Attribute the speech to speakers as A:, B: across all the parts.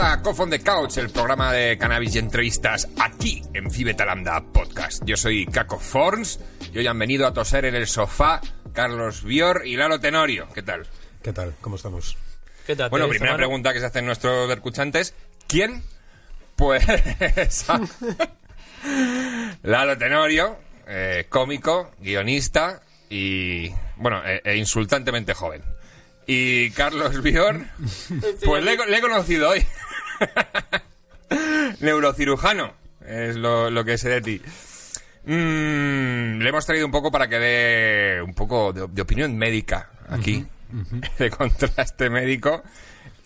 A: a Cough on the Couch, el programa de cannabis y entrevistas aquí en Fibeta Lambda Podcast. Yo soy Caco Forns y hoy han venido a toser en el sofá Carlos Bior y Lalo Tenorio. ¿Qué tal?
B: ¿Qué tal? ¿Cómo estamos?
C: ¿Qué tal?
A: Bueno,
C: ¿Te
A: primera
C: semana?
A: pregunta que se hacen nuestros escuchantes. ¿Quién? Pues... Lalo Tenorio, eh, cómico, guionista y... Bueno, e, e insultantemente joven. Y Carlos Bior, pues le, he co- le he conocido hoy. Neurocirujano, es lo, lo que sé de ti. Mm, le hemos traído un poco para que dé un poco de, de opinión médica aquí, de contraste médico.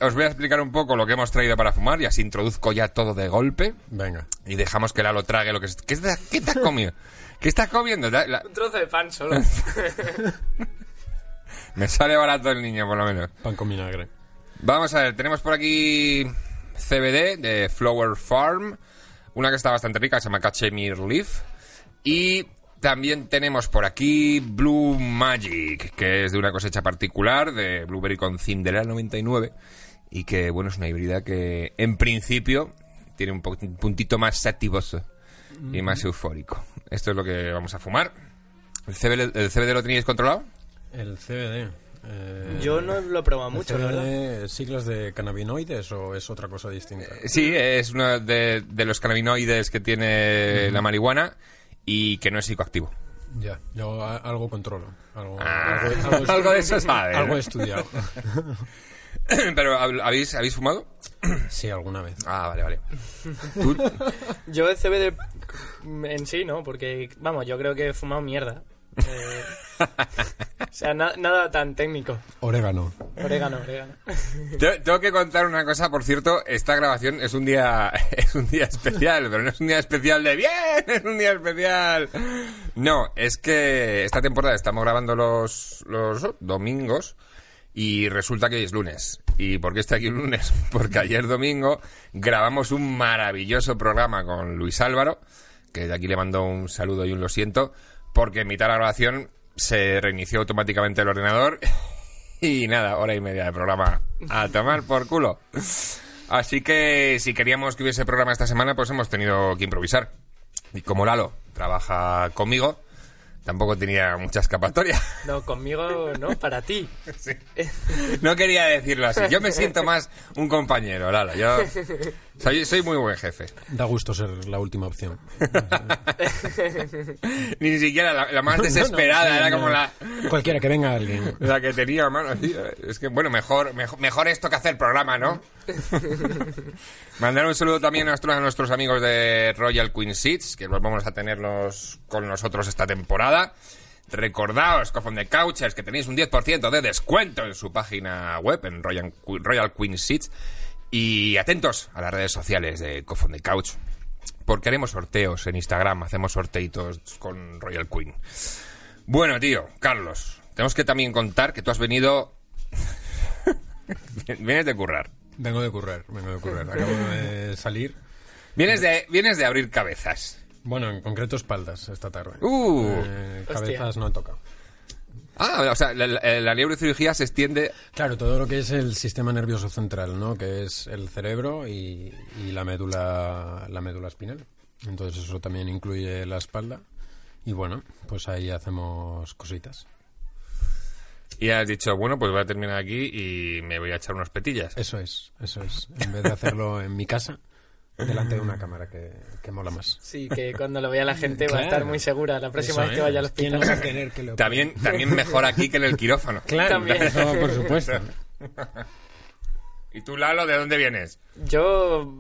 A: Os voy a explicar un poco lo que hemos traído para fumar y así introduzco ya todo de golpe
B: Venga.
A: y dejamos que Lalo trague lo que... es- ¿Qué, te- qué te has comido? ¿Qué estás comiendo? La- la-
C: Un trozo de pan solo.
A: me sale barato el niño, por lo menos.
B: Pan con vinagre.
A: Vamos a ver, tenemos por aquí CBD de Flower Farm, una que está bastante rica, que se llama Cachemire Leaf. Y también tenemos por aquí Blue Magic, que es de una cosecha particular de Blueberry con Cinderella 99. Y que, bueno, es una híbrida que, en principio, tiene un, po- un puntito más sativoso y más eufórico. Esto es lo que vamos a fumar. ¿El CBD, el CBD lo teníais controlado?
B: El CBD. eh,
C: Yo no lo he probado
B: el
C: mucho, la verdad. Eh,
B: CBD, ¿Siglas de cannabinoides o es otra cosa distinta?
A: Sí, es uno de, de los cannabinoides que tiene la marihuana y que no es psicoactivo.
B: Ya, yo a- algo controlo. Algo,
A: Ah,
B: algo- algo
A: algo,
B: estu-
A: de eso es madre.
B: algo he estudiado.
A: Pero ¿hab- ¿habéis, ¿habéis fumado?
B: Sí, alguna vez.
A: Ah, vale, vale. Tú-
C: Yo el CBD en sí, ¿no? Porque, vamos, yo creo que he fumado mierda. Eh, o sea, na- nada tan técnico.
B: Orégano.
C: Orégano, orégano.
A: Te- Tengo que contar una cosa, por cierto, esta grabación es un día es un día especial, pero no es un día especial de bien, es un día especial. No, es que esta temporada estamos grabando los los domingos y resulta que hoy es lunes. ¿Y por qué está aquí un lunes? Porque ayer domingo grabamos un maravilloso programa con Luis Álvaro, que de aquí le mando un saludo y un lo siento, porque en mitad de la grabación se reinició automáticamente el ordenador y nada, hora y media de programa. A tomar por culo. Así que si queríamos que hubiese programa esta semana, pues hemos tenido que improvisar. Y como Lalo trabaja conmigo, tampoco tenía mucha escapatoria.
C: No, conmigo no, para ti.
A: No quería decirlo así. Yo me siento más un compañero, Lalo. Yo soy, soy muy buen jefe.
B: Da gusto ser la última opción.
A: Ni siquiera la, la más
B: No, no,
A: desesperada,
B: sí,
A: era
B: no.
A: como la,
B: Cualquiera, que venga alguien.
A: la que tenía a mano. tío. Es que, bueno, mejor, mejor, mejor esto que hacer programa, ¿no? Mandar un saludo también a nuestros, a nuestros amigos de Royal Queen Seats, que los vamos a tenerlos con nosotros esta temporada. Recordaos, Cofón de Couchers, que tenéis un 10% de descuento en su página web, en Royal, Royal Queen Seats. Y atentos a las redes sociales de Cofón de Couch, porque haremos sorteos en Instagram, hacemos sorteitos con Royal Queen. Bueno, tío, Carlos, tenemos que también contar que tú has venido... Vienes de currar.
B: Vengo de currar, vengo de currar. Acabo de salir.
A: Vienes de, vienes de abrir cabezas.
B: Bueno, en concreto espaldas esta tarde.
A: Uh.
B: Eh, cabezas no he tocado.
A: Ah, o sea, la, la, la neurocirugía se extiende.
B: Claro, todo lo que es el sistema nervioso central, ¿no? Que es el cerebro y, y la médula, la médula espinal. Entonces eso también incluye la espalda. Y bueno, pues ahí hacemos cositas.
A: Y has dicho, bueno, pues voy a terminar aquí y me voy a echar unas petillas.
B: Eso es, eso es. En vez de hacerlo en mi casa, delante de una cámara que, que mola más.
C: Sí, que cuando lo vea la gente va a
B: Claro.
C: estar muy segura la próxima
B: Eso
C: vez que vaya al
B: es. ¿Quién no
C: hospital.
B: va a querer que le
A: También, también mejor aquí que en el quirófano.
B: operen? Claro,
C: También.
B: eso por supuesto.
A: ¿Y tú, Lalo, de dónde vienes?
C: Yo,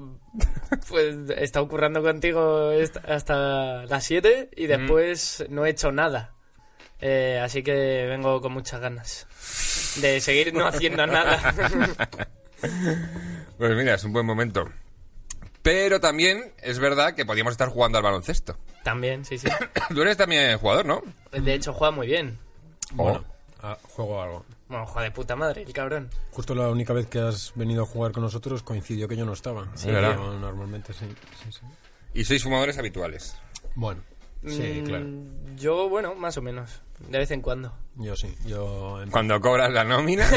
C: pues, he estado currando contigo est- hasta las 7
B: Mm.
C: y después no he hecho nada. Eh, así que vengo con muchas ganas de seguir no haciendo nada.
A: Pues mira, es un buen momento. Pero también es verdad que podíamos estar jugando al baloncesto.
C: También, sí, sí.
A: Tú eres también jugador, ¿no?
C: De hecho, juega muy bien.
B: Bueno, ah, juego algo.
C: Bueno, juega de puta madre, el cabrón.
B: Justo la única vez que has venido a jugar con nosotros coincidió que yo no estaba.
A: ¿verdad?
B: Yo normalmente sí, sí, sí.
A: Y sois fumadores habituales.
B: Bueno, Sí,
C: Mm,
B: claro.
C: Yo, bueno, más o menos. De vez en cuando.
B: Yo sí, yo... en-
A: Cuando cobras la nómina.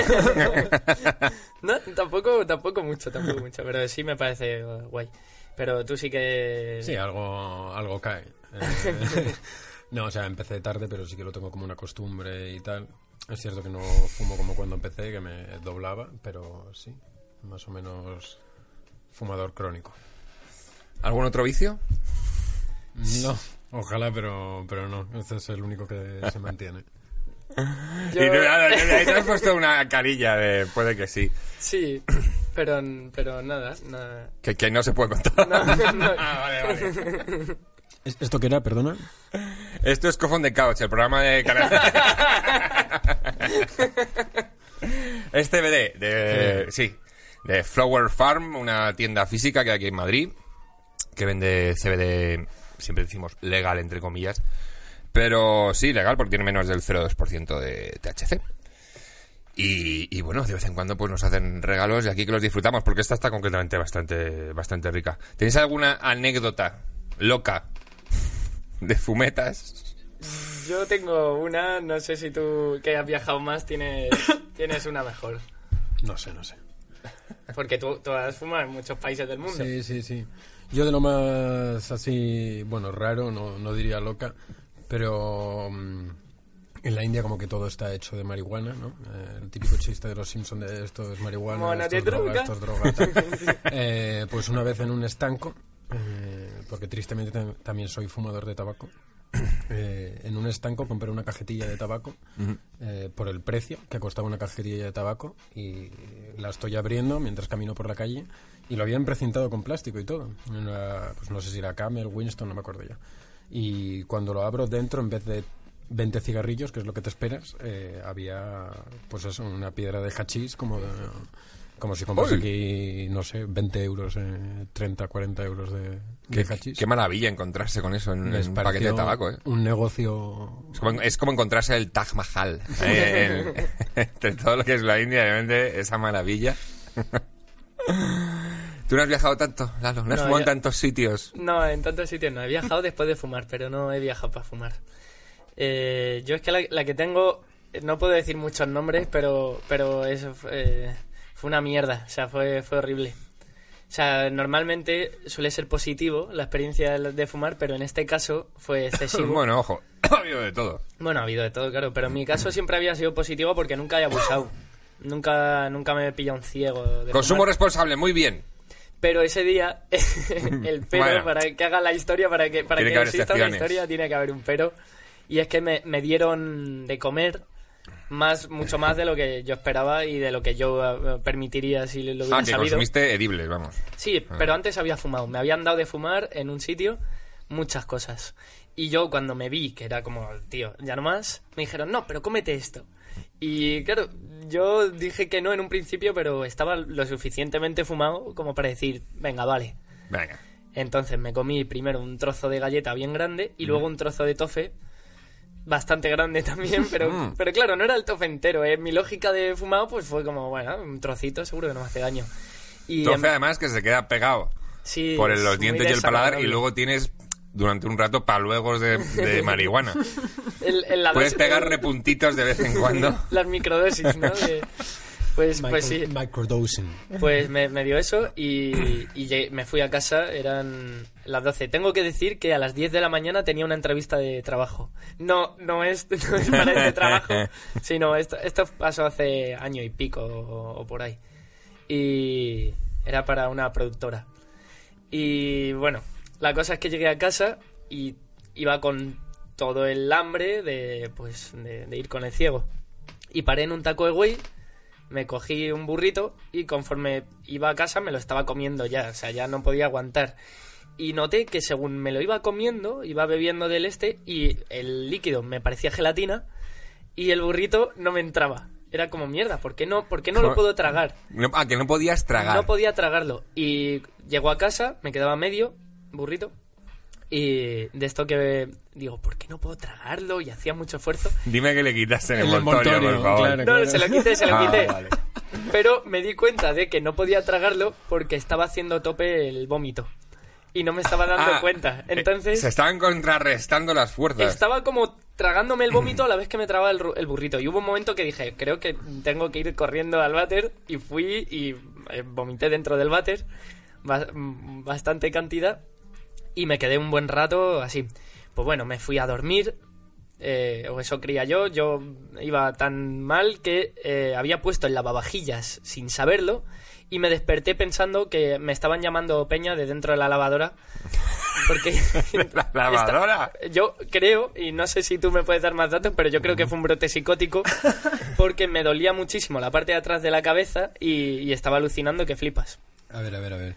C: No, tampoco, tampoco mucho, tampoco mucho. Pero sí me parece eh, guay. Pero tú sí que.
B: Sí, algo, algo cae. Eh, no, o sea, empecé tarde, pero sí que lo tengo como una costumbre y tal. Es cierto que no fumo como cuando empecé, que me doblaba, pero sí, más o menos fumador crónico.
A: ¿Algún otro vicio?
B: No, ojalá, pero, pero no. Este es el único que se mantiene.
C: Yo-
A: Y tú, ahora, ahí te has puesto una carilla de puede que sí.
C: Sí, pero, pero nada, nada.
A: Que, que no se puede contar.
C: No, no.
A: Ah, vale, vale.
B: ¿Esto qué era? Perdona.
A: Esto es Cofón de Couch, el programa de Canal. es CBD, Este de, sí, de Flower Farm, una tienda física que hay aquí en Madrid, que vende CBD, siempre decimos legal, entre comillas. Pero sí, legal, porque tiene menos del 0,2% de THC. Y, y bueno, de vez en cuando pues nos hacen regalos y aquí que los disfrutamos, porque esta está concretamente bastante, bastante rica. ¿Tenéis alguna anécdota loca de fumetas?
C: Yo tengo una, no sé si tú que has viajado más tienes, tienes una mejor.
B: No sé, no sé.
C: Porque tú, tú has fumado en muchos países del mundo.
B: Sí, sí, sí. Yo de lo más así, bueno, raro, no, no diría loca, pero mm, en la India como que todo está hecho de marihuana, ¿no? Eh, el típico chiste de los Simpsons de esto es marihuana,
C: Mona
B: esto es
C: de
B: droga,
C: droga.
B: esto es droga, tal. Eh, pues una vez en un estanco, eh, porque tristemente tam- también soy fumador de tabaco, eh, en un estanco compré una cajetilla de tabaco eh, por el precio que costaba una cajetilla de tabaco y la estoy abriendo mientras camino por la calle y lo habían precintado con plástico y todo. Era, pues no sé si era Camel, Winston, no me acuerdo ya. Y cuando lo abro dentro, en vez de 20 cigarrillos, que es lo que te esperas, eh, había pues eso, una piedra de hachís como, de- como si compras
A: ¡Uy!
B: aquí, no sé, 20 euros, eh, 30, 40 euros de,
A: Qué,
B: de hachís.
A: qué maravilla encontrarse con eso en, en
B: Les
A: un paquete de
B: pareció
A: tabaco, ¿eh?
B: Un negocio
A: Es como, es como encontrarse el Taj Mahal. eh, en- entre todo lo que es la India, realmente, esa maravilla. Tú no has viajado tanto, Lalo, no has
C: No,
A: fumado en
C: ya-
A: tantos sitios.
C: No, en tantos sitios no. He viajado después de fumar, pero no he viajado para fumar. Eh, yo es que la, la que tengo, eh, no puedo decir muchos nombres, pero, pero eso fue, eh, fue una mierda. O sea, fue, fue horrible. O sea, normalmente suele ser positivo la experiencia de- de fumar, pero en este caso fue excesivo.
A: Bueno, ojo, ha habido de todo.
C: Bueno, ha habido de todo, claro, pero en mi caso siempre había sido positivo porque nunca he abusado. Nunca, nunca me he pillado un ciego. De
A: Consumo
C: fumar.
A: responsable, muy bien.
C: Pero ese día, el pero,
A: Bueno.
C: para que haga la historia, para que, para
A: Tiene
C: que,
A: que haber
C: exista una
A: excepciones.
C: historia, tiene que haber un pero. Y es que me, me dieron de comer más mucho más de lo que yo esperaba y de lo que yo eh, permitiría si lo hubiera
A: Ah, que
C: sabido.
A: consumiste edibles, vamos.
C: Sí, pero antes había fumado. Me habían dado de fumar en un sitio muchas cosas. Y yo cuando me vi, que era como, tío, ya no más, me dijeron, no, pero cómete esto. Y claro, yo dije que no en un principio, pero estaba lo suficientemente fumado como para decir, venga, vale.
A: Venga.
C: Entonces me comí primero un trozo de galleta bien grande y luego un trozo de tofe bastante grande también, pero,
A: Mm.
C: pero claro, no era el tofe entero. ¿eh? Mi lógica de fumado pues fue como, bueno, un trocito seguro que no me hace daño. Y em-
A: Tofe, además, que se queda pegado
C: Sí,
A: por el-
C: es
A: los
C: muy
A: dientes y el paladar y
C: desagradable.
A: luego tienes durante un rato paluegos de, de marihuana.
C: El- el- la
A: Puedes
C: dosis-
A: pegar repuntitos de vez en cuando.
C: las microdosis, ¿no? De- pues, pues sí,
B: micro- microdosing.
C: pues me, me dio eso y, y llegué- me fui a casa, eran las 12. Tengo que decir que a las 10 de la mañana tenía una entrevista de trabajo. No, no es, no es para este trabajo, sino esto, esto pasó hace año y pico o, o por ahí. Y era para una productora. Y bueno, la cosa es que llegué a casa y iba con todo el hambre de, pues, de, de ir con el ciego. Y paré en un taco de güey, me cogí un burrito y conforme iba a casa me lo estaba comiendo ya, o sea, ya no podía aguantar. Y noté que según me lo iba comiendo, iba bebiendo del este y el líquido me parecía gelatina y el burrito no me entraba. Era como mierda, ¿por qué no, por qué no lo
A: Joder.
C: puedo tragar?
A: No- ah, que no podías tragar.
C: No podía tragarlo. Y llegó a casa, me quedaba medio, burrito. Y de esto que digo, ¿por qué no puedo tragarlo? Y hacía mucho esfuerzo.
A: Dime que le quitasen el,
B: El
A: envoltorio,
B: envoltorio,
A: por favor.
B: claro.
C: No, se lo quité, se lo
A: Ah,
C: quité.
A: vale.
C: Pero me di cuenta de que no podía tragarlo porque estaba haciendo tope el vómito. y no me estaba dando
A: Ah,
C: cuenta.
A: eh,
C: Entonces
A: Se estaban contrarrestando las fuerzas.
C: estaba como tragándome el vómito a la vez que me traba el, ru- el burrito. Y hubo un momento que dije, creo que tengo que ir corriendo al váter. Y fui y eh, vomité dentro del váter. ba- mm, bastante cantidad. Y me quedé un buen rato así. Pues bueno, me fui a dormir. eh, o eso creía yo. Yo iba tan mal que eh, había puesto el lavavajillas sin saberlo. Y me desperté pensando que me estaban llamando Peña de dentro de la lavadora. Porque
A: La
C: Esta-
A: lavadora.
C: yo creo, y no sé si tú me puedes dar más datos, pero yo creo que fue un brote psicótico porque me dolía muchísimo la parte de atrás de la cabeza y, y estaba alucinando que flipas.
B: A ver, a ver, a ver.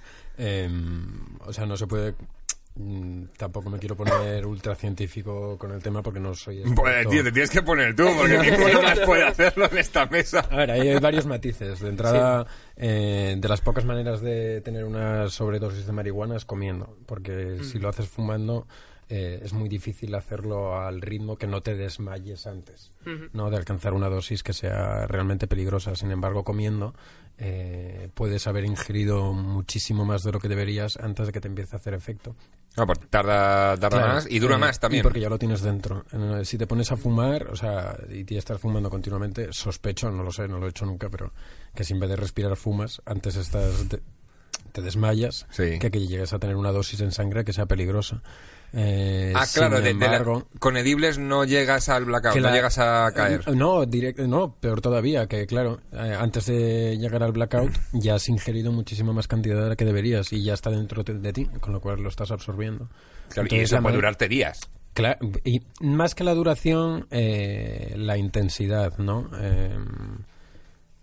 B: Em, o sea, no se puede. mm, Tampoco me quiero poner ultracientífico con el tema porque no soy.
A: Pues,
B: experto.
A: tío, te tienes que poner tú, porque ninguno más puede hacerlo en esta mesa.
B: A ver, ahí hay varios matices. De entrada, eh, de las pocas maneras de tener una sobredosis de marihuana es comiendo, porque si lo haces fumando eh, es muy difícil hacerlo al ritmo que no te desmayes antes, ¿no? De alcanzar una dosis que sea realmente peligrosa. Sin embargo, comiendo eh, puedes haber ingerido muchísimo más de lo que deberías antes de que te empiece a hacer efecto.
A: No, porque tarda, tarda
B: Claro,
A: más y dura
B: eh,
A: más
B: y
A: también.
B: porque ya lo tienes dentro. Eh, Si te pones a fumar, o sea, y te estás fumando continuamente, sospecho, no lo sé, no lo he hecho nunca, pero que si en vez de respirar fumas, antes estás te, te desmayas,
A: Sí.
B: que, que llegues a tener una dosis en sangre que sea peligrosa. Eh,
A: Ah, claro,
B: sin
A: de- de la-
B: embargo,
A: con edibles no llegas al blackout,
B: que
A: no
B: la-
A: llegas a caer.
B: Eh, No, direct- no, peor todavía, que claro, eh, antes de llegar al blackout ya has ingerido muchísima más cantidad de la que deberías y ya está dentro de, de ti, con lo cual lo estás absorbiendo.
A: Claro, y
B: Entonces,
A: eso
B: la
A: puede
B: ma-
A: durarte días.
B: Claro, y más que la duración, eh, la intensidad, ¿no? Eh,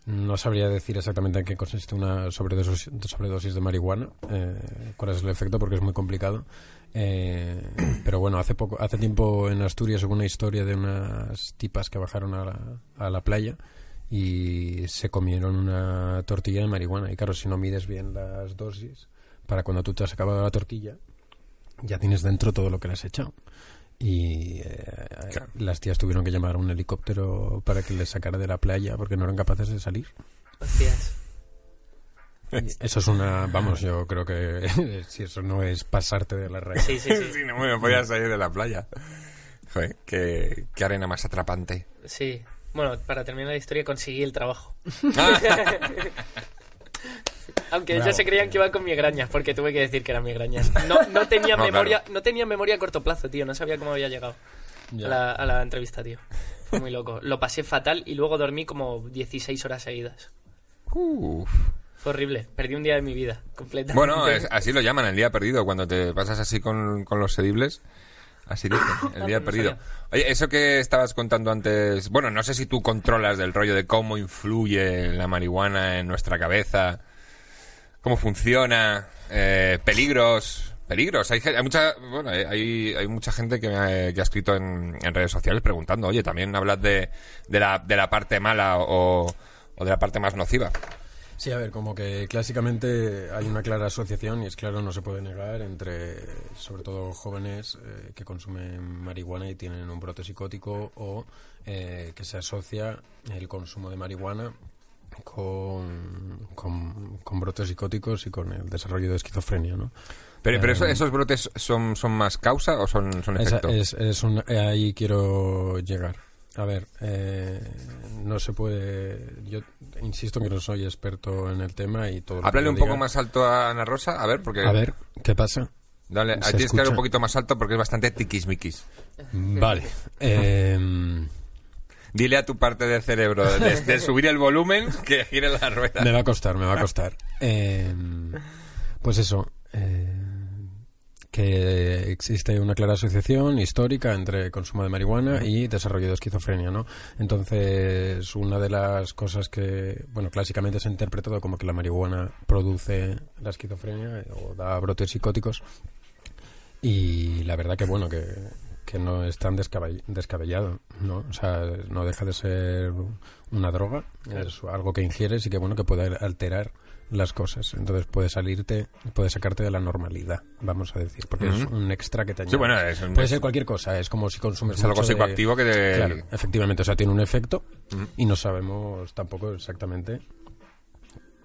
B: no sabría decir exactamente en qué consiste una sobredosis, sobredosis de marihuana, eh, cuál es el efecto, porque es muy complicado. Eh, pero bueno, hace poco, hace tiempo en Asturias hubo una historia de unas tipas que bajaron a la, a la playa y se comieron una tortilla de marihuana. Y claro, si no mides bien las dosis, para cuando tú te has acabado la tortilla, ya tienes dentro todo lo que le has echado. Y eh,
A: Claro.
B: las tías tuvieron que llamar a un helicóptero para que les sacara de la playa porque no eran capaces de salir.
C: Hostias.
B: Y Eso es una, vamos, yo creo que si eso no es pasarte de la raya.
C: Sí, sí, sí.
A: Sí, no me podía salir de la playa. Joder, qué, qué arena más atrapante.
C: sí. Bueno, para terminar la historia conseguí el trabajo.
A: Ah,
C: Aunque
B: Bravo.
C: ya se creían que iba con migrañas, porque tuve que decir que eran migrañas. No, no tenía
A: No,
C: memoria,
A: claro.
C: no tenía memoria a corto plazo, tío. No sabía cómo había llegado
B: Ya.
C: a la, a la entrevista, tío. Fue muy loco. Lo pasé fatal y luego dormí como 16 horas seguidas.
A: Uf.
C: Fue horrible. Perdí un día de mi vida completamente.
A: Bueno, es- así lo llaman, el día perdido, cuando te pasas así con, con los edibles. Así dicen, el día
C: no
A: perdido.
C: sabía.
A: Oye, eso que estabas contando antes, bueno, no sé si tú controlas del rollo de cómo influye la marihuana en nuestra cabeza, cómo funciona, eh, peligros, peligros. Hay, ge- hay mucha, bueno, hay- hay, hay mucha gente que, me ha, que ha escrito en, en redes sociales preguntando, oye, también hablad de, de, la, de la parte mala o, o de la parte más nociva.
B: Sí, a ver, como que clásicamente hay una clara asociación y es claro, no se puede negar entre, sobre todo, jóvenes eh, que consumen marihuana y tienen un brote psicótico o eh, que se asocia el consumo de marihuana con, con, con brotes psicóticos y con el desarrollo de esquizofrenia, ¿no?
A: Pero, pero eso-
B: Eh,
A: esos brotes son, son más causa o son, son
B: Esa-
A: efecto.
B: es- es un- eh, ahí quiero llegar. A ver, eh, no se puede. Yo insisto que no soy experto en el tema y todo. lo que
A: Háblale
B: yo
A: un poco
B: diga-
A: más alto a Ana Rosa, a ver, porque.
B: A ver, ¿qué pasa?
A: Dale,
B: se
A: tienes que hablar
B: escucha.
A: un poquito más alto porque es bastante tiquismiquis.
B: Vale. em,
A: Dile a tu parte del cerebro de, de subir el volumen que gire la rueda.
B: me va a costar, me va a costar. Em, pues eso. eh, que existe una clara asociación histórica entre consumo de marihuana y desarrollo de esquizofrenia, ¿no? Entonces, una de las cosas que, bueno, clásicamente se ha interpretado como que la marihuana produce la esquizofrenia eh, o da brotes psicóticos, Y la verdad que bueno, que, que no es tan descabell- descabellado, ¿no? O sea, no deja de ser una droga, es algo que ingieres y que bueno, que puede alterar las cosas. Entonces puede salirte, puede sacarte de la normalidad, vamos a decir, porque es
A: Ujú.
B: un extra que te añade.
A: Sí, bueno, es un-
B: puede ser cualquier cosa, es como si consumes
A: Es algo
B: mucho de-
A: psicoactivo que te-
B: Claro, efectivamente, o sea, tiene un efecto y no sabemos tampoco exactamente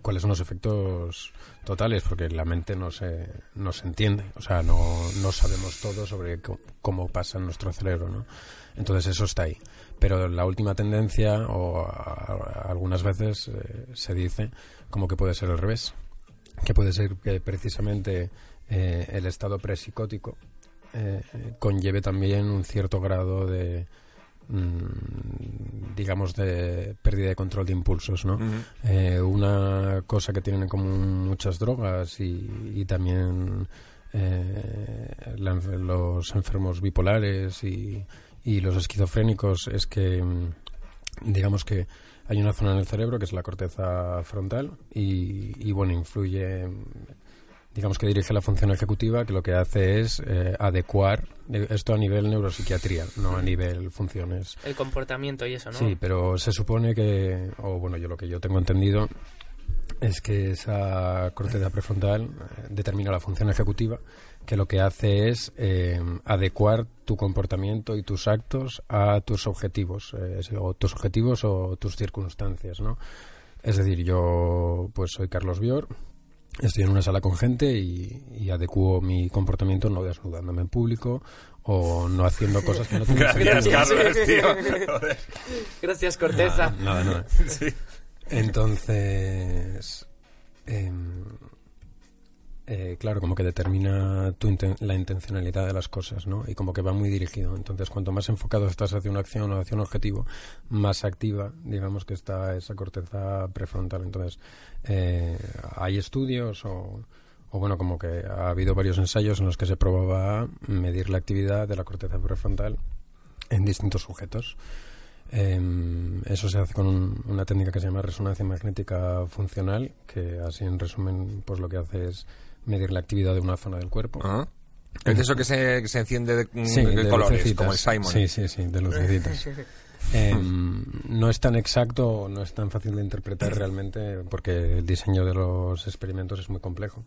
B: cuáles son los efectos totales, porque la mente no se, no se entiende, o sea, no, no sabemos todo sobre co- cómo pasa en nuestro cerebro, ¿no? Entonces eso está ahí. Pero la última tendencia, o a- a- algunas veces eh, se dice como que puede ser al revés, que puede ser que precisamente eh, el estado prepsicótico eh, conlleve también un cierto grado de mm, digamos de pérdida de control de impulsos,
A: Mm.
B: ¿no? Eh, una cosa que tienen en común muchas drogas y, y también eh, la enfer- los enfermos bipolares y, y los esquizofrénicos es que, mm, digamos que hay una zona en el cerebro que es la corteza frontal y, y, bueno, influye, mm, digamos que dirige la función ejecutiva que lo que hace es eh, adecuar eh, esto a nivel neuropsiquiatría, no a nivel funciones
C: El comportamiento y eso, ¿no?
B: Sí, pero se supone que, o bueno, yo lo que yo tengo entendido es que esa corteza prefrontal eh, determina la función ejecutiva, que lo que hace es eh, adecuar tu comportamiento y tus actos a tus objetivos, eh, o tus objetivos o tus circunstancias, ¿no? Es decir, yo pues soy Carlos Bior, estoy en una sala con gente y, y adecuo mi comportamiento no desnudándome en público o no haciendo cosas que no tienen
A: Gracias,
B: sentido.
A: Carlos, tío. Joder.
C: Gracias, Corteza.
B: Nada, nada.
A: Sí.
B: Entonces, em, eh, claro, como que determina tu inten- la intencionalidad de las cosas, ¿no? Y como que va muy dirigido. Entonces, cuanto más enfocado estás hacia una acción o hacia un objetivo, más activa, digamos, que está esa corteza prefrontal. Entonces, eh, hay estudios o... O bueno, como que ha habido varios ensayos en los que se probaba medir la actividad de la corteza prefrontal en distintos sujetos. Em, eso se hace con un- una técnica que se llama resonancia magnética funcional, que así en resumen, pues lo que hace es medir la actividad de una zona del cuerpo.
A: Ah. Es de eso que se, que se enciende de, mm,
B: Sí,
A: de
B: de
A: colores,
B: lucecitas.
A: como el Simon.
B: Sí, sí, sí, de lucecitas. Em, no es tan exacto, no es tan fácil de interpretar realmente, porque el diseño de los experimentos es muy complejo.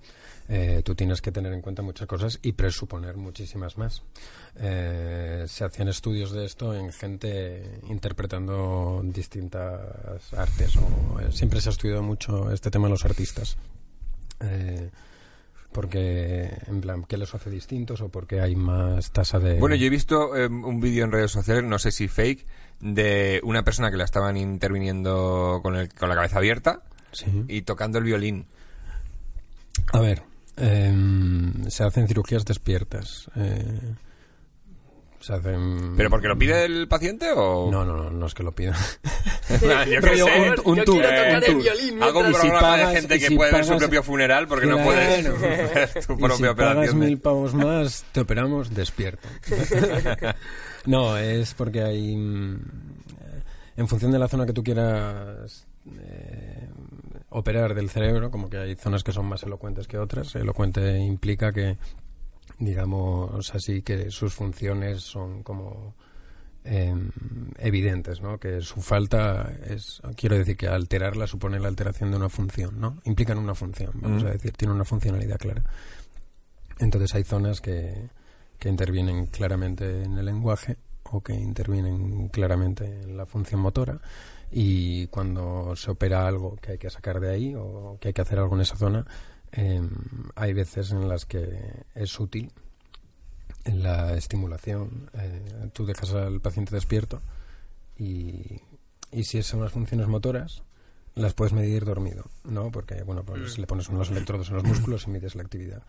B: Eh, tú tienes que tener en cuenta muchas cosas y presuponer muchísimas más. Eh, se hacían estudios de esto en gente interpretando distintas artes. o, eh, siempre se ha estudiado mucho este tema en los artistas. Eh, porque, en plan, ¿qué los hace distintos o porque hay más tasa de...
A: Bueno, yo he visto eh, un vídeo en redes sociales, no sé si fake, de una persona que la estaban interviniendo con, el, con la cabeza abierta
B: Sí.
A: y tocando el violín.
B: A ver, em, se hacen cirugías despiertas. eh, se hacen...
A: ¿Pero porque lo pide el paciente o...?
B: No, no, no, no es que lo pidan.
A: yo qué
B: Rollo
A: sé.
B: un- un
C: yo
B: tour,
C: quiero
B: eh,
C: tocar
B: un
C: el
B: tour.
C: violín.
A: Hago un
B: mientras- Y si
A: programa
B: pagas-
A: de gente
B: y
A: que
B: si
A: puede ver su
B: pagas-
A: propio funeral porque no
B: Claro.
A: puedes ver tu
B: Y
A: propia
B: si pagas
A: operación. ¿eh?
B: mil pavos más, te operamos despierto. no, es porque hay... mm, eh, En función de la zona que tú quieras eh, operar del cerebro, como que hay zonas que son más elocuentes que otras. Elocuente implica que, digamos así, que sus funciones son como em, evidentes, ¿no? Que su falta es, quiero decir, que alterarla supone la alteración de una función, ¿no? Implican una función, vamos
A: Mm.
B: a decir, tiene una funcionalidad clara. Entonces hay zonas que, que intervienen claramente en el lenguaje o que intervienen claramente en la función motora y cuando se opera algo que hay que sacar de ahí o que hay que hacer algo en esa zona, em, hay veces en las que es útil en la estimulación. eh, tú dejas al paciente despierto y, y si son las funciones motoras, las puedes medir dormido, ¿no? Porque, bueno, pues le pones unos electrodos en los músculos y mides la actividad.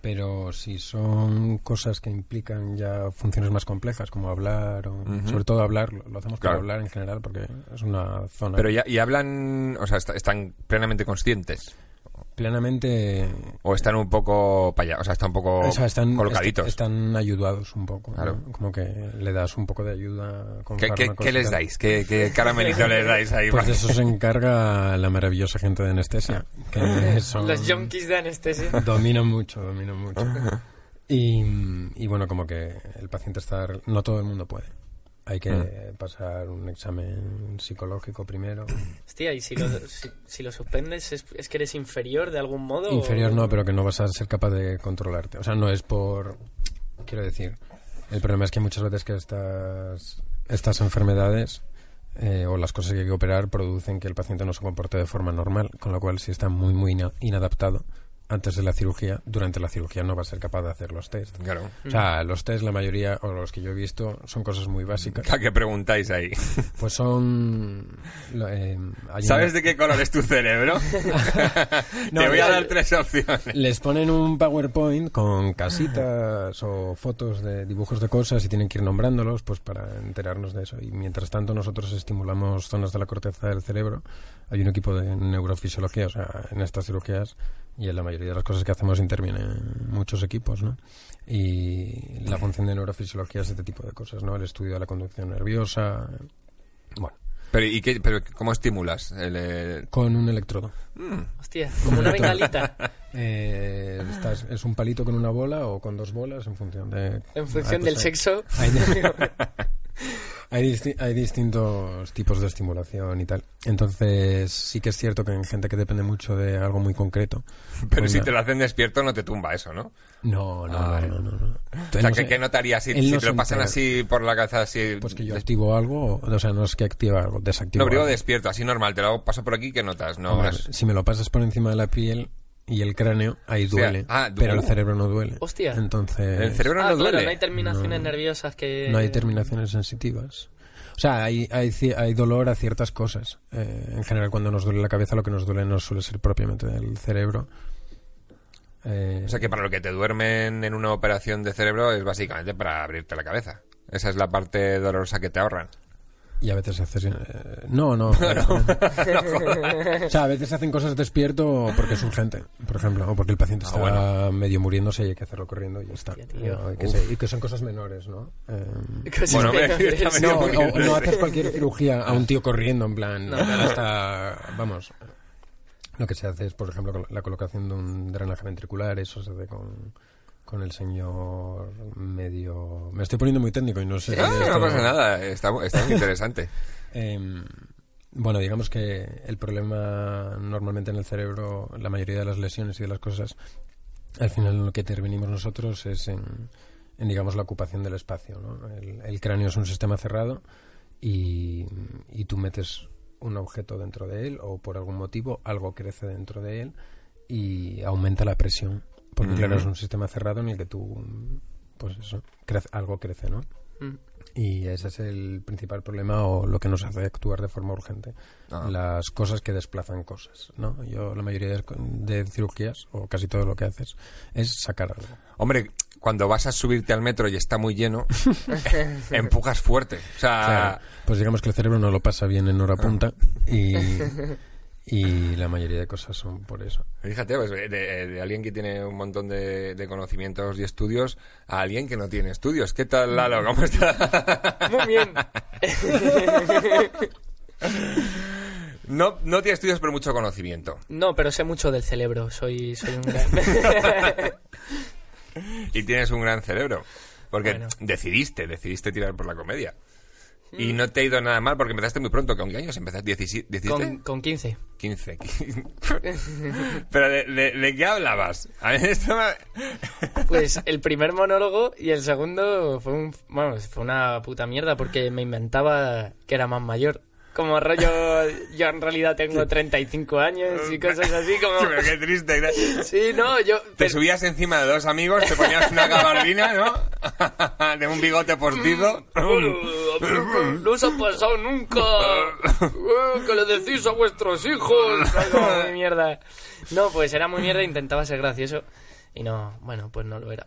B: Pero si son cosas que implican ya funciones más complejas, como hablar, o,
A: Ujú.
B: sobre todo hablar, lo lo hacemos para
A: Claro.
B: hablar en general porque es una zona
A: Pero ya, y hablan, o sea, est- están plenamente conscientes.
B: plenamente...
A: O están un poco para allá, o sea, están un poco
B: o sea, están,
A: colocaditos.
B: est- están ayudados un poco. ¿no?
A: Claro.
B: Como que le das un poco de ayuda con
A: ¿Qué, qué-
B: fármacos
A: qué
B: y
A: les
B: tal.
A: dais? ¿Qué, qué caramelito les dais ahí?
B: Pues de eso se encarga la maravillosa gente de anestesia. Que son,
C: Los yonkis este, de anestesia.
B: Dominan mucho, dominan mucho. Y, y bueno, como que el paciente está... No todo el mundo puede. Hay que pasar un examen psicológico primero.
C: Hostia, y si lo, si, si lo suspendes, es, es que eres inferior de algún modo?
B: Inferior
C: o-
B: no, pero que no vas a ser capaz de controlarte. O sea, no es por... Quiero decir, el problema es que muchas veces que estas, estas enfermedades eh, o las cosas que hay que operar producen que el paciente no se comporte de forma normal, con lo cual si está muy, muy ina- inadaptado antes de la cirugía, durante la cirugía no va a ser capaz de hacer los test.
A: Claro.
B: O sea, los test, la mayoría, o los que yo he visto, son cosas muy básicas.
A: ¿A qué preguntáis ahí?
B: Pues son... lo- eh, hay
A: ¿Sabes
B: una-
A: de qué color es tu cerebro?
B: No,
A: Te voy a
B: yo-
A: dar tres opciones.
B: Les ponen un PowerPoint con casitas o fotos de dibujos de cosas y tienen que ir nombrándolos pues para enterarnos de eso. Y mientras tanto nosotros estimulamos zonas de la corteza del cerebro. Hay un equipo de neurofisiología, o sea, en estas cirugías y en la mayoría de las cosas que hacemos intervienen muchos equipos, ¿no? Y la función de neurofisiología es este tipo de cosas, ¿no? El estudio de la conducción nerviosa, bueno,
A: Pero, ¿y qué, pero cómo estimulas? El, eh,
B: con un electrodo.
C: Hostia, como una bengalita.
A: Ah.
B: Eh, estás- ¿Es un palito con una bola o con dos bolas en función de...
C: En
B: Ah,
C: función
B: pues
C: del
B: hay-
C: sexo.
B: Hay, hay disti- hay distintos tipos de estimulación y tal. Entonces sí que es cierto que en gente que depende mucho de algo muy concreto.
A: pero
B: pues
A: si
B: na-
A: te lo hacen despierto no te tumba eso, ¿no?
B: No, no,
A: Ah,
B: no, no, no, no. Entonces,
A: O sea,
B: no
A: ¿qué,
B: sé,
A: qué notarías si,
B: él
A: si
B: no
A: te
B: se
A: lo pasan
B: entera.
A: así por la cabeza? Así,
B: Pues que yo
A: des-
B: activo algo, o, o sea, no es que activa algo, desactiva
A: No, pero digo
B: algo.
A: despierto, así normal. Te lo hago, paso por aquí, ¿qué notas? No,
B: Hombre,
A: has-
B: Si me lo pasas por encima de la piel y el cráneo, ahí
A: sea,
B: duele.
A: ah,
B: pero el
A: duele.
B: cerebro no duele.
C: Hostia.
B: Entonces...
A: El cerebro
C: Ah,
A: no
C: claro,
A: duele.
C: no hay terminaciones
B: No.
C: nerviosas que...
B: No hay terminaciones sensitivas. O sea, hay, hay, ci- hay dolor a ciertas cosas. Eh, en general, cuando nos duele la cabeza, lo que nos duele no suele ser propiamente el cerebro. Eh,
A: O sea que para lo que te duermen en una operación de cerebro es básicamente para abrirte la cabeza. Esa es la parte dolorosa que te ahorran.
B: y a veces se hace... eh, no, no. o sea, a veces se hacen cosas despierto porque es urgente, por ejemplo, o porque el paciente
A: Ah,
B: está medio muriéndose y hay que hacerlo corriendo y ya está.
C: Hostia, tío.
B: No, y, que se- y que son cosas menores, ¿no? Eh,
C: Cosas
A: Bueno, hombre,
C: menores.
A: está medio
B: No, o-
A: muriendo.
B: o no haces cualquier cirugía a un tío corriendo, en plan, hasta, vamos, lo que se hace es, por ejemplo, col- la colocación de un drenaje ventricular, eso se hace con, con el señor medio... Me estoy poniendo muy técnico y no sé... si
A: Ah,
B: esto-
A: no pasa nada, está, está muy interesante.
B: Em, bueno, digamos que el problema normalmente en el cerebro, la mayoría de las lesiones y de las cosas, al final lo que intervenimos nosotros es en, en, digamos, la ocupación del espacio. ¿no? El, el cráneo es un sistema cerrado y, y tú metes un objeto dentro de él o por algún motivo algo crece dentro de él y aumenta la presión. Porque, claro,
A: Ujú.
B: es un sistema cerrado en el que tú, pues eso, crece- algo crece, ¿no?
C: Mm.
B: Y ese es el principal problema o lo que nos hace actuar de forma urgente.
A: Ah.
B: Las cosas que desplazan cosas, ¿no? Yo la mayoría de, de cirugías, o casi todo lo que haces, es sacar algo.
A: Hombre, cuando vas a subirte al metro y está muy lleno, empujas fuerte. O sea,
B: Claro, pues digamos que el cerebro no lo pasa bien en hora punta y, y la mayoría de cosas son por eso.
A: fíjate, pues, de, de alguien que tiene un montón de, de conocimientos y estudios a alguien que no tiene estudios. ¿Qué tal, Lalo? ¿Cómo estás?
C: Muy bien.
A: No, no tiene estudios, pero mucho conocimiento.
C: No, pero sé mucho del cerebro. Soy, soy un gran...
A: Y tienes un gran cerebro. Porque
C: Bueno.
A: decidiste, decidiste tirar por la comedia.
C: Mm.
A: Y no te ha ido nada mal porque empezaste muy pronto. ¿Con qué años empezaste? ¿17?
C: con, con 15.
A: 15. Pero ¿de, de, de qué hablabas? A ver, esto me-
C: Pues el primer monólogo y el segundo fue un, bueno, fue una puta mierda porque me inventaba que era más mayor. Como rollo, yo en realidad tengo 35 años y cosas así como...
A: Pero qué triste.
C: Sí, no, yo...
A: Te
C: pero-
A: subías encima de dos amigos, te ponías una gabardina, ¿no? de un bigote postizo.
C: Uh, No os ha pasado nunca. Uh, Que le decís a vuestros hijos. Algo muy mierda. No, pues era muy mierda. Intentaba ser gracioso. Y no, bueno, pues no lo era.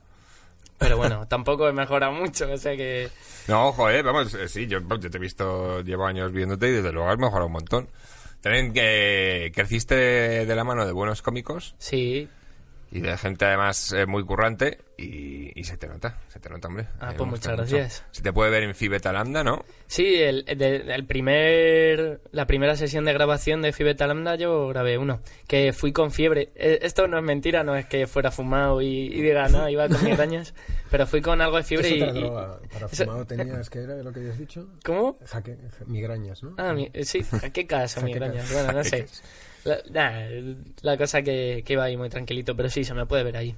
C: Pero bueno, tampoco he mejorado mucho. O sea que.
A: No, ojo, eh, vamos, eh, sí, yo, yo te he visto, llevo años viéndote y desde luego has mejorado un montón. También que creciste de la mano de buenos cómicos
C: Sí.
A: y de gente además eh, muy currante y, y se te nota, se te nota, hombre.
C: Ah,
A: Me
C: pues
A: gusta
C: muchas
A: mucho.
C: gracias.
A: Se te puede ver en Fibeta Lambda, ¿no?
C: Sí, el, el de- el primer, la primera sesión de grabación de Fibeta Lambda yo grabé uno, que fui con fiebre. Eh, Esto no es mentira, no es que fuera fumado y, y diga, no, iba con migrañas, pero fui con algo de fiebre
B: Es
C: y-
B: otra
C: y...
B: droga. Para
C: eso-
B: fumado tenías que era lo que habías dicho.
C: ¿Cómo?
B: Jaque, ja- migrañas, ¿no?
C: Ah, mi- eh, sí, jaquecas o
B: Jaquecas.
C: migrañas, bueno, no sé. La, nah, la cosa que, que iba ahí muy tranquilito, pero sí, se me puede ver ahí.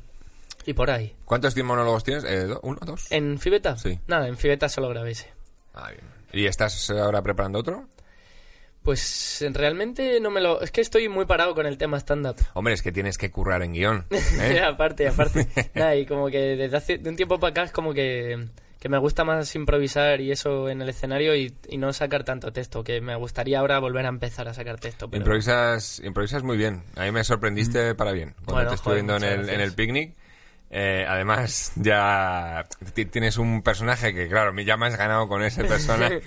C: Y por ahí.
A: ¿Cuántos monólogos tienes? Eh, do- ¿Uno, dos?
C: ¿En Fibeta?
A: Sí.
C: Nada, en Fibeta solo grabé ese.
A: Ah, bien. ¿Y estás ahora preparando otro?
C: Pues realmente no me lo... Es que estoy muy parado con el tema stand-up.
A: Hombre, es que tienes que currar en guión. ¿eh?
C: aparte, aparte. Nada, y como que desde hace de un tiempo para acá es como que, que me gusta más improvisar y eso en el escenario y, y no sacar tanto texto, que me gustaría ahora volver a empezar a sacar texto. Pero... Mm.
A: Improvisas, improvisas muy bien. A mí me sorprendiste para bien. Cuando
C: Bueno,
A: te estuve
C: joder,
A: viendo en
C: muchas
A: el, en
C: gracias.
A: el picnic. eh, además, ya ti- tienes un personaje que, claro, me- ya me has ganado con ese personaje.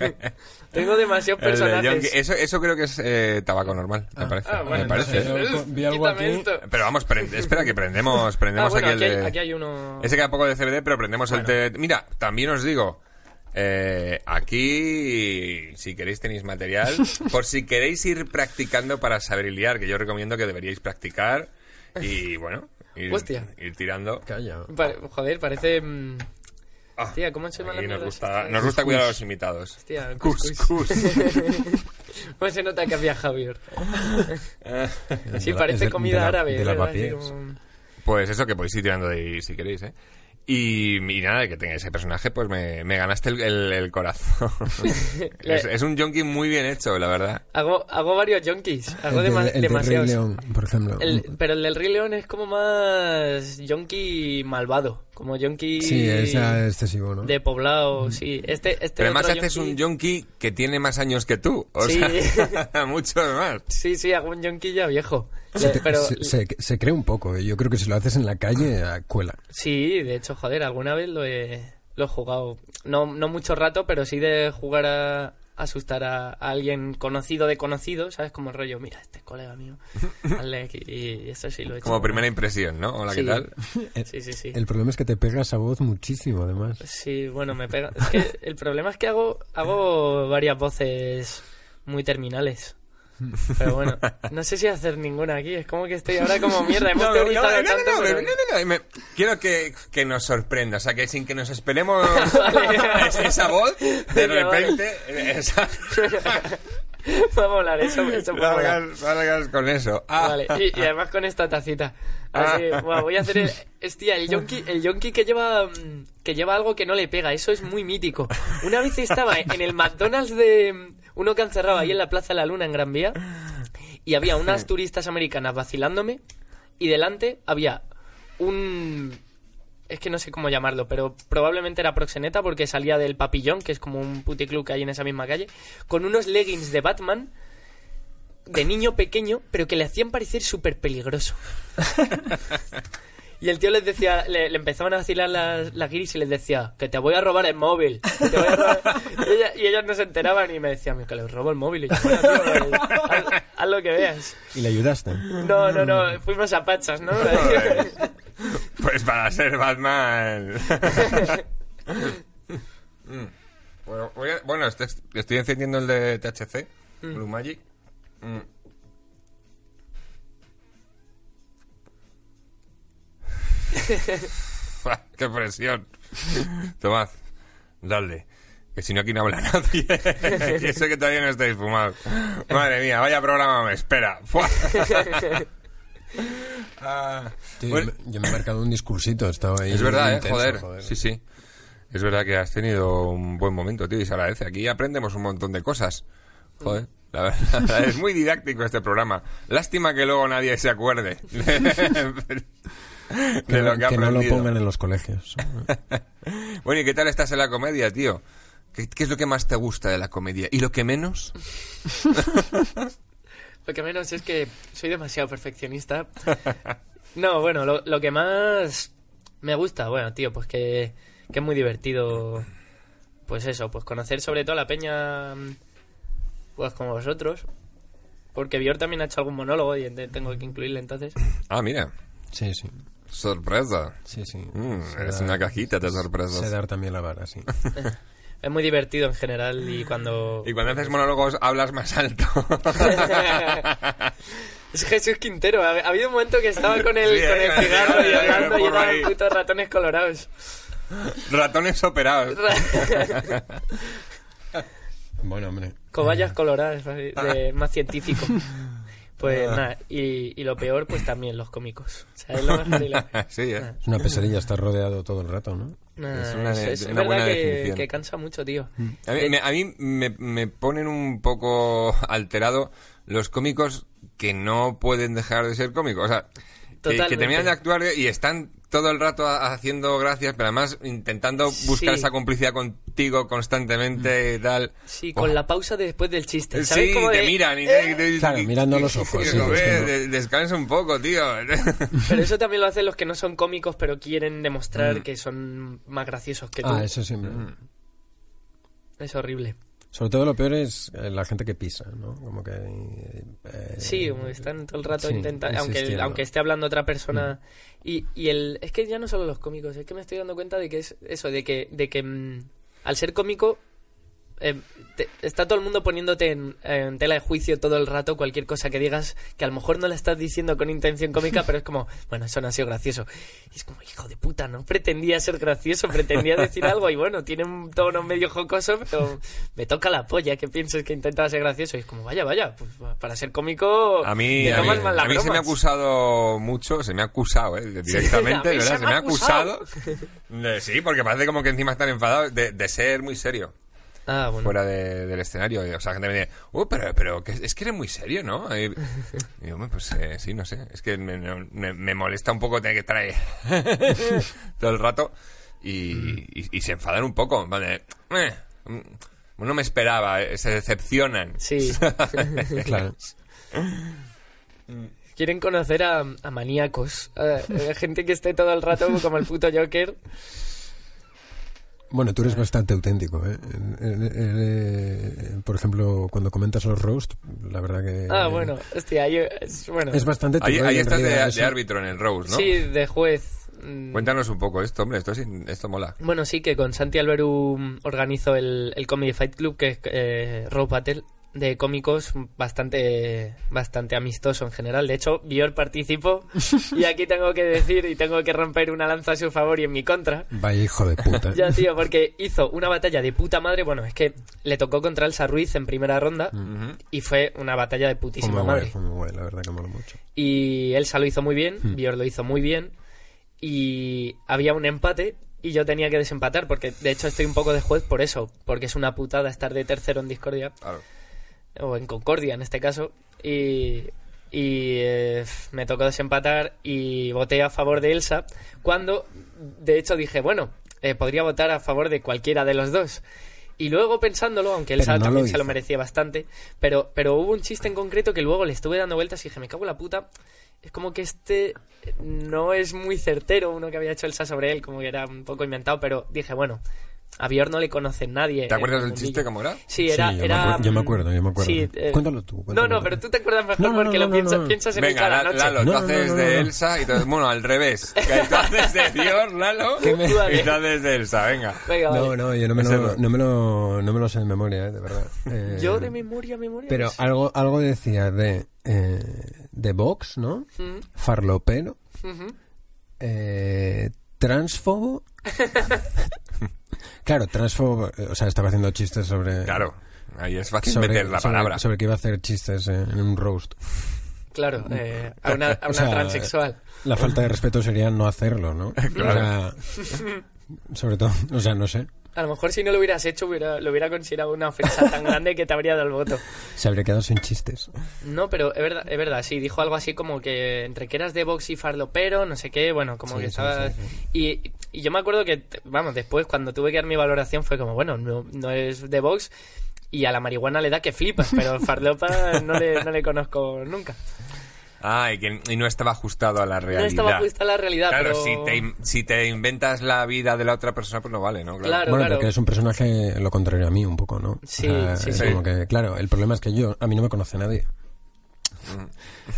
C: Tengo demasiados
A: El de John
C: personajes.
A: Ki- eso, eso creo que es eh, tabaco normal, me parece.
C: Ah, bueno,
A: me parece.
B: entonces- Yo vi algo
C: Quítame
B: aquí.
C: esto.
A: Pero vamos, pre- espera que prendemos, prendemos
C: Ah, bueno,
A: aquí el
C: aquí, hay,
A: de-
C: aquí hay uno...
A: Ese queda poco de CBD, pero prendemos el de... Mira, también os digo, eh, aquí, si queréis, tenéis material. por si queréis ir practicando para saber liar, que yo recomiendo que deberíais practicar. Y bueno, ir,
C: Hostia.
A: ir tirando.
B: Calla.
C: Pare- joder, parece... mm,
A: Ah,
C: Tía, ¿cómo se llama la
A: aquí nos
C: mierda
A: gusta,
C: esta?
A: nos gusta cuidar a los invitados.
C: Hostia,
A: Cuscús.
C: ¿Cómo se nota que había Javier? Sí,
B: Es de la- es
C: parece
B: de-
C: comida
B: de la-
C: árabe.
B: de la
C: ¿verdad? Así
B: papiés.
C: como- mm,
A: Pues eso, que podéis ir tirando de ahí si queréis, ¿eh? Y, y nada, que tenga ese personaje, pues me, me ganaste el, el- el corazón. es, es un yonki muy bien hecho, la verdad.
C: Hago, hago varios junkies. Hago
B: El
C: dema-
B: del- el del Rey
C: demasiados.
B: León, por ejemplo.
C: El- pero el del Rey León es como más yonki malvado. Como yonki
B: Sí, es ya excesivo, ¿no?
C: de poblado. Sí, este, este
A: Pero además
C: otro
A: haces
C: yonki-
A: un yonki que tiene más años que tú. O
C: Sí.
A: sea, mucho más.
C: Sí, sí, hago un yonki ya viejo. Le-
B: Se, te-
C: pero
B: se- se- se cree un poco. eh. Yo creo que si lo haces en la calle, a cuela.
C: sí, de hecho, joder, alguna vez lo he, lo he jugado. No, no mucho rato, pero sí de jugar a asustar a, a alguien conocido de conocido, ¿sabes? Como el rollo, mira, este es colega mío. hazle aquí. Y eso sí lo he hecho.
A: Como primera impresión, ¿no? Hola, ¿qué
C: Sí.
A: tal?
C: Sí, sí, sí.
B: El problema es que te pegas a voz muchísimo, además.
C: Sí, bueno, me pega. Es que el problema es que hago, hago varias voces muy terminales. Pero bueno, no sé si hacer ninguna aquí. Es como que estoy ahora como mierda. Hemos
A: No, no, no,
C: teorizado
A: no, no,
C: tanto.
A: no,
C: pero-
A: no, no, no, me- Quiero que, que nos sorprenda, o sea, que sin que nos esperemos es- esa voz, de
C: Vale, vale.
A: repente esa-
C: Va a molar eso. eso puede molar.
A: largas, largas con eso. Ah,
C: Vale, y, y además con esta tacita. Así,
A: Ah.
C: guau, voy a hacer el. Hostia, el yonki, el yonki que lleva mm, que lleva algo que no le pega, eso es muy mítico. Una vez estaba en el McDonald's de mm, uno que han cerrado ahí en la Plaza de la Luna en Gran Vía y había unas turistas americanas vacilándome y delante había un es que no sé cómo llamarlo, pero probablemente era proxeneta porque salía del papillón, que es como un puticlub que hay en esa misma calle, con unos leggings de Batman de niño pequeño, pero que le hacían parecer súper peligroso. Y el tío les decía, le, le empezaban a vacilar las, las guiris y les decía, que te voy a robar el móvil. que te voy a robar". Y, ella- y ellas no se enteraban y me decían, que les robo el móvil. Y yo, "Bueno, tío, haz, haz lo que veas.
B: Y le ayudaste.
C: No, no, no, fuimos a pachas, ¿no?
A: Pues, pues para ser Batman. Mm. bueno, voy a- bueno, este- estoy encendiendo el de THC, Blue Magic. Mm. Buah, ¡Qué presión! Tomad, dale. Que si no, aquí no habla nadie. y eso que todavía no estáis fumados. Madre mía, vaya programa me espera. Buah. Ah,
B: Tío,
A: bueno.
B: yo, me, yo me he marcado un discursito. Estaba ahí.
A: Es verdad,
B: intenso,
A: eh, joder. Sí, sí. Es verdad que has tenido un buen momento, tío, y se agradece. Aquí aprendemos un montón de cosas. Joder, la verdad, es muy didáctico este programa. Lástima que luego nadie se acuerde de
B: Que,
A: lo
B: no-
A: que ha
B: que no lo
A: aprendido.
B: pongan en los colegios.
A: Bueno, ¿y qué tal estás en la comedia, tío? ¿Qué, qué es lo que más te gusta de la comedia? ¿Y lo que menos?
C: Lo que menos es que soy demasiado perfeccionista. No, bueno, lo, lo que más me gusta, bueno, tío, pues que, que es muy divertido. Pues eso, pues conocer sobre todo a la peña, mm, pues como vosotros. Porque Bior también ha hecho algún monólogo y ente- tengo que incluirle entonces.
A: Ah, mira,
B: Sí, sí.
A: sorpresa.
B: Sí, sí.
A: Mm,
B: Se
A: es
B: da-
A: una cajita de
B: Sé
A: sorpresas.
B: dar también la vara, sí.
C: Es muy divertido en general y cuando...
A: Y cuando haces monólogos hablas más alto.
C: Es Jesús Quintero, ha, ha habido un momento que estaba con el,
A: Sí,
C: con
A: eh,
C: el cigarro
A: eh,
C: y hablando y
A: por
C: eran
A: ahí.
C: putos ratones colorados.
A: Ratones operados.
B: Bueno, hombre.
A: Ah.
C: Cobayas coloradas, ¿vale? de- más científico. Pues
A: Ah.
C: nada, y, y lo peor, pues también los cómicos. O sea, es lo mejor y lo peor.
A: sí, ¿eh?
B: Es una pesadilla estar rodeado todo el rato, ¿no?
C: Nah,
A: Es una
C: es,
A: de-
C: es
A: una
C: verdad
A: buena
C: que,
A: definición. Mm.
C: que cansa mucho, tío.
A: A mí, me, a mí me- me ponen un poco alterado los cómicos que no pueden dejar de ser cómicos. O sea, que- que,
C: Totalmente.
A: terminan de actuar y están todo el rato ha- haciendo gracias, pero además intentando buscar
C: Sí.
A: esa complicidad contigo constantemente y tal.
C: Sí, con
A: Oh.
C: la pausa de después del chiste. ¿Sabes?
A: Sí,
C: Como
A: te
C: de-
A: miran y
C: "Eh".
A: te, te dicen,
B: Claro,
A: "¿Qué-
B: mirando
A: qué-
B: los
A: qué
B: ojos,
A: quieres
B: sí, sí,
A: comer?
B: sí.
A: De- descansa un poco, tío.
C: Pero eso también lo hacen los que no son cómicos, pero quieren
A: Mm.
C: demostrar que son más graciosos que tú.
B: Ah,
C: es...
B: eso siempre.
C: horrible.
B: Sobre todo lo peor es eh, la gente que pisa, ¿no? Como que... eh,
C: Sí, como que están todo el rato
B: sí,
C: intentando, aunque, el-
B: insistiendo.
C: aunque esté hablando otra persona.
A: Mm.
C: Y, y el, es que ya no solo los cómicos, es que me estoy dando cuenta de que es eso, de que, de que mm, al ser cómico eh, te- está todo el mundo poniéndote en, en tela de juicio todo el rato cualquier cosa que digas que a lo mejor no la estás diciendo con intención cómica, pero es como, bueno, eso no ha sido gracioso. Y es como, hijo de puta, no pretendía ser gracioso, pretendía decir algo y bueno, tiene un tono medio jocoso, pero me toca la polla que pienses que intentaba ser gracioso. Y es como, vaya, vaya, pues, para ser cómico,
A: A mí,
C: te
A: a mí,
C: tomas mal las
A: a mí se me ha
C: bromas.
A: acusado mucho, se me ha acusado, ¿eh? directamente,
C: a mí
A: ¿verdad?
C: se
A: Se
C: me
A: me ha
C: ha
A: acusado. de- sí, porque parece como que encima están enfadados de, de ser muy serio
C: Ah, bueno.
A: fuera de- del escenario. Y, O sea, gente me dice, "Uh, pero, pero que- es que eres muy serio, ¿no? Y, y digo, "Hombre, pues eh, sí, no sé. Es que me, no- me- me molesta un poco tener que estar ahí todo el rato y, y- y se enfadan un poco. Vale, "Eh, mm, no me esperaba, eh, se decepcionan.
C: Sí.
B: Claro.
C: Quieren conocer a, a maníacos, a- a gente que esté todo el rato como el puto Joker.
B: Bueno, tú eres bastante auténtico, ¿eh? Eh, eh, eh, eh, Por ejemplo, cuando comentas los roast, la verdad que...
C: Ah,
B: eh,
C: bueno, hostia, yo, es, bueno.
B: Es bastante... tu
A: Ahí,
B: rollo,
A: ahí
B: en
A: estás de,
B: realidad,
A: de
B: eso.
A: árbitro en el Rose, ¿no?
C: Sí, de juez. Mm,
A: Cuéntanos un poco esto, hombre, esto, es in- esto mola.
C: Bueno, sí, que con Santi Alberu mm, organizo el, el Comedy Fight Club, que es eh, Road Battle, de cómicos bastante, bastante amistoso en general. De hecho, Bior participó y aquí tengo que decir y tengo que romper una lanza a su favor y en mi contra.
B: Vaya hijo de puta.
C: Ya, tío, porque hizo una batalla de puta madre. Bueno, es que le tocó contra Elsa Ruiz en primera ronda
B: Mm.
C: y fue una batalla de
B: Fue
C: putísima
B: muy guay,
C: madre.
B: fue muy guay, la verdad que mola mucho.
C: Y Elsa lo hizo muy bien, Bior lo hizo muy bien. Y había un empate y yo tenía que desempatar, porque de hecho estoy un poco de juez por eso, porque es una putada estar de tercero en Discordia,
A: Claro.
C: o en Concordia en este caso. Y, y eh, me tocó desempatar y voté a favor de Elsa, cuando de hecho dije, bueno, eh, podría votar a favor de cualquiera de los dos. Y luego pensándolo, aunque
B: Pero
C: Elsa
B: no lo
C: también se lo
B: hizo.
C: merecía bastante, pero, pero hubo un chiste en concreto que luego le estuve dando vueltas y dije, me cago en la puta. Es como que este eh, no es muy certero, uno que había hecho Elsa sobre él, como que era un poco inventado, pero dije, bueno, a Björn no le conoce nadie.
A: ¿Te acuerdas
C: en Eh, el
A: del chiste
C: mundillo.
A: cómo era?
C: Sí, era...
B: Sí, yo,
C: era,
B: me acuer- yo me
C: mm,
B: acuerdo, yo me acuerdo.
C: sí, eh,
B: Cuéntalo tú.
C: no,
B: cuéntalo
C: no,
B: tú.
C: pero tú te acuerdas mejor
B: No, no,
C: porque
B: no,
C: lo
B: no,
C: piensas,
B: no.
C: piensas en
A: Venga,
C: él cada
A: La-
C: noche.
A: Lalo,
B: No,
A: tú
B: no,
A: haces
B: no, no,
A: de
B: no.
A: Elsa y tú, bueno, al revés. Que tú haces de Dior, Lalo,
C: me-
A: y tú haces de Elsa, venga.
C: Venga, vale.
B: No, no, yo no me,
A: Ese
B: lo,
A: no.
B: no me lo, no me lo sé de memoria, eh, de verdad. Eh,
C: Yo de memoria, memoria...
B: Pero
C: no sé.
B: algo, algo decía de, eh, de Vox, ¿no? Farlopero. eh, transfobo. claro, transfobo, eh, o sea, estaba haciendo chistes sobre...
A: Claro, ahí es fácil
B: Sobre,
A: meter la
B: sobre-
A: palabra.
B: sobre que iba a hacer chistes eh, en un roast.
C: Claro, eh, a una, a
B: O
C: una
B: sea,
C: transexual.
B: La falta de respeto sería no hacerlo, ¿no?
A: Claro.
B: O sea, sobre todo, o sea, no sé.
C: A lo mejor si no lo hubieras hecho, hubiera, lo hubiera considerado una ofensa tan grande que te habría dado el voto.
B: Se habría quedado sin chistes.
C: No, pero es verdad, es verdad, sí, dijo algo así como que entre que eras de box y farlopero, no sé qué, bueno, como
B: Sí,
C: que
B: sí,
C: estaba...
B: sí,
C: Y, y yo me acuerdo que, vamos, después cuando tuve que dar mi valoración fue como, bueno, no, no es de box y a la marihuana le da que flipas, pero farlopa no le, no le conozco nunca.
A: Ah, y, que, y no estaba ajustado a la realidad.
C: No estaba justa la realidad,
A: Claro,
C: pero...
A: si, te, in- si te inventas la vida de la otra persona, pues no vale, ¿no?
C: Claro.
B: bueno, porque es un personaje lo contrario a mí un poco, ¿no?
C: Sí, sí,
B: es
A: sí.
B: como que, claro, el problema es que yo, a mí no me conoce nadie.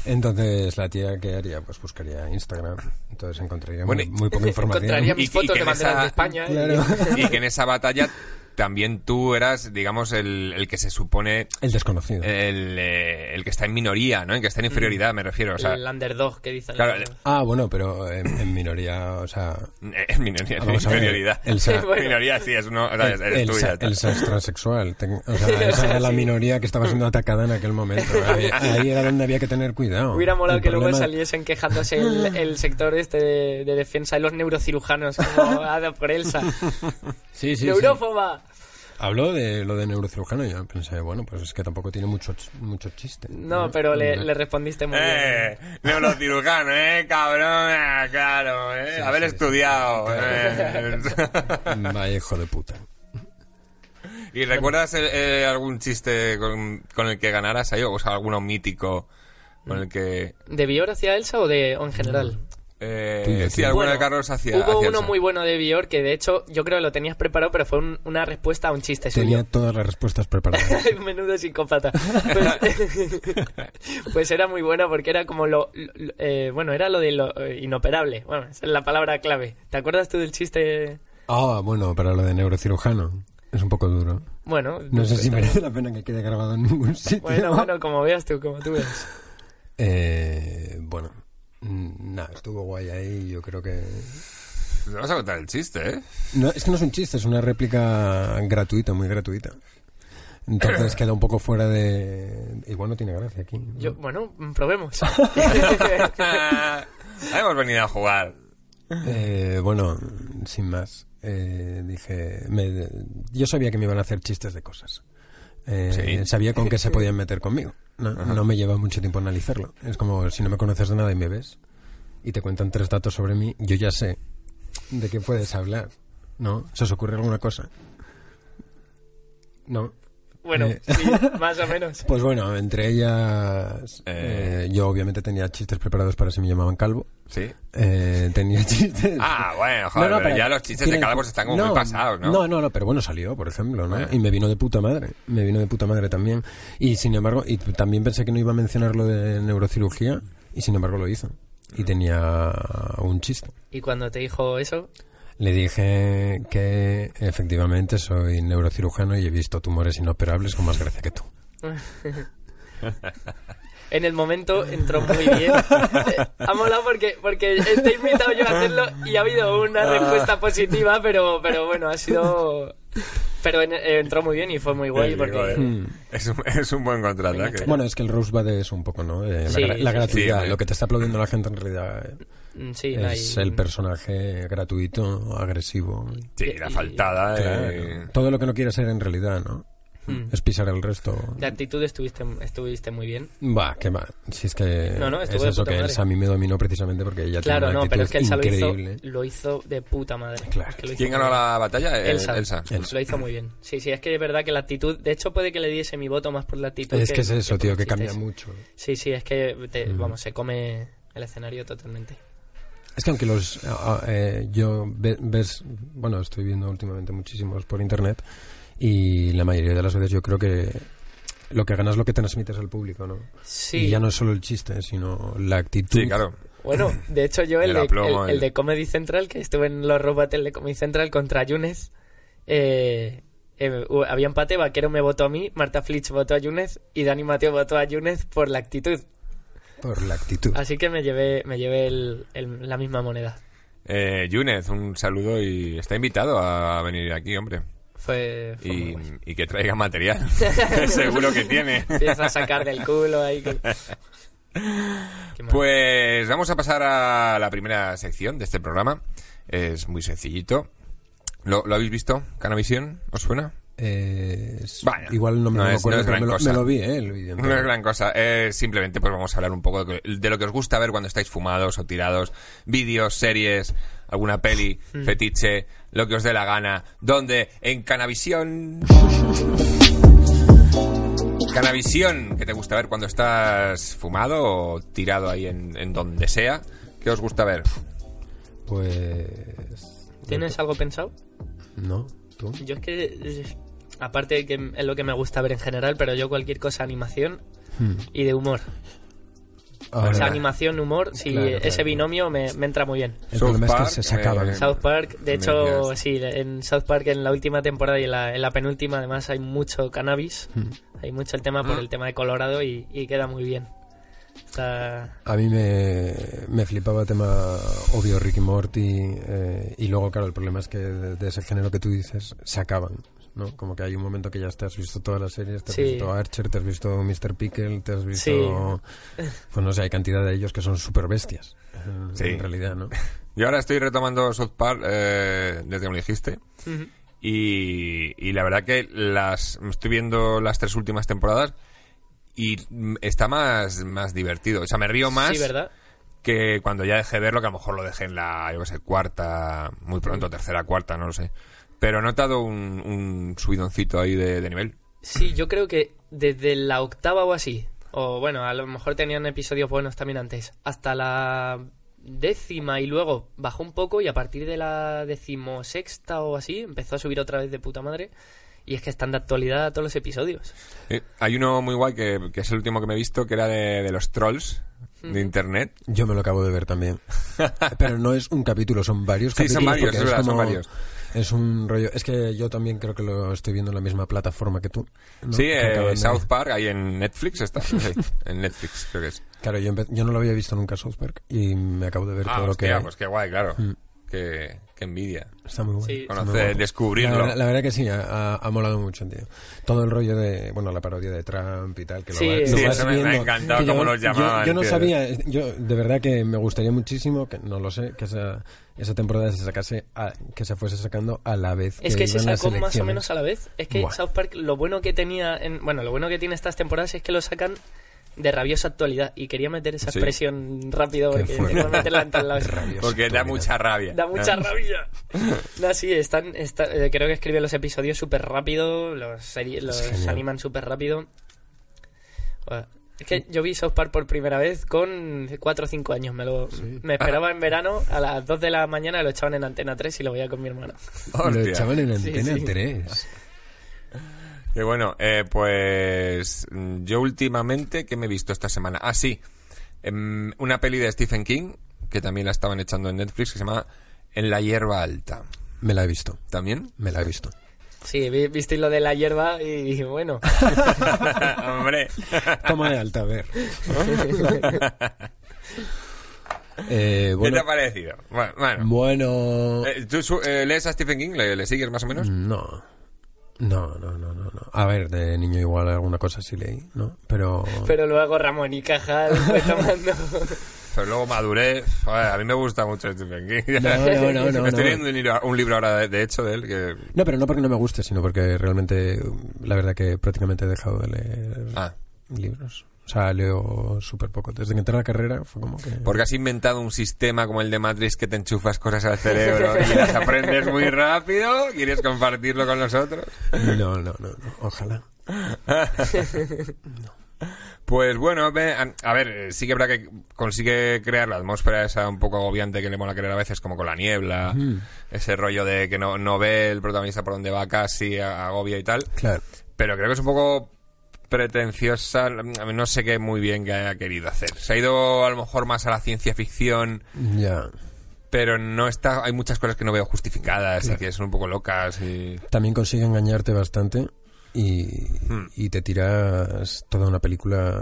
B: Entonces, la tía, ¿qué haría? Pues buscaría Instagram. Entonces encontraría
A: Bueno,
B: muy, muy poca información.
C: Encontraría mis
A: Y- y
C: fotos
A: que
C: de banderas
A: esa-
C: de España. y-
B: Claro.
A: Y que en esa batalla también tú eras, digamos, el, el que se supone
B: El desconocido.
A: el, eh, el que está en minoría, ¿no? El que está en inferioridad, me refiero. O sea,
C: el underdog que dicen.
A: Claro,
C: los-
A: el-
B: Ah, bueno, pero en, en minoría, o sea...
A: en eh, minoría, en
B: vamos a ver,
A: inferioridad.
B: el sa-
C: Bueno.
A: Minoría, sí, es uno. o sea,
B: El,
A: es- es
B: el
A: tuya,
B: sa-
A: tal.
B: el sa es transexual. Ten- o sea, esa era la minoría que estaba siendo atacada en aquel momento. Ahí, ahí era donde había que tener cuidado.
C: Hubiera molado
B: El
C: que luego
B: problema-
C: saliesen quejándose el, el sector este de, de defensa y los neurocirujanos, como Ada por Elsa.
B: Sí, sí, sí.
C: ¡Neurófoba!
B: Habló de lo de neurocirujano y yo pensé, bueno, pues es que tampoco tiene mucho, ch- mucho chiste.
C: No, pero le, le respondiste muy bien.
A: Eh, neurocirujano, eh, cabrón, ah, claro, eh, haber
B: sí, sí.
A: estudiado. eh.
B: Vaya hijo de puta.
A: ¿Y recuerdas eh, eh, algún chiste con, con el que ganaras ahí? O sea, alguno mítico con el que...
C: ¿De Bior hacia Elsa o de o en general?
A: Eh,
B: Tuyo,
A: sí,
B: tuyo.
A: alguno
C: Bueno,
A: de Carlos hacia...
C: Hubo
A: hacia
C: uno
A: esa.
C: muy bueno de Bior que de hecho yo creo que lo tenías preparado, pero fue un- una respuesta a un chiste
B: Tenía
C: suyo.
B: todas las respuestas preparadas.
C: Menudo psicópata. Pues, pues era muy bueno porque era como lo. lo- eh, bueno, era lo de lo eh, inoperable. Bueno, esa es la palabra clave. ¿Te acuerdas tú del chiste?
B: Ah, bueno, para lo de neurocirujano. Es un poco duro.
C: Bueno,
B: No sé si merece la pena que quede grabado en ningún sitio.
C: Bueno, bueno, como veas tú, como tú veas.
B: Eh, bueno. mm, Nada, estuvo guay ahí. Yo creo que.
A: Te vas Pues a contar el chiste, ¿eh?
B: No, es que no es un chiste, es una réplica gratuita, muy gratuita. Entonces queda un poco fuera de. Igual no tiene gracia aquí. ¿no?
C: Yo, bueno, probemos.
A: Ah, Hemos venido a jugar.
B: Eh, bueno, sin más. eh, dije. me- yo sabía que me iban a hacer chistes de cosas. Eh,
A: Sí.
B: Sabía con qué se podían meter conmigo. No, no me lleva mucho tiempo analizarlo. Es como si no me conoces de nada y me ves y te cuentan tres datos sobre mí, yo ya sé de qué puedes hablar. ¿No? ¿Se os ocurre alguna cosa? No.
C: bueno,
B: Eh.
C: sí, más o menos.
B: Pues bueno, entre ellas.
A: Eh.
B: eh, yo obviamente tenía chistes preparados para si me llamaban calvo.
A: ¿Sí?
B: Eh, tenía chistes.
A: Ah, bueno, joder, pero
B: pero
A: ya los chistes
B: tienen-
A: de Calvos están como
B: no,
A: muy pasados, ¿no? Ah.
B: No, no, no, pero bueno, salió, por ejemplo, ¿no?
A: Bueno.
B: Y me vino de puta madre, me vino de puta madre también. Y sin embargo, y también pensé que no iba a mencionar lo de neurocirugía, y sin embargo lo hizo.
A: Ah.
B: Y tenía un chiste.
C: Y cuando te dijo eso,
B: Le dije que efectivamente soy neurocirujano y he visto tumores inoperables con más gracia que tú.
C: en el momento entró muy bien. Eh, Ha molado porque, porque te he invitado yo a hacerlo y ha habido una respuesta positiva, pero, pero bueno, ha sido. Pero en- eh, entró muy bien y fue muy guay.
A: Sí,
C: Porque,
A: joder. es, un, es un buen contrato. ¿eh? Que-
B: Bueno, es que el Rosebud es un poco, ¿no? Eh, la,
C: Sí,
B: gra- la
C: sí,
B: gratuidad,
A: sí.
B: lo que te está aplaudiendo la gente en realidad
C: Mm, sí, no
B: es
C: hay-
B: el personaje gratuito, agresivo.
A: sí, la faltada. eh.
B: Claro. Todo lo que no quiere ser en realidad, ¿no?
C: Mm.
B: Es pisar el resto.
C: De actitud estuviste, estuviste muy bien.
B: Va, que va. Si es que
C: No, no,
B: es
C: estuvo de
B: eso
C: puta
B: que él
C: madre.
B: a mí me dominó precisamente porque ella
C: Claro,
B: tiene una
C: no, pero es que
B: actitud
C: Elsa lo hizo,
B: increíble.
C: lo hizo de puta madre.
B: Claro.
C: Es que lo hizo
A: ¿Quién
C: muy
A: ganó
C: bien.
A: la batalla? Eh,
C: Elsa.
B: Elsa.
C: Lo hizo muy bien. Sí, sí, es que es verdad que la actitud. De hecho, puede que le diese mi voto más por la actitud.
B: Es que es eso,
C: por
B: tío,
C: los
B: que cambia
C: chistes.
B: mucho.
C: Sí, sí, es que, te- vamos, se come el escenario totalmente.
B: Es que aunque los... a- a- eh, yo ve- ves... Bueno, estoy viendo últimamente muchísimos por internet y la mayoría de las veces yo creo que lo que ganas es lo que transmites al público, ¿no?
C: Sí.
B: Y ya no es solo el chiste, sino la actitud.
A: Sí, claro.
C: Bueno, de hecho, yo el,
A: El
C: de,
A: aplomo,
C: el-
A: el-
C: el de Comedy Central, que estuve en los Robatel de Comedy Central contra Yunes, eh, eh, hu- había empate, Vaquero me votó a mí, Marta Flitch votó a Yunes y Dani Mateo votó a Yunes por la actitud.
B: Por la actitud.
C: Así que me llevé, me llevé el- el- la misma moneda.
A: Eh, Yunez, un saludo y está invitado a venir aquí, hombre.
C: Fue, fue muy
A: Y,
C: guay.
A: y que traiga material. Seguro que tiene.
C: Empieza a sacar del culo ahí. que- Qué mal.
A: Pues vamos a pasar a la primera sección de este programa. Es muy sencillito. ¿Lo, lo habéis visto? ¿Canavisión? ¿Os suena?
B: Eh, es-
A: Vaya.
B: igual no me,
A: No
B: no me
A: es-
B: acuerdo,
A: no es
B: pero
A: gran
B: me lo,
A: cosa.
B: me lo vi, ¿eh? El vídeo.
A: No es gran cosa. Eh, simplemente pues vamos a hablar un poco de, de lo que os gusta ver cuando estáis fumados o tirados. Vídeos, series, alguna peli, fetiche, lo que os dé la gana. ¿Dónde? En Canavisión. Canavisión, que te gusta ver cuando estás fumado o tirado ahí en, en donde sea. ¿Qué os gusta ver?
B: Pues.
C: ¿Tienes algo pensado?
B: No, tú.
C: Yo es que. eh, Aparte de que es lo que me gusta ver en general, pero yo cualquier cosa animación y de humor. O sea,
D: Ahora,
C: animación, humor, sí,
B: Ah, Claro,
C: ese
B: claro.
C: binomio me, me entra muy bien.
D: el problema
A: South
D: es que
A: Park,
D: se sacaban.
A: eh,
C: South Park, de hecho,
A: Mentiras.
C: sí, en South Park en la última temporada y en la, en la penúltima además hay mucho cannabis,
B: Mm.
C: hay mucho el
B: Ah.
C: tema por el tema de Colorado y, y queda muy bien. Está...
B: A mí me, me flipaba el tema obvio Ricky Morty eh, y luego, claro, el problema es que de, de ese género que tú dices se acaban, ¿no? Como que hay un momento que ya te has visto todas las series, te has
C: Sí.
B: visto Archer, te has visto Mr. Pickle, te has visto... Pues no sé, hay cantidad de ellos que son súper bestias, eh,
A: Sí.
B: en realidad, ¿no?
A: Yo ahora estoy retomando South Park eh, desde que me lo dijiste.
C: Ujú.
A: Y, y la verdad que las estoy viendo las tres últimas temporadas y mm, está más, más divertido. O sea, me río más
C: Sí, ¿verdad?
A: que cuando ya dejé verlo, que a lo mejor lo dejé en la, yo qué sé, cuarta, muy pronto, tercera, cuarta, no lo sé. Pero he notado un, un subidoncito ahí de, de nivel.
C: Sí, yo creo que desde la octava o así, o bueno, a lo mejor tenían episodios buenos también antes, hasta la décima y luego bajó un poco y a partir de la decimosexta o así empezó a subir otra vez de puta madre. Y es que están de actualidad todos los episodios.
A: Eh, hay uno muy guay que, que es el último que me he visto, que era de, de los trolls de internet.
B: Yo me lo acabo de ver también. Pero no es un capítulo, son varios
A: Sí,
B: capítulos.
A: son varios,
B: porque
A: es verdad, son varios.
B: Es un rollo. Es que yo también creo que lo estoy viendo en la misma plataforma que tú. ¿no?
A: Sí,
B: Que
A: eh,
B: acaban de-
A: South Park, ahí en Netflix está. Sí, en Netflix, creo que es.
B: Claro, yo, empe- yo no lo había visto nunca South Park y me acabo de ver
A: Ah,
B: todo lo
A: hostia,
B: que Mm.
A: pues qué guay, claro. Qué, qué envidia.
B: está muy bueno.
C: Sí.
B: Está muy
A: Conocer,
B: guapo.
A: descubrirlo.
B: La, verdad- la verdad que sí, ha, ha molado mucho, tío. Todo el rollo de, bueno, la parodia de Trump y tal, que lo
C: Sí,
B: va- lo
C: sí,
B: vas
A: eso me- me ha
B: viendo.
A: encantado
B: Que yo-
A: cómo los
B: yo-
A: llamaban,
B: Yo, no
A: tío.
B: sabía, eh, yo de verdad que me gustaría muchísimo, que no lo sé, que esa, esa temporada se sacase, a- que se fuese sacando a la vez
C: Es que se
B: iban las
C: sacó más o
B: elecciones.
C: menos a la vez. Es que
B: Buah.
C: South Park lo bueno que tenía, en- bueno, lo bueno que tiene estas temporadas es que lo sacan de rabiosa actualidad. Y quería meter esa
A: Sí.
C: expresión rápido
B: Qué
C: porque
B: fuerte.
C: tengo que meterla en todos lados.
B: Rabiosa.
A: Porque da
B: actualidad.
A: mucha rabia.
C: Da mucha
A: Ah.
C: rabia. No, sí, están, está- eh, creo que escribe los episodios súper rápido, los, seri- los
B: genial.
C: animan súper rápido. Bueno, es que yo vi South Park por primera vez con 4 o 5 años. Me, lo, me esperaba en verano, a las 2 de la mañana lo echaban en Antena 3 y lo veía con mi hermano.
B: Lo
A: Hostia.
B: echaban en
C: Sí,
B: Antena
C: sí.
B: 3.
A: Qué bueno, eh, pues mm, yo últimamente, ¿qué me he visto esta semana? Ah, sí, em, una peli de Stephen King, que también la estaban echando en Netflix, que se llama En la hierba alta.
B: Me la he visto,
A: ¿También?
B: me la he visto.
C: Sí, vi- visteis lo de la hierba y bueno.
A: Hombre.
B: Toma de alta, a ver.
A: ¿Qué
B: Eh,
A: te
B: bueno, Mm.
A: ha parecido? Bueno, bueno.
B: bueno,
A: Eh, ¿Tú su- eh, lees a Stephen King? ¿Le, le sigues más o menos?
B: no. No, no, no, no, no. A ver, de niño igual alguna cosa sí leí, ¿no? Pero...
C: Pero luego Ramón y Cajal fue tomando.
A: Pero luego maduré. Joder, a mí me gusta mucho Stephen King.
B: No, no, no, no,
A: Estoy
B: no.
A: leyendo un libro, un libro ahora, de, de hecho, de él, que...
B: No, pero no porque no me guste, sino porque realmente, la verdad que prácticamente he dejado de leer
A: Ah.
B: libros. O sea, leo súper poco. Desde que entré a la carrera fue como que...
A: Porque has inventado un sistema como el de Matrix que te enchufas cosas al cerebro y las aprendes muy rápido. ¿Quieres compartirlo con nosotros?
B: No, no, no, no. Ojalá.
A: Pues bueno, ve- a a ver, eh, sí que habrá que consigue crear la atmósfera esa un poco agobiante que le mola crear a veces, como con la niebla, ese rollo de que no, no ve el protagonista por donde va casi, a- agobia y tal.
B: Claro.
A: Pero creo que es un poco pretenciosa, no sé qué muy bien que haya querido hacer. Se ha ido a lo mejor más a la ciencia ficción,
B: Ya.
A: pero no está hay muchas cosas que no veo justificadas y que son un poco locas y
B: También consigue engañarte bastante y, y te tiras toda una película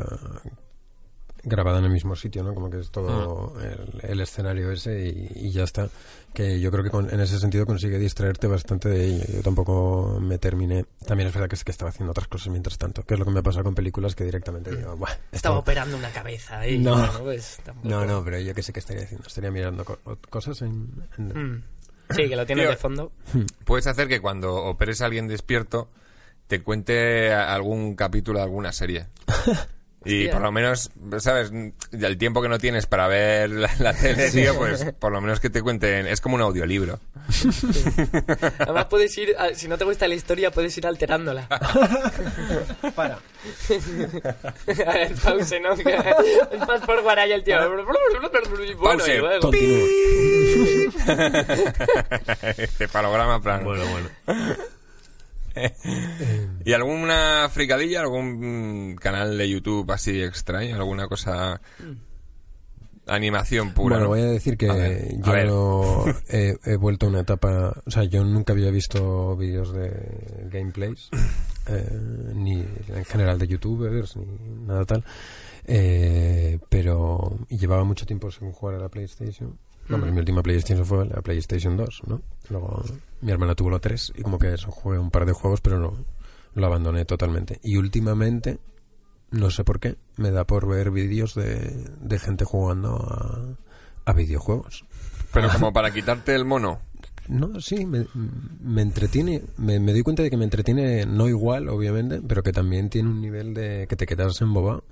B: grabada en el mismo sitio, ¿no? Como que es todo el, el escenario ese y, y ya está. Que yo creo que con- en ese sentido consigue distraerte bastante de ello. Yo tampoco me terminé. También es verdad que es que estaba haciendo otras cosas mientras tanto, que es lo que me ha pasado con películas que directamente digo, "Buah,
C: Estaba
B: esto-
C: operando una cabeza. Y,
B: No.
C: bueno, pues, tampoco.
B: No, no, pero yo qué sé que estaría haciendo. Estaría mirando co- cosas en... en-
C: Mm. Sí, que lo tienes
A: Tío.
C: de fondo.
A: puedes hacer que cuando operes a alguien despierto te cuente a- algún capítulo de alguna serie. Y
C: Hostia.
A: por lo menos, ¿sabes? Ya El tiempo que no tienes para ver la, la tele, tío, pues por lo menos que te cuenten. Es como un audiolibro.
C: Además puedes ir, a- si no te gusta la historia, puedes ir alterándola.
B: Para.
C: A ver, pause, ¿no? El fast forward ahí el tío. Y bueno,
A: Pause.
C: y luego.
B: Continúo.
A: este palograma plano. Bueno, bueno. ¿Y alguna fricadilla? ¿Algún canal de YouTube así extraño? ¿Alguna cosa Animación pura.
B: Bueno,
A: ¿no?
B: voy a decir que
A: A ver, a ver.
B: yo he, he vuelto a una etapa. O sea, yo nunca había visto vídeos de gameplays, eh, ni en general de youtubers, ni nada tal. Eh, pero llevaba mucho tiempo sin jugar a la PlayStation. No,
C: Mm.
B: pero mi última PlayStation fue la PlayStation 2, ¿no? Luego mi hermana tuvo la 3 y como que eso, jugué un par de juegos, pero no, lo abandoné totalmente. Y últimamente, no sé por qué, me da por ver vídeos de, de gente jugando a, a videojuegos.
A: Pero como para quitarte el mono.
B: No, sí, me, me entretiene. Me, me doy cuenta de que me entretiene no igual, obviamente, pero que también tiene un nivel de que te quedas en boba.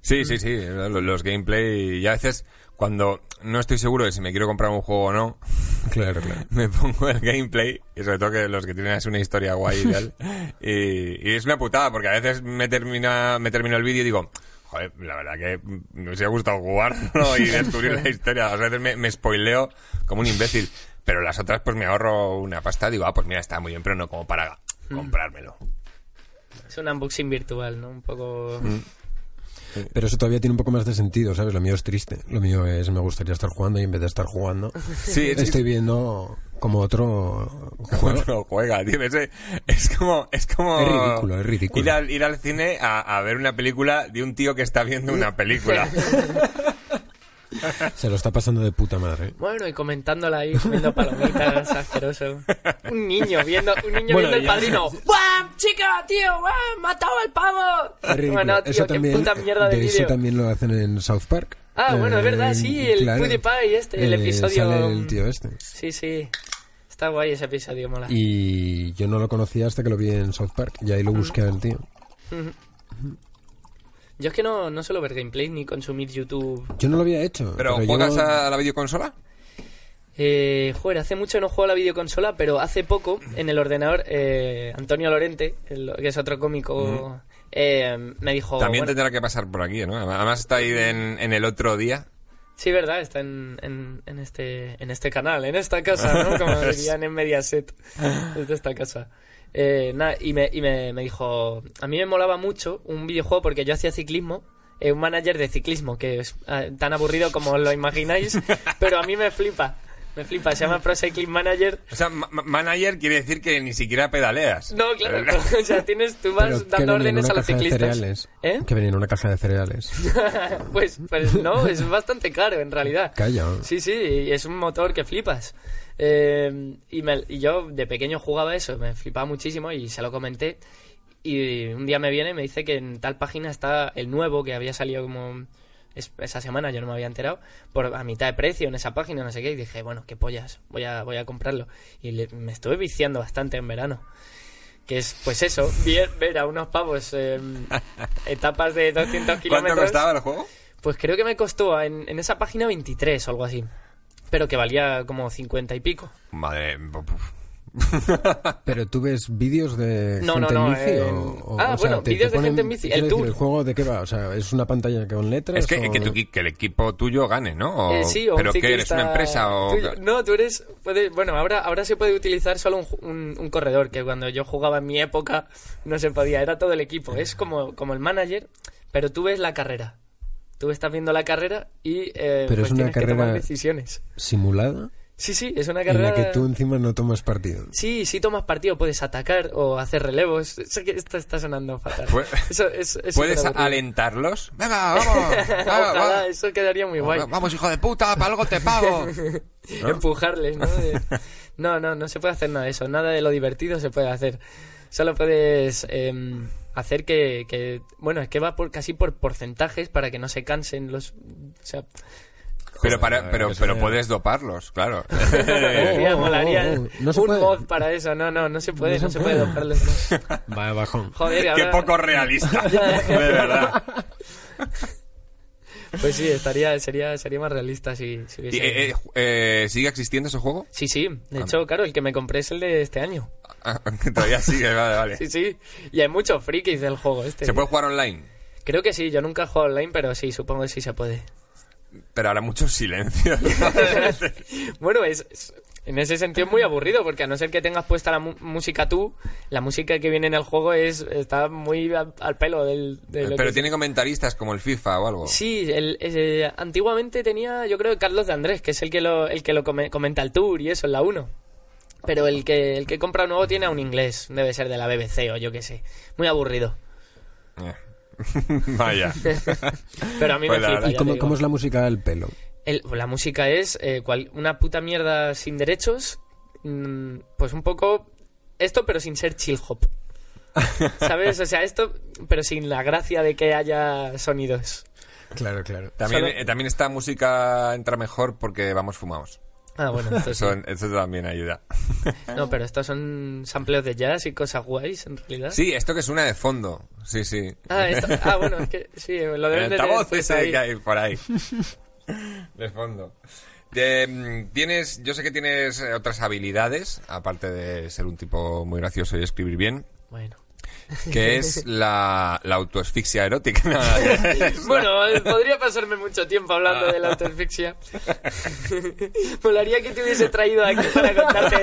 A: Sí, sí, sí. lo- Los gameplay. Y a veces, cuando no estoy seguro de si me quiero comprar un juego o no,
B: Claro, claro.
A: me pongo el gameplay. Y sobre todo que los que tienen así una historia guay y tal. Y, y es una putada, porque a veces me termina me termino el vídeo y digo. Joder, la verdad que me hubiese gustado jugar ¿no? y descubrir la historia. A veces me, me spoileo como un imbécil. Pero las otras, pues me ahorro una pasta. Digo, ah, pues mira, está muy bien, pero no como para comprármelo.
C: Es un unboxing virtual, ¿no? Un poco...
B: Mm. Pero eso todavía tiene un poco más de sentido, ¿sabes? Lo mío es triste. Lo mío es me gustaría estar jugando y en vez de estar jugando,
A: Sí, es-
B: estoy viendo como otro juego.
A: Bueno, juega, tío. ese- Es, como, es como.
B: Es ridículo, es ridículo.
A: Ir al, ir al cine a, a ver una película de un tío que está viendo una película.
B: Se lo está pasando de puta madre.
C: Bueno, y comentándola ahí, comiendo palomitas, asqueroso. Un niño viendo, un niño
B: Bueno,
C: viendo el
B: ya.
C: padrino. ¡Guau, chica, tío! ¡Guau, matado al pavo!
B: Es ridículo.
C: Bueno, tío,
B: eso
C: qué
B: también,
C: puta mierda de,
B: de eso
C: vídeo.
B: también lo hacen en South Park.
C: Ah, bueno, es verdad,
B: Eh,
C: sí, el PewDiePie este, el episodio-
B: Sale el tío este.
C: Sí, sí. Está guay ese episodio, mola.
B: Y yo no lo conocía hasta que lo vi en South Park. Y ahí lo busqué al tío.
C: Yo es que no, no suelo ver gameplay ni consumir YouTube.
B: Yo no lo había hecho.
A: ¿Pero,
B: yo-
A: juegas a la videoconsola?
C: Eh, joder, hace mucho no juego a la videoconsola, pero hace poco en el ordenador eh, Antonio Lorente, el- que es otro cómico, eh, me dijo...
A: También
C: bueno,
A: tendrá que pasar por aquí, ¿no? Además está ahí en, en el otro día.
C: Sí, verdad, está en, en, en este, en este canal, en esta casa, ¿no? Como dirían en Mediaset, desde esta casa. Eh, nada, y me, y me, me dijo, a mí me molaba mucho un videojuego porque yo hacía ciclismo, eh, un manager de ciclismo, que es ah, tan aburrido como os lo imagináis, pero a mí me flipa, me flipa, se llama Pro Cycling Manager.
A: O sea, ma- ma- manager quiere decir que ni siquiera pedaleas.
C: No, claro, o sea, tienes, tú vas
B: Pero que
C: dando
B: venía en
C: órdenes
B: una
C: a los
B: caja de
C: ciclistas.
B: cereales.
C: ¿Eh?
B: Que venía en una caja de cereales.
C: pues, pues no, es bastante caro en realidad.
B: Calla.
C: Sí, sí, y es un motor que flipas. Eh, y, me- y yo de pequeño jugaba eso, me flipaba muchísimo y se lo comenté. Y un día me viene y me dice que en tal página está el nuevo que había salido como es- esa semana, yo no me había enterado, por a mitad de precio en esa página, no sé qué. Y dije, bueno, qué pollas, voy a, voy a comprarlo. Y le- me estuve viciando bastante en verano. Que es, pues eso, ver, ver a unos pavos eh, etapas de 200
A: ¿Cuánto
C: kilómetros.
A: costaba el juego?
C: Pues creo que me costó en, en esa página 23 o algo así. Pero que valía como 50 y pico.
A: Madre. pu- pu-
B: Pero tú ves vídeos de
C: No,
B: gente
C: no, no,
B: en bici
C: eh,
B: o, o-
C: ah,
B: o sea,
C: bueno,
B: te- te
C: vídeos de
B: ponen-
C: gente en bici, el
B: quiero decir,
C: tour.
B: ¿El juego de qué va? O sea, ¿es una pantalla con letras?
A: Es que,
B: o-
A: que, tu- que el equipo tuyo gane, ¿no? O-
C: Eh, sí, o
A: ¿Pero
C: un
A: qué? ¿Eres una
C: ciclista
A: empresa o.?
C: tuyo. No, tú eres... puedes- bueno, ahora, ahora se puede utilizar solo un, ju- un- un corredor, que cuando yo jugaba en mi época no se podía, era todo el equipo. Es como, como el manager, pero tú ves la carrera. Tú estás viendo la carrera y
B: Pero
C: eh, pues
B: es una
C: tienes que tomar
B: carrera-
C: decisiones.
B: ¿Simulada?
C: Sí, sí, es una
B: En
C: carrera...
B: la que tú encima no tomas partido.
C: Sí, si tomas partido puedes atacar o hacer relevos. Sé que esto está sonando fatal.
A: Pues-
C: Eso- es- es
A: ¿Puedes
C: superaburrido.
A: alentarlos? ¡Venga, vamos! venga,
C: Ojalá,
A: Ah, va.
C: eso quedaría muy guay.
A: Vamos, hijo de puta, para algo te pago.
C: Empujarles, ¿no? De- No, no, no se puede hacer nada de eso. Nada de lo divertido se puede hacer. Solo puedes em, hacer que, que- Bueno, es que va por casi por porcentajes para que no se cansen los... O sea,
A: Pero, para, pero,
B: que se
A: pero
B: vea.
A: puedes doparlos, claro.
C: molaría-
B: oh, oh,
C: molaría
B: oh, no se
C: un
B: puede.
C: mod para eso. No, no, no se puede, no se puede, doparles, no.
B: Vaya bajón.
C: Joder, y
A: Qué
C: ahora-
A: poco realista, de verdad.
C: Pues sí, estaría, sería, sería más realista si, si
A: Y,
C: hubiese-
A: eh, eh, ju- eh, ¿Sigue existiendo ese juego?
C: Sí, sí. De hecho, claro, el que me compré es el de este año.
A: Ah, Todavía sigue, vale, vale.
C: Sí, sí. Y hay muchos frikis del juego este.
A: Se puede jugar online,
C: Creo que sí. Yo nunca he jugado online, pero sí, supongo que sí se puede.
A: pero habrá mucho silencio.
C: bueno, es, es- En ese sentido es muy aburrido, porque a no ser que tengas puesta la mu- música tú, la música que viene en el juego es está muy a- al pelo del... de lo
A: Ah, Pero
C: que-
A: tiene comentaristas como el FIFA o algo.
C: Sí, el- ese- antiguamente tenía, yo creo, que Carlos de Andrés, que es el que lo, el que lo come- comenta el tour y eso, en la 1. Pero el que, el que compra nuevo tiene a un inglés, debe ser de la BBC o yo qué sé. Muy aburrido.
A: Eh. Vaya.
C: Pero a mí
A: Pues la
C: me
A: verdad-
C: flipa,
A: ¿Y
B: ¿Y
C: ya
B: cómo,
C: te
B: cómo
C: digo.
B: es la música del pelo?
C: El- la música es eh, cual- una puta mierda sin derechos. mm, pues un poco esto, pero sin ser chill hop. ¿Sabes? O sea, esto, pero sin la gracia de que haya sonidos.
B: Claro, claro.
A: También,
C: Solo-
A: eh, también esta música entra mejor porque vamos fumados.
C: Ah, bueno, esto sí.
A: Eso, eso también ayuda.
C: ¿Ah? No, pero estos son sampleos de jazz y cosas guays, en realidad.
A: Sí, esto que es una de fondo. Sí, sí.
C: Ah, esto- ah, bueno, es que sí, lo
A: El
C: deben de tener
A: altavoz
C: pues,
A: ese
C: ahí.
A: que hay por ahí. De fondo. Te, mm, tienes, yo sé que tienes eh, otras habilidades, aparte de ser un tipo muy gracioso y escribir bien,
C: Bueno.
A: que es la, la autoasfixia erótica. No,
C: Bueno, eh, podría pasarme mucho tiempo
A: Ah.
C: hablando de la autoasfixia. Molaría que te hubiese traído aquí para contarte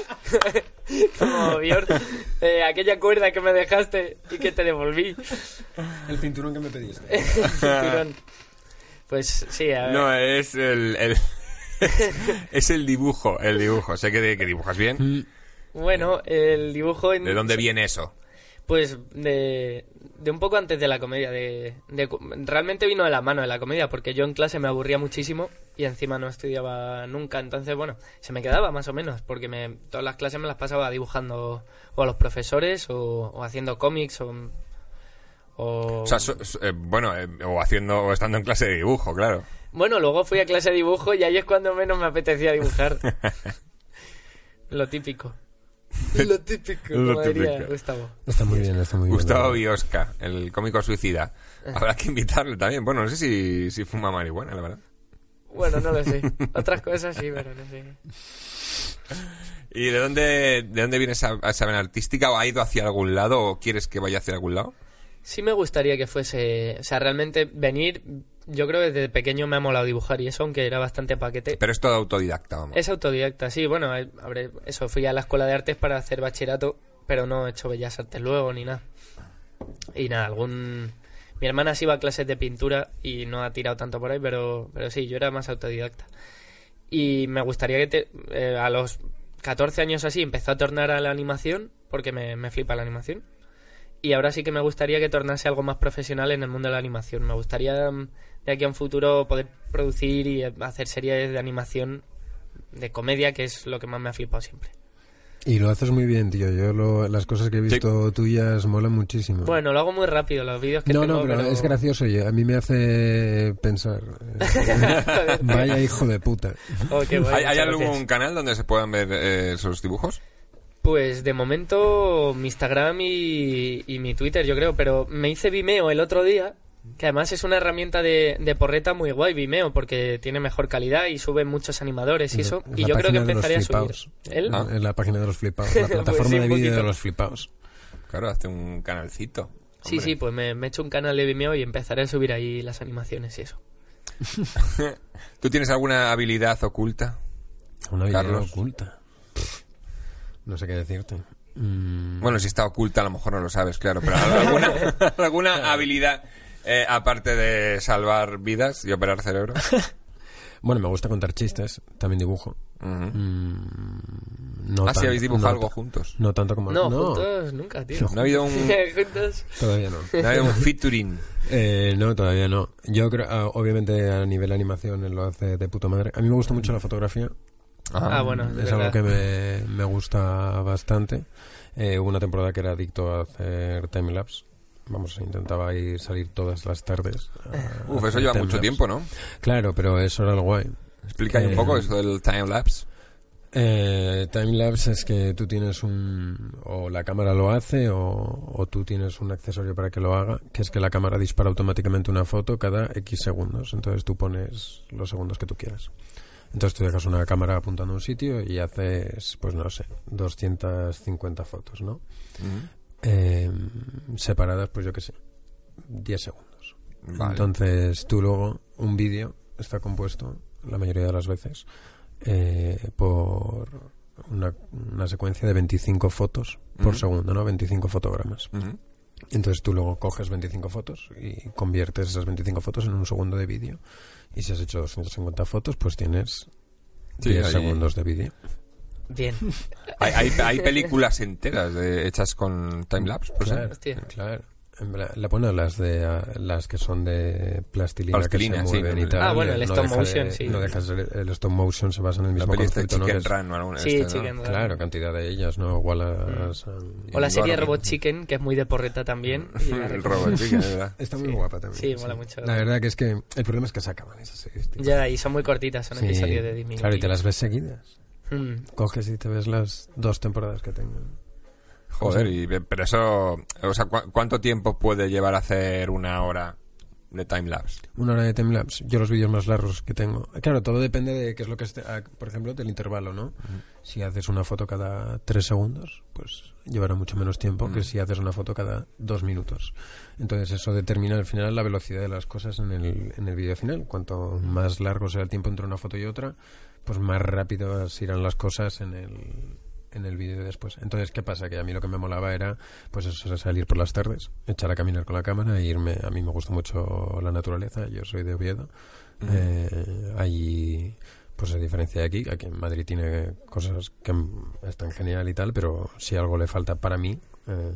C: esto. Como Bjorn, eh, aquella cuerda que me dejaste y que te devolví.
B: El cinturón que me pediste.
C: Cinturón. Pues sí, a ver.
A: no, es el... el- Es el dibujo, el dibujo. Sé que, que dibujas bien.
B: Mm.
C: Bueno, el dibujo... En...
A: ¿De dónde viene eso?
C: Pues de, de un poco antes de la comedia. De, de cu- realmente vino de la mano de la comedia, porque yo en clase me aburría muchísimo y encima no estudiaba nunca. Entonces, bueno, se me quedaba más o menos, porque me, todas las clases me las pasaba dibujando o a los profesores o, o haciendo cómics o... o-
A: O sea, so- so- eh, bueno, eh, o haciendo, o estando en clase de dibujo, claro.
C: Bueno, luego fui a clase de dibujo y ahí es cuando menos me apetecía dibujar. Lo típico. Lo típico,
A: Lo
C: como diría
A: típico.
C: Gustavo.
B: Está muy bien, está muy bien.
A: Gustavo Biosca, el cómico suicida.
C: Eh.
A: Habrá que invitarle también. Bueno, no sé si, si fuma marihuana, la verdad.
C: Bueno, no lo sé. Otras cosas sí, pero no sé.
A: ¿Y de dónde, de dónde viene esa, esa vena artística? ¿O ha ido hacia algún lado o quieres que vaya hacia algún lado?
C: Sí me gustaría que fuese, o sea, realmente venir, yo creo que desde pequeño me ha molado dibujar y eso, aunque era bastante paquete.
A: Pero es todo autodidacta, vamos.
C: Eh, Es autodidacta, sí, bueno, eh, habré- eso, fui a la escuela de artes para hacer bachillerato, pero no he hecho bellas artes luego ni nada. Y nada, algún... Mi hermana sí iba a clases de pintura y no ha tirado tanto por ahí, pero, pero sí, yo era más autodidacta. Y me gustaría que te- eh, a los 14 años así empezó a tornar a la animación, porque me, me flipa la animación. Y ahora sí que me gustaría que tornase algo más profesional en el mundo de la animación. Me gustaría mm, de aquí a un futuro poder producir y eh, hacer series de animación de comedia, que es lo que más me ha flipado siempre.
B: Y lo haces muy bien, tío. Yo lo- las cosas que he visto tuyas molan muchísimo.
C: Bueno, lo hago muy rápido, los vídeos que
B: no,
C: tengo,
B: no, pero, es gracioso. y a mí me hace pensar. Vaya hijo de puta.
C: Oh, qué guay,
A: ¿Hay, hay
C: muchas
A: algún
C: gracias.
A: canal donde se puedan ver eh, esos dibujos?
C: Pues de momento mi Instagram y, y mi Twitter, yo creo, pero me hice Vimeo el otro día, que además es una herramienta de, de porreta muy guay, Vimeo, porque tiene mejor calidad y suben muchos animadores y eso,
B: En
C: y
B: la
C: yo creo que
B: página de los
C: empezaría a subir.
B: flipaos.
C: ¿Él?
A: Ah.
B: En la página de los flipaos. La
C: Pues
B: plataforma
C: sí, un
B: de vídeo de
C: poquito.
B: los flipaos.
A: Claro, hace un canalcito.
C: Sí, sí, pues me, me he hecho un canal de Vimeo y empezaré a subir ahí las animaciones y eso.
A: ¿Tú tienes alguna habilidad oculta?
B: Una habilidad
A: Carlos.
B: oculta. Pff, No sé qué decirte. Mm,
A: Bueno, si está oculta a lo mejor no lo sabes, claro, pero alguna, alguna habilidad eh, aparte de salvar vidas y operar cerebro.
B: Bueno, me gusta contar chistes. También dibujo.
A: Ujú.
B: Mm, No
A: Ah, sí,
B: tan-
A: habéis dibujado
B: no
A: algo
B: ta-
A: juntos.
B: No tanto como...
C: No, juntos nunca, tío.
A: No ha habido un,
C: juntos.
B: Todavía no.
A: no ha habido un featuring.
B: Eh, no, todavía no. Yo creo, ah, obviamente a nivel animación él lo hace de puta madre. A mí me gusta mucho la fotografía.
C: Ah, bueno, de
B: es algo
C: verdad.
B: que me, me gusta bastante. Eh, hubo una temporada que era adicto a hacer timelapse. Vamos, intentaba ir salir todas las tardes. a
A: Uf, eso
B: hacer
A: lleva
B: timelapse.
A: mucho tiempo, ¿no?
B: Claro, pero eso era lo guay.
A: Explica ahí un
B: Eh,
A: poco eso del timelapse.
B: Eh, timelapse es que tú tienes un... o la cámara lo hace o, o tú tienes un accesorio para que lo haga, que es que la cámara dispara automáticamente una foto cada X segundos. Entonces tú pones los segundos que tú quieras. Entonces tú dejas una cámara apuntando a un sitio y haces, pues no sé, 250 fotos, ¿no?
A: Mm.
B: Eh, separadas, pues yo qué sé, 10 segundos.
A: Vale.
B: Entonces tú luego, un vídeo está compuesto, la mayoría de las veces, eh, por una, una secuencia de 25 fotos por
A: Ujú.
B: segundo, ¿no? 25 fotogramas.
A: Ujú.
B: Entonces tú luego coges 25 fotos y conviertes esas 25 fotos en un segundo de vídeo. Y si has hecho 250 fotos, pues tienes
A: Sí,
B: 10
A: ahí-
B: segundos de vídeo.
C: Bien.
A: Hay, hay- hay películas enteras de- hechas con timelapse, pues, ¿eh? por
B: Claro,
A: ejemplo.
C: Hostia.
B: claro. En plan, La, bueno, las de ah, las que son de plastilina,
A: Plastilina,
B: que
A: sí,
B: se mueven
A: pero-
B: y tal.
C: Ah, bueno, el stop
B: deja
C: motion,
B: de-
C: sí.
B: No deja de ser- el stop motion se basa en el
A: La
B: mismo
A: peli está
B: concepto, ¿no?
A: Chicken
B: Que es-
A: Run o alguna de
C: Sí,
A: estas, ¿no?
C: Chicken Run.
B: Claro, cantidad de ellas, ¿no?
C: Mm.
B: Wallace and-
C: O la serie
A: Gordo.
C: Robot Chicken, que es muy de porreta también. y la
A: El robot, sí, que es verdad.
B: Está muy guapa también.
C: Sí, mola mucho.
B: La verdad que es que el problema es que se acaban esas series, tío.
C: Ya, y son muy cortitas, son
B: Sí,
C: episodios de 10 minutos.
B: Claro, y te las ves seguidas.
C: Mm,
B: Coges y te ves las dos temporadas que tengan.
A: Joder, y, eh, pero eso... O sea, ¿cu- ¿cuánto tiempo puede llevar a hacer una hora de timelapse?
B: Una hora de timelapse. Yo los vídeos más largos que tengo. Claro, todo depende de qué es lo que esté. ah, Por ejemplo, del intervalo, ¿no? Si haces una foto cada tres segundos, pues llevará mucho menos tiempo que si haces una foto cada dos minutos. Entonces, eso determina al final la velocidad de las cosas en el, en el vídeo final. Cuanto más largo sea el tiempo entre una foto y otra, pues más rápido se irán las cosas en el en el vídeo de después. Entonces, ¿qué pasa? Que a mí lo que me molaba era, pues eso, salir por las tardes, echar a caminar con la cámara e irme. A mí me gusta mucho la naturaleza, yo soy de Oviedo. Eh, allí, pues a diferencia de aquí, aquí en Madrid tiene cosas que mm, están genial y tal, pero si algo le falta para mí eh,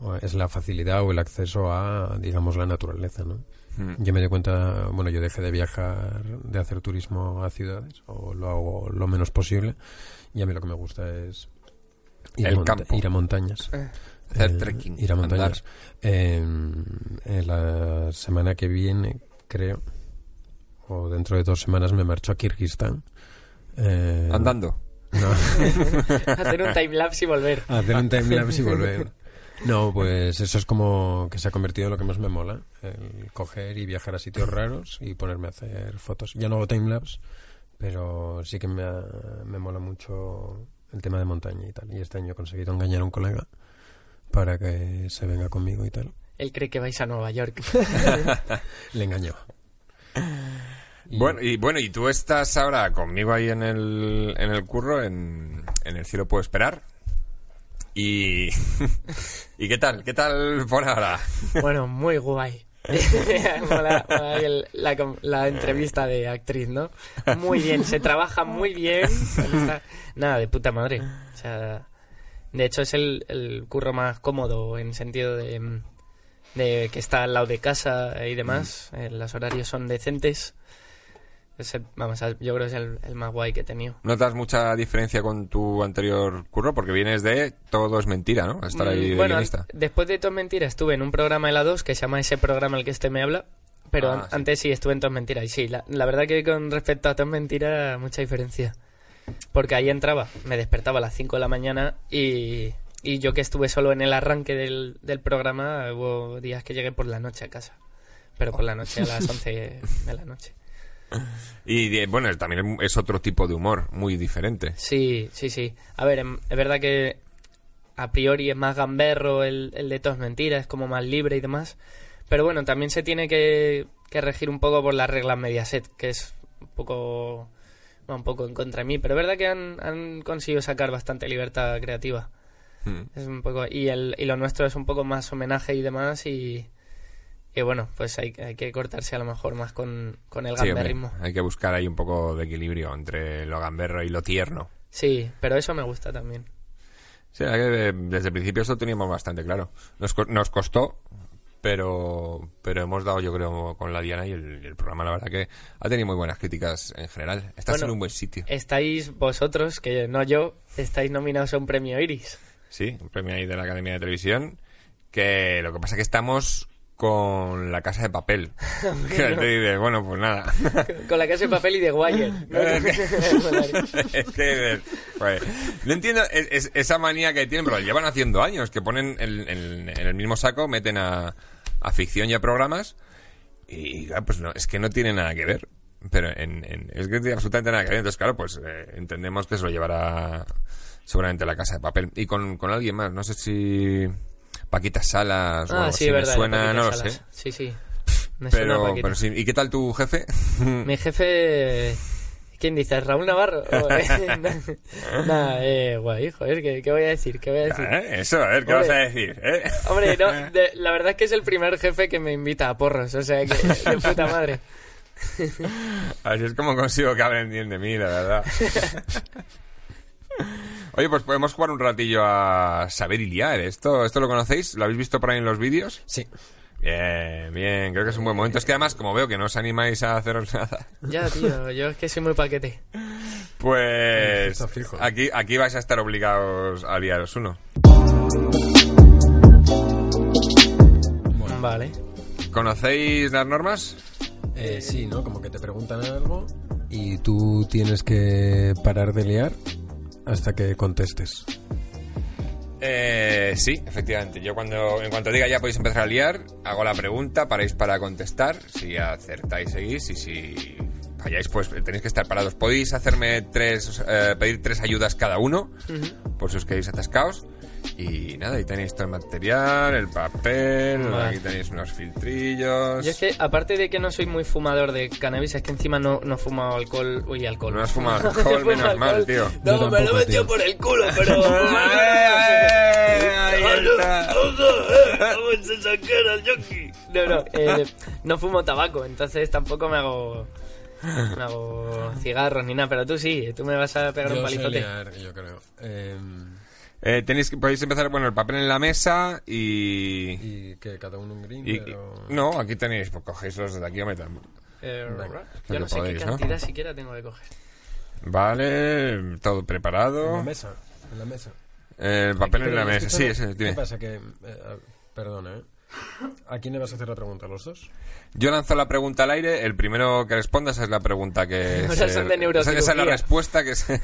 B: o es la facilidad o el acceso a, digamos, la naturaleza, ¿no?
A: Mm.
B: Yo me di cuenta, bueno, yo dejé de viajar, de hacer turismo a ciudades, o lo hago lo menos posible, y a mí lo que me gusta es ir,
A: El
B: a, monta-
A: campo.
B: ir a montañas.
C: Eh.
A: Hacer trekking,
B: Ir a
A: andar.
B: montañas. Eh, en la semana que viene, creo, o dentro de dos semanas, me marcho a Kirguistán. Eh,
A: Andando.
B: no.
C: Hacer un timelapse y volver.
B: Hacer un timelapse y volver. No, pues eso es como que se ha convertido en lo que más me mola. El coger y viajar a sitios raros y ponerme a hacer fotos. Ya no hago timelapse, pero sí que me, ha- me mola mucho el tema de montaña y tal. Y este año he conseguido engañar a un colega para que se venga conmigo y tal.
C: Él cree que vais a Nueva York.
B: Le engañaba. Y-
A: Bueno, y bueno, y tú estás ahora conmigo ahí en el, en el curro, en, en el cielo puedo esperar. Y, ¿Y qué tal? ¿Qué tal por ahora?
C: Bueno, muy guay. Mola- mola el- la, com- la entrevista de actriz, ¿no? Muy bien, se trabaja muy bien. Está- Nada, de puta madre. O sea, de hecho es el, el curro más cómodo en sentido de, mm, de que está al lado de casa y demás. Eh, los horarios son decentes. Es el- vamos, yo creo que es el, el más guay que he tenido.
A: ¿Notas mucha diferencia con tu anterior curro? Porque vienes de Todo es mentira, ¿no? Estar ahí de
C: Mm, bueno,
A: guionista.
C: an- después de Tos Mentiras estuve en un programa de la 2 que se llama Ese programa el que este me habla. Pero
A: Ah,
C: an-
A: sí.
C: antes sí estuve en Tos Mentiras. Y sí, la, la verdad que con respecto a Tos Mentiras, mucha diferencia. Porque ahí entraba, me despertaba a las 5 de la mañana y, y yo que estuve solo en el arranque del, del programa, hubo días que llegué por la noche a casa. Pero por la noche a las 11 de la noche.
A: Y de- bueno, también es otro tipo de humor, muy diferente.
C: Sí, sí, sí. A ver, em- es verdad que a priori es más gamberro el, el de todos mentiras, es como más libre y demás. Pero bueno, también se tiene que, que regir un poco por las reglas Mediaset, que es un poco, va un poco en contra de mí. Pero es verdad que han, han conseguido sacar bastante libertad creativa.
A: Mm.
C: Es un poco, y, el, y lo nuestro es un poco más homenaje y demás. Y, y bueno, pues hay, hay que cortarse a lo mejor más con, con el
A: Sí, hombre,
C: gamberrismo.
A: hay que buscar ahí un poco de equilibrio entre lo gamberro y lo tierno.
C: sí, pero eso me gusta también.
A: Sí, la que, eh, desde el principio eso teníamos bastante claro. Nos, co- nos costó, pero, pero hemos dado, yo creo, con la Diana y el, el programa, la verdad que ha tenido muy buenas críticas en general. Estás
C: Bueno, eh,
A: en un buen sitio.
C: estáis vosotros, que no yo, estáis nominados a un premio Iris.
A: Sí, un premio ahí de la Academia de Televisión. Que lo que pasa es que estamos con la casa de papel. que te dices, bueno, pues nada.
C: Con la casa de papel y de Wire.
A: Es que, eh, joder, no entiendo es- es- esa manía que tienen, pero lo llevan haciendo años, que ponen en, en- en el mismo saco, meten a, a ficción y a programas, y claro, pues no, es que no tiene nada que ver. Pero en- en- es que no tiene absolutamente nada que ver. Entonces, claro, pues eh, entendemos que se lo llevará seguramente la casa de papel. Y con, con alguien más, no sé si Paquita Salas o
C: ah,
A: algo así,
C: sí, es
A: me
C: verdad.
A: suena,
C: Paquita
A: no lo
C: Salas.
A: sé.
C: Sí, sí. Me suena
A: Pero,
C: Paquita.
A: pero sí. ¿Y qué tal tu jefe?
C: Mi jefe, ¿Quién dice? ¿Raúl Navarro? Nada, eh, guay, joder, ¿qué, qué voy a decir? ¿Qué voy a decir?
A: Ah, ¿eh? Eso, a ver, ¿qué
C: Hombre.
A: vas a decir? eh?
C: Hombre, no, de- la verdad es que es el primer jefe que me invita a porros, o sea, que de puta madre.
A: Así es como consigo que hablen bien de mí, la verdad. Oye, pues podemos jugar un ratillo a saber y liar. ¿Esto, ¿Esto lo conocéis? ¿Lo habéis visto por ahí en los vídeos?
B: Sí.
A: Bien, bien. Creo que es un buen momento. Es que además, como veo que no os animáis a haceros nada,
C: Ya, tío, yo es que soy muy paquete.
A: pues
B: Está fijo. ¿eh?
A: aquí, aquí vais a estar obligados a liaros uno.
B: Bueno,
C: Vale.
A: ¿Conocéis las normas?
B: eh, sí, ¿no? Como que te preguntan algo y tú tienes que parar de liar hasta que contestes.
A: Eh, sí, efectivamente. Yo cuando en cuanto diga ya podéis empezar a liar, hago la pregunta, paráis para contestar, si acertáis seguís y si falláis pues tenéis que estar parados. Podéis hacerme tres, eh, pedir tres ayudas cada uno, por si os quedáis atascados. Y nada, ahí tenéis todo el material, el papel,
C: Vale.
A: aquí tenéis unos filtrillos.
C: Yo es que, aparte de que no soy muy fumador de cannabis, es que encima no, no fumo alcohol. Uy, alcohol.
A: No has fumado
C: No
A: alcohol,
C: fumo
A: menos mal,
C: alcohol.
A: tío.
B: Yo
C: No, me lo
B: tampoco,
C: he metido
B: tío.
C: por el culo, pero.
A: ¡Eh! Ahí está.
C: No, no, eh, no fumo tabaco, entonces tampoco me hago. Me hago cigarros ni nada, pero tú sí, tú me vas a pegar un
B: Yo sé
C: palizote.
B: liar, yo creo. Em,
A: Eh, tenéis que podéis empezar, bueno, el papel en la mesa y
B: y que cada uno un green,
A: Y- y-
B: pero...
A: no, aquí tenéis, pues cogéis los de aquí o metan.
C: Eh,
B: Venga,
C: yo
A: lo
C: no
A: que
C: sé
A: podéis,
C: qué
A: ¿no?
C: cantidad siquiera tengo que coger.
A: Vale, todo
B: En la
A: preparado.
B: mesa, en la mesa.
A: El papel en
B: Pero,
A: la mesa, sí,
B: escúchame,
A: ese,
B: ¿Qué
A: dime.
B: pasa? Que, eh, perdona, ¿eh? ¿A quién le vas a hacer la pregunta? ¿A los dos?
A: Yo lanzo la pregunta al aire, el primero que responda, esa es la pregunta que...
C: O sea, son de
A: esa, esa es la
C: neurocirugía.
A: respuesta que se,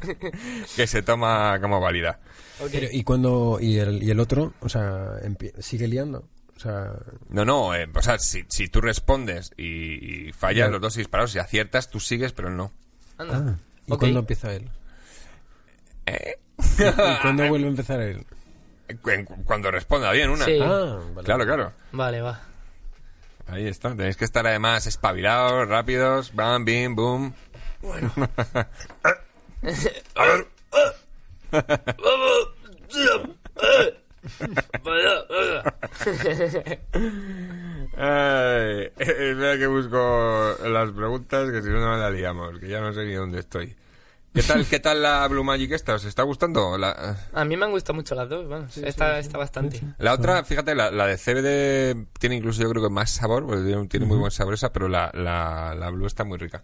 A: que se toma como válida.
C: Ok.
B: Pero, ¿Y cuando y el, y el otro? O sea, empie- sigue liando. O sea,
A: No, no, eh, o sea, si, si tú respondes y, y fallas,
B: Ya.
A: los dos disparados, si aciertas, tú sigues, pero él no. Ah.
C: Anda.
B: ¿y
C: Ok.
B: cuándo empieza él?
A: Eh.
B: ¿Y, y cuándo vuelve a empezar él?
A: Cu- Cuando responda bien una.
C: Sí.
B: Ah, vale.
A: Claro, claro.
C: Vale, va.
A: Ahí está, tenéis que estar además espabilados, rápidos, bam, bim, boom. Ay, espera que busco las preguntas, que si no, no la liamos, que ya no sé ni dónde estoy. ¿Qué tal, qué tal la Blue Magic esta? ¿Os está gustando? La,
C: A mí me han gustado mucho las dos, vamos. esta está bastante.
A: la otra, fíjate, la, la de CBD tiene incluso yo creo que más sabor, porque tiene, tiene muy buen sabor esa, pero la, la, la Blue está muy rica.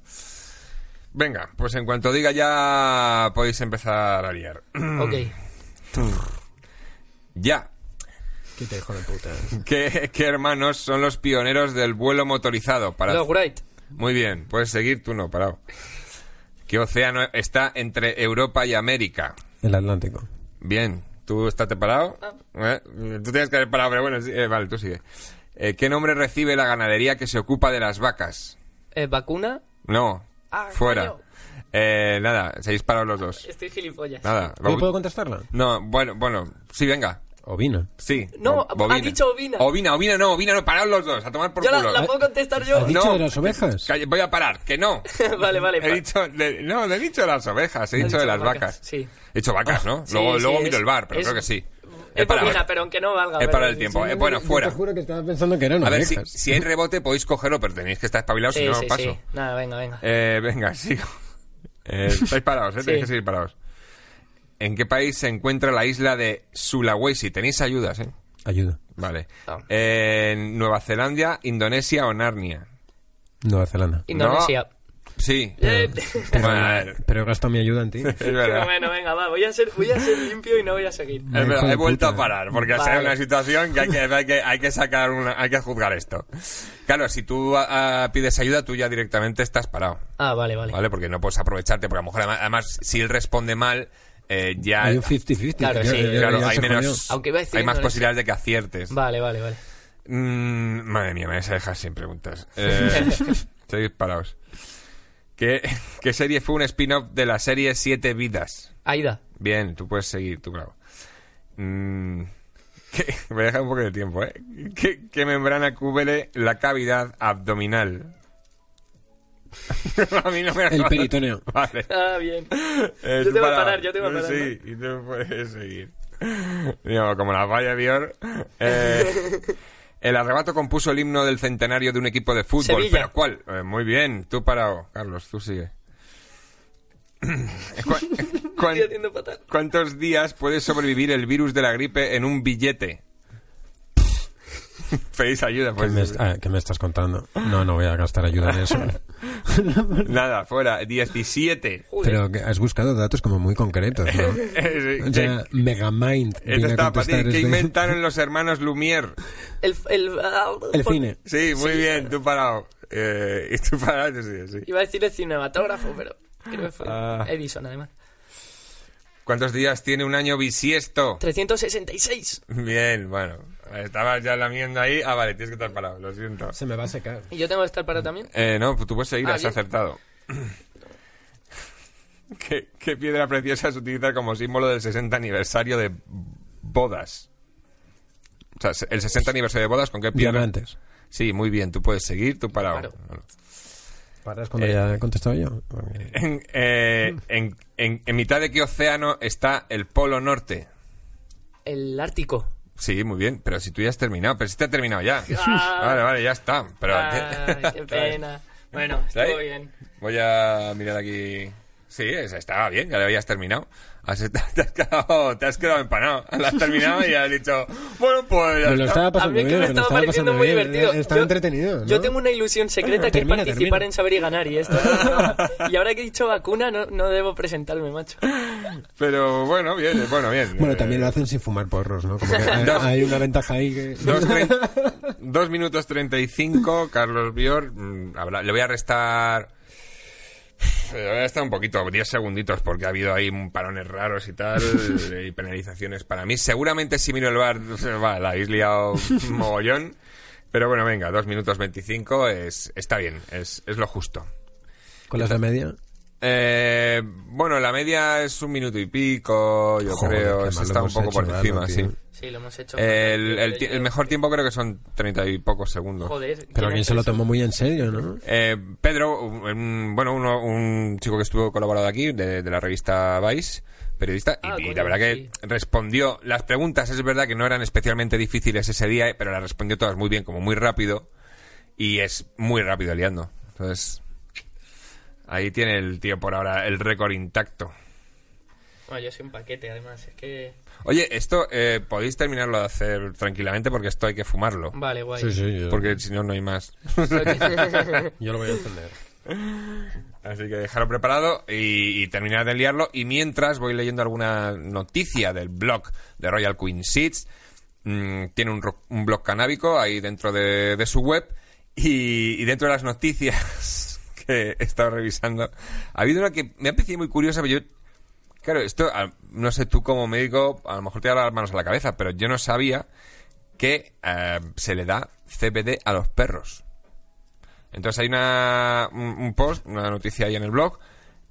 A: Venga, pues en cuanto diga ya podéis empezar a liar.
C: Ok.
A: ya.
B: ¿Qué te hijo de puta?
A: ¿Qué, qué hermanos son los pioneros del vuelo motorizado? Para
C: Los Wright.
A: Muy bien, puedes seguir tú, no, parado. ¿Qué océano está entre Europa y América?
B: El Atlántico.
A: Bien, tú estate parado.
C: Ah.
A: Eh, Tú tienes que haber parado, pero bueno, sí, eh, vale, tú sigue. Eh, ¿Qué nombre recibe la ganadería que se ocupa de las vacas?
C: Eh, ¿Vacuna?
A: No,
C: Ah,
A: fuera.
C: coño.
A: Eh, nada, se dispararon los dos.
C: Estoy gilipollas.
A: Nada,
B: ¿Yo
A: bo-
B: puedo contestarla?
A: no, bueno, bueno, sí, venga.
B: ¿O vino?
A: Sí.
C: No,
A: bo-
C: ha dicho ovina.
A: Ovina, ovina no, ovina no, parad los dos, a tomar por
C: Yo la,
A: culo. ¿eh?
C: la puedo contestar yo.
B: ¿Has dicho
A: No.
B: de las ovejas?
A: Calle, voy a parar, que no.
C: vale, vale.
A: He dicho, de- no, le he dicho de las ovejas, he dicho de las vacas.
C: Sí. Ah,
A: He dicho vacas, ¿no?
C: sí,
A: luego
C: sí,
A: luego
C: es-
A: miro el bar, pero
C: es-
A: creo que sí.
C: Es
A: parado.
C: bovina, pero aunque no valga.
A: He
C: pero
A: parado el
C: sí,
A: tiempo.
C: sí.
A: Eh, bueno,
B: Yo
A: fuera.
B: Te juro que estaba pensando que eran
A: A ver, si,
B: ovejas.
A: si hay rebote podéis cogerlo, pero tenéis que estar espabilados, si
C: Sí,
A: no,
C: sí,
A: paso.
C: sí. Nada, venga, venga.
A: Eh, venga, sigo. Eh, estáis parados, ¿eh?
C: Sí.
A: Tenéis que seguir parados. ¿En qué país se encuentra la isla de Sulawesi? Tenéis ayudas, ¿eh?
B: Ayuda.
A: Vale.
C: No.
A: Eh, ¿Nueva Zelanda, Indonesia o Narnia?
B: Nueva Zelanda.
C: Indonesia.
A: Sí.
C: Eh,
B: Pero,
A: Bueno,
B: pero he gastado mi ayuda en ti.
A: es
C: pero
A: verdad.
C: bueno, venga, va. Voy a, ser, voy a ser limpio y no voy a seguir.
A: Es verdad,
B: Hijo de
A: he vuelto
B: puta.
A: a parar, porque ha
C: Vale.
A: sido una situación que hay que, hay que, hay que sacar una, hay que juzgar esto. Claro, si tú ah, ah, pides ayuda, tú ya directamente estás parado,
C: Ah, vale, vale.
A: ¿vale? Porque no puedes aprovecharte, porque a lo mejor además, además, si él responde mal, eh, ya
B: Hay un 50-50.
C: Claro, sí,
A: claro,
B: ya
A: hay
B: se
A: menos
C: Aunque iba a decir
A: hay más
C: Indonesia.
A: posibilidades de que aciertes.
C: Vale, vale, vale.
A: Mm, madre mía, me vais a dejar sin preguntas. Eh, seguid parados. ¿Qué, ¿Qué serie fue un spin-off de la serie Siete Vidas?
C: Aida.
A: Bien, tú puedes seguir, tú bravo. Mm, ¿qué- voy a dejar un poco de tiempo, ¿eh? ¿Qué, qué membrana cubre la cavidad abdominal? a mí no me
B: El
A: jodas.
B: peritoneo.
A: Vale.
C: Ah, bien.
A: Eh,
C: Yo
A: tú
C: te voy a
A: para.
C: parar, yo te voy
A: Tú
C: a parar,
A: Sí, y tú puedes seguir. Digo, como la falla Bior. Eh, el arrebato compuso el himno del centenario de un equipo de fútbol.
C: Sevilla.
A: ¿Pero cuál? Eh, muy bien, tú parado. Carlos, tú sigue. ¿Cu- cuán-
C: Estoy haciendo fatal.
A: ¿Cuántos días puede sobrevivir el virus de la gripe en un billete? Feliz ayuda,
B: ¿Qué
A: pues.
B: me, est- ah, ¿Qué me estás contando? No, no voy a gastar ayuda en eso.
A: Nada, fuera. 17.
C: Joder.
B: Pero que has buscado datos como muy concretos, ¿no?
A: Eh, sí,
B: O
A: que-
B: sea, Megamind
A: Esta
B: viene a
A: está para ti.
B: contestar
A: ¿Qué
B: este-
A: inventaron los hermanos Lumière?
C: El, el, ah,
B: el
C: por-
B: cine.
A: Sí, muy bien, tú parado. Eh, y tú parado, tú sigue, sí.
C: Iba a decir el cinematógrafo, pero creo que fue
A: Ah.
C: Edison, además.
A: ¿Cuántos días tiene un año bisiesto?
C: 366.
A: Bien, bueno. Estabas ya lamiendo ahí. Ah, vale, tienes que estar parado, lo siento.
B: Se me va a secar.
C: ¿Y yo tengo que estar parado también?
A: Eh, no, tú puedes seguir,
C: Ah,
A: has
C: bien.
A: acertado. ¿Qué, qué piedra preciosa se utiliza como símbolo del 60 aniversario de bodas? O sea, se- el 60 aniversario de bodas, ¿con qué piedra?
B: Diamantes.
A: Sí, muy bien, tú puedes seguir, tú parado.
C: Claro.
A: Bueno.
B: ¿Paras cuando ya he Eh, contestado yo? Porque-
A: En, eh, en- en- en mitad de qué océano está el Polo Norte?
C: El Ártico.
A: Sí, muy bien, pero si tú ya has terminado, pero si te ha terminado ya.
C: Ah.
A: Vale, vale, ya está. Pero
C: Ay, Ah, qué pena. Bueno, estuvo
A: Ahí.
C: bien.
A: Voy a mirar aquí. Sí, esa estaba bien, ya la habías terminado. Has esta- te, has quedado, te has quedado empanado. La has terminado y has dicho, bueno, pues ya
B: Me
A: está.
B: lo estaba
C: A
B: pasando
C: mí es que
B: bien,
C: me
B: lo
C: estaba
B: estaba pasando
C: pareciendo muy
B: bien, eh,
C: divertido.
B: Estaba
C: Yo-
B: entretenido, ¿no?
C: Yo tengo una ilusión secreta que
B: Termina,
C: es participar
B: termina.
C: en Saber y Ganar y esto. y ahora que he dicho vacuna, no, no debo presentarme, macho.
A: Pero bueno, bien, bueno, bien.
B: Bueno,
A: Eh,
B: también lo hacen sin fumar porros, ¿no? Como que hay,
A: No.
B: hay una ventaja ahí que...
A: Dos, trein- dos minutos 35, Carlos Bior. mm, habrá- le voy a restar. Le voy a restar un poquito, 10 segunditos, porque ha habido ahí un parones raros y tal, y penalizaciones para mí. Seguramente si miro el bar, va, la habéis liado mogollón. Pero bueno, venga, dos minutos 25 es, está bien, es, es lo justo.
B: ¿Con las de media?
A: Eh, bueno, la media es un minuto y pico, yo
B: Joder, qué
A: creo,
B: mal lo
A: eso está un
B: hemos
A: poco
B: hecho,
A: por
B: ¿verdad,
A: encima,
B: tío?
A: sí.
C: Sí, lo hemos hecho.
A: El, el ti- el mejor tiempo creo que son treinta y pocos segundos.
C: Joder.
B: Pero
C: ¿quién
B: alguien
C: es
B: se lo
C: eso?
B: tomó muy en serio, ¿no?
A: Eh, Pedro, un- un- bueno, uno- un chico que estuvo colaborado aquí, de, de la revista Vice, periodista, y,
C: Ah,
A: y
C: coño,
A: la verdad que
C: sí.
A: respondió las preguntas, es verdad que no eran especialmente difíciles ese día, eh, pero las respondió todas muy bien, como muy rápido, y es muy rápido liando. Entonces, ahí tiene el tío por ahora el récord intacto.
C: No, yo soy un paquete, además. Es que.
A: Oye, esto eh, podéis terminarlo de hacer tranquilamente porque esto hay que fumarlo,
C: Vale, guay.
B: sí, yo,
A: porque si no, no hay más.
B: yo lo voy a entender.
A: Así que dejarlo preparado y, y terminar de liarlo. Y mientras voy leyendo alguna noticia del blog de Royal Queen Seeds. Mm, tiene un, ro- un blog canábico ahí dentro de, de su web. Y, y dentro de las noticias que he estado revisando, ha habido una que me ha parecido muy curiosa, pero yo Claro, esto, a- no sé tú como médico, a lo mejor te da las manos a la cabeza, pero yo no sabía que eh, se le da CBD a los perros. Entonces hay una, un, un post, una noticia ahí en el blog,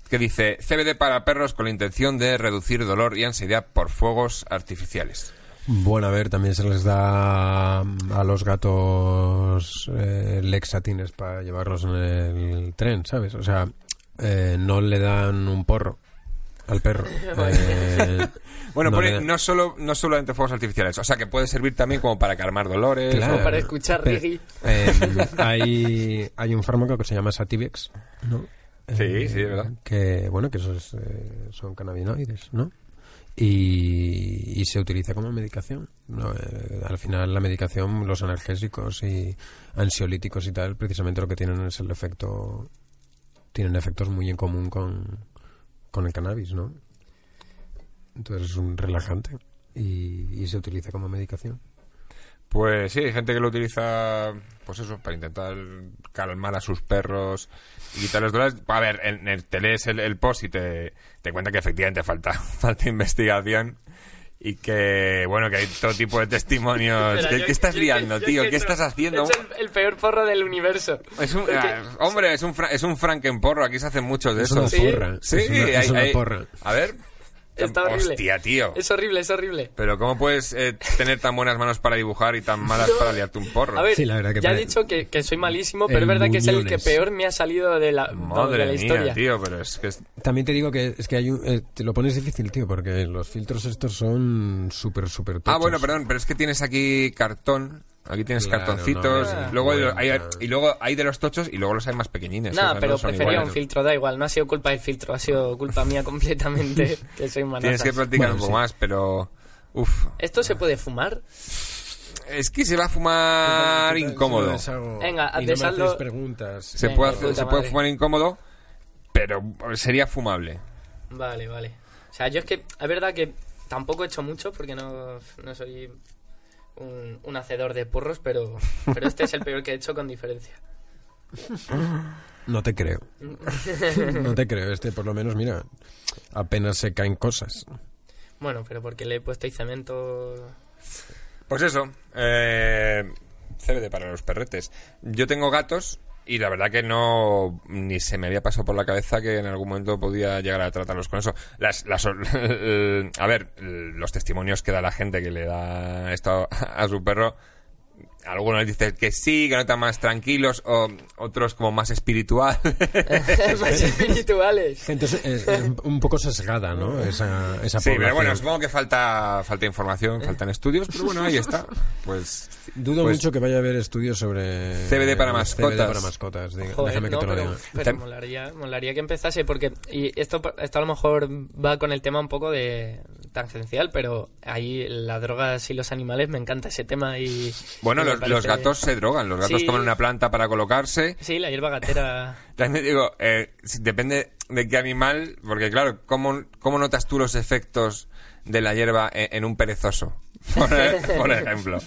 A: que dice CBD para perros con la intención de reducir dolor y ansiedad por fuegos artificiales.
B: Bueno, a ver, también se les da mm, a los gatos eh, lexatines para llevarlos en el tren, ¿sabes? O sea, eh, no le dan un porro al perro. Eh,
A: Bueno,
B: no
A: pone
B: le dan-
A: no solo no solamente fuegos artificiales, o sea que puede servir también como para calmar dolores.
B: Claro.
C: Como para escuchar
B: Pero,
C: Riggy.
B: eh, hay, hay un fármaco que se llama Sativex, ¿no? Eh,
A: Sí, sí, es verdad.
B: Que, bueno, que esos eh, son cannabinoides, ¿no? Y, y se utiliza como medicación. ¿no? Eh, al final, la medicación, los analgésicos y ansiolíticos y tal, precisamente lo que tienen es el efecto. Tienen efectos muy en común con, con el cannabis, ¿no? Entonces es un relajante y- y se utiliza como medicación.
A: Pues sí, hay gente que lo utiliza, pues eso, para intentar calmar a sus perros y quitarles dolores. A ver, en, en- te lees el, el post y te, te cuenta que efectivamente falta, falta investigación y que, bueno, que hay todo tipo de testimonios.
C: Espera,
A: ¿Qué,
C: yo-
A: qué estás
C: yo-
A: liando,
C: yo- yo
A: tío?
C: he
A: ¿Qué
C: hecho-
A: estás haciendo?
C: He hecho el, el peor porro del universo.
A: Es un,
C: Porque-
A: ah, hombre, es un, fra- es un frankenporro, aquí se hacen muchos de
B: Es
A: esos.
B: una porra.
A: Sí,
B: es una, es
A: hay-
B: una
A: hay-
B: porra.
A: A ver,
C: Está horrible.
A: Hostia, tío.
C: Es horrible, es horrible.
A: Pero ¿cómo puedes eh, tener tan buenas manos para dibujar y tan malas para liarte un porro?
C: A ver,
B: Sí, la verdad que
C: ya he
B: pare-
C: dicho que, que soy malísimo, pero
B: El
C: es verdad que es el que
B: Muñones.
C: peor me ha salido de la, de
A: Madre
C: la
A: mía,
C: historia.
A: tío, pero es que... es-
B: También te digo que es que hay un- eh, te lo pones difícil, tío, porque los filtros estos son súper, súper
A: Ah,
B: tochos.
A: bueno, perdón, pero es que tienes aquí cartón. Aquí tienes
B: Claro,
A: cartoncitos.
B: no, no,
A: luego hay,
B: no,
A: hay-
B: no.
A: y luego hay de los tochos y luego los hay más pequeñines. o sea,
C: Nada,
A: no
C: pero
A: son
C: prefería
A: iguales.
C: un filtro, da igual, no ha sido culpa del filtro, ha sido culpa mía completamente, que soy
A: Tienes
C: manatas.
A: que practicar
B: Bueno,
A: un poco
B: sí.
A: más, pero... Uf,
C: ¿Esto se puede fumar?
A: es que se va a fumar incómodo. Se
C: Venga,
B: y no me
C: deshazlo.
B: haces preguntas.
C: Venga,
A: puede,
C: de
A: hacer-
C: puta
A: se puede
C: madre.
A: fumar incómodo, pero sería fumable.
C: Vale, vale. O sea, yo es que, es verdad que tampoco he hecho mucho porque no, no soy un, un hacedor de porros, pero, pero este es el peor que he hecho con diferencia.
B: No te creo. No te creo. Este, por lo menos, mira, apenas se caen cosas.
C: Bueno, pero porque le he puesto ahí cemento...
A: Pues eso, eh, CBD para los perretes. Yo tengo gatos y la verdad que no ni se me había pasado por la cabeza que en algún momento podía llegar a tratarlos con eso. Las, las- eh, a ver, los testimonios que da la gente que le da esto a su perro. Algunos les dicen que sí, que notan más tranquilos, o otros como más espiritual.
C: más espirituales.
B: Gente es, es- es un- un poco sesgada, ¿no? Esa, esa
A: sí, pero
B: población.
A: bueno, supongo que falta, falta información, faltan estudios, pero bueno, ahí está. Pues
B: Dudo
A: pues-
B: mucho que vaya a haber estudios sobre... eh,
A: CBD para mascotas.
B: CBD para mascotas. diga-
C: Joder,
B: Déjame que
C: no,
B: te lo
C: pero,
B: diga.
C: pero
A: Tam-
C: molaría, molaría que empezase porque y esto, esto a lo mejor va con el tema un poco de tangencial, pero ahí las drogas y los animales me encanta ese tema y
A: Bueno,
C: y me
A: los,
C: parece-
A: los gatos se drogan, los gatos
C: Sí.
A: comen una planta para colocarse.
C: Sí, la hierba gatera.
A: También digo, eh, si- depende de qué animal, porque claro, ¿cómo, cómo notas tú los efectos de la hierba e- en, un perezoso? Por, por ejemplo.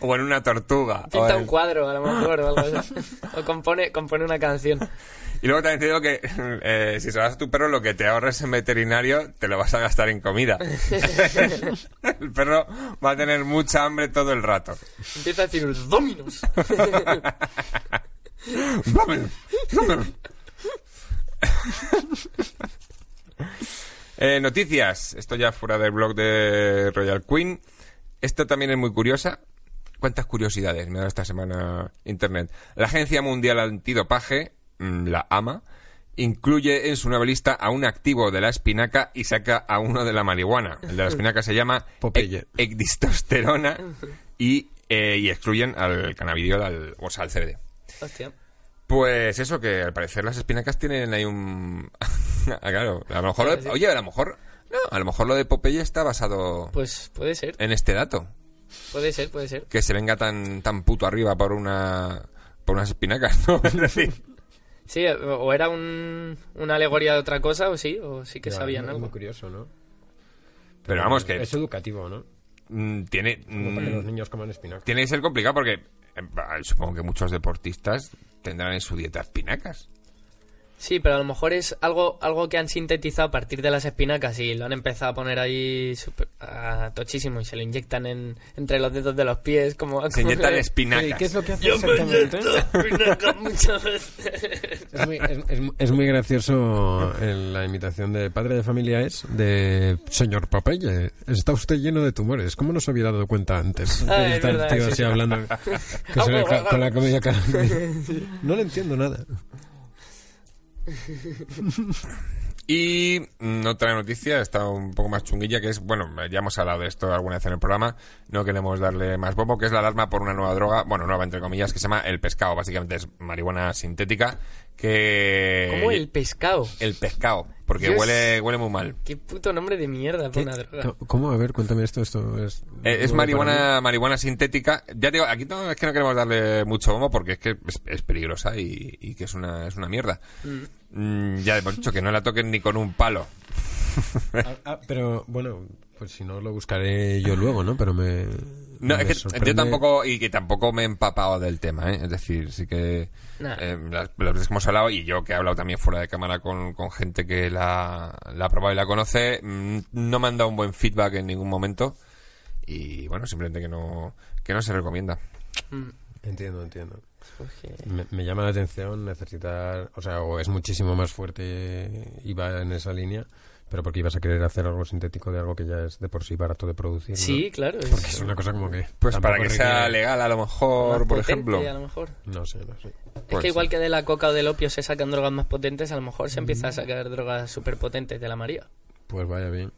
A: O en una tortuga. o
C: Pinta
A: en-
C: un cuadro, a lo mejor, o algo así. O compone, compone una canción.
A: Y luego también te digo que eh, si se lo das a tu perro, lo que te ahorres en veterinario te lo vas a gastar en comida. el perro va a tener mucha hambre todo el rato.
C: Empieza a decir dominos.
A: Eh, noticias. Esto ya fuera del blog de Royal Queen. Esta también es muy curiosa. ¿Cuántas curiosidades me da esta semana Internet? La Agencia Mundial Antidopaje, mm, la AMA, incluye en su nueva lista a un activo de la espinaca y saca a uno de la marihuana. El de la espinaca se llama
B: Popeye.
A: ec- ecdistosterona y, eh, y excluyen al cannabidiol, al, o sea, al CBD.
C: Hostia.
A: Pues eso, que al parecer las espinacas tienen ahí un... Ah, claro, a lo mejor... Oye, a lo mejor... No, a lo mejor lo de Popeye está basado
C: Pues puede ser,
A: en este dato.
C: puede ser, puede ser.
A: Que se venga tan, tan puto arriba por una... Por unas espinacas, ¿no? Es decir,
C: Sí, o era un, una alegoría de otra cosa, o sí, o sí que
B: Ya,
C: sabían
B: es
C: algo.
B: muy curioso, ¿no?
A: Pero vamos, que
B: Es educativo, ¿no?
A: mm, tiene...
B: Como para que
A: mm,
B: los niños coman espinacas.
A: tiene que ser complicado porque eh, bah, supongo que muchos deportistas tendrán en su dieta espinacas.
C: Sí, pero a lo mejor es algo, algo que han sintetizado a partir de las espinacas y lo han empezado a poner ahí super- a tochísimo y se lo inyectan en, entre los dedos de los pies. Como,
A: Se
C: como
A: inyectan
C: le-
A: espinacas.
B: ¿Qué es lo que hace
C: Yo me
B: exactamente?
C: inyecto espinacas muchas veces.
B: Es muy, es- es- es muy gracioso en la imitación de padre de familia es de señor Popeye. Está usted lleno de tumores. ¿Cómo no se había dado cuenta antes?
C: Ah,
B: De
C: es
B: estar
C: verdad,
B: tío
C: sí,
B: así
C: sí.
B: hablando que se le ca- con la comida cara. No le entiendo nada.
A: Y mm, otra noticia, está un poco más chunguilla, que es, bueno, ya hemos hablado de esto alguna vez en el programa, no queremos darle más bombo, que es la alarma por una nueva droga, bueno, nueva entre comillas, que se llama el pescado, básicamente es marihuana sintética, que...
C: Como el pescado.
A: El pescado, porque
C: Dios.
A: huele huele muy mal.
C: Qué puto nombre de mierda para una droga.
B: Co- ¿Cómo? A ver, cuéntame esto. esto es,
A: Eh, es
B: nuevo para
A: marihuana, marihuana sintética. Ya te digo, aquí no, es que no queremos darle mucho bombo porque es que es, es peligrosa y, y que es una, es una mierda. Mm, ya hemos dicho que no la toquen ni con un palo.
B: mí. Ah, ah, pero bueno, pues si no lo buscaré yo luego, ¿no? Pero me.
A: No,
B: me
A: es que
B: sorprende-
A: yo tampoco, y que tampoco me he empapado del tema, ¿eh? Es decir, sí que
C: Nah.
A: eh, las, las veces que hemos hablado, y yo que he hablado también fuera de cámara con, con gente que la, la ha probado y la conoce, mm, no me han dado un buen feedback en ningún momento. Y bueno, simplemente que no, que no se recomienda.
C: Mm,
B: Entiendo, entiendo.
C: pues que-
B: Me, me llama la atención necesitar, o sea, o es muchísimo más fuerte y va en esa línea, Pero porque ibas a querer hacer algo sintético de algo que ya es de por sí barato de producir. ¿no?
C: Sí, claro. es
B: Porque es una cosa como que.
A: Pues
B: tampoco
A: para que
B: requiere-
A: sea legal, a lo
C: más
A: mejor, por
C: potente,
A: ejemplo. Pues
C: A lo mejor.
B: No sé, no sé.
A: Puede
C: es que igual
A: ser.
C: que de la coca o del opio se sacan drogas más potentes, a lo mejor se empieza a
A: Mm.
C: sacar drogas súper potentes de la María.
B: Pues vaya bien.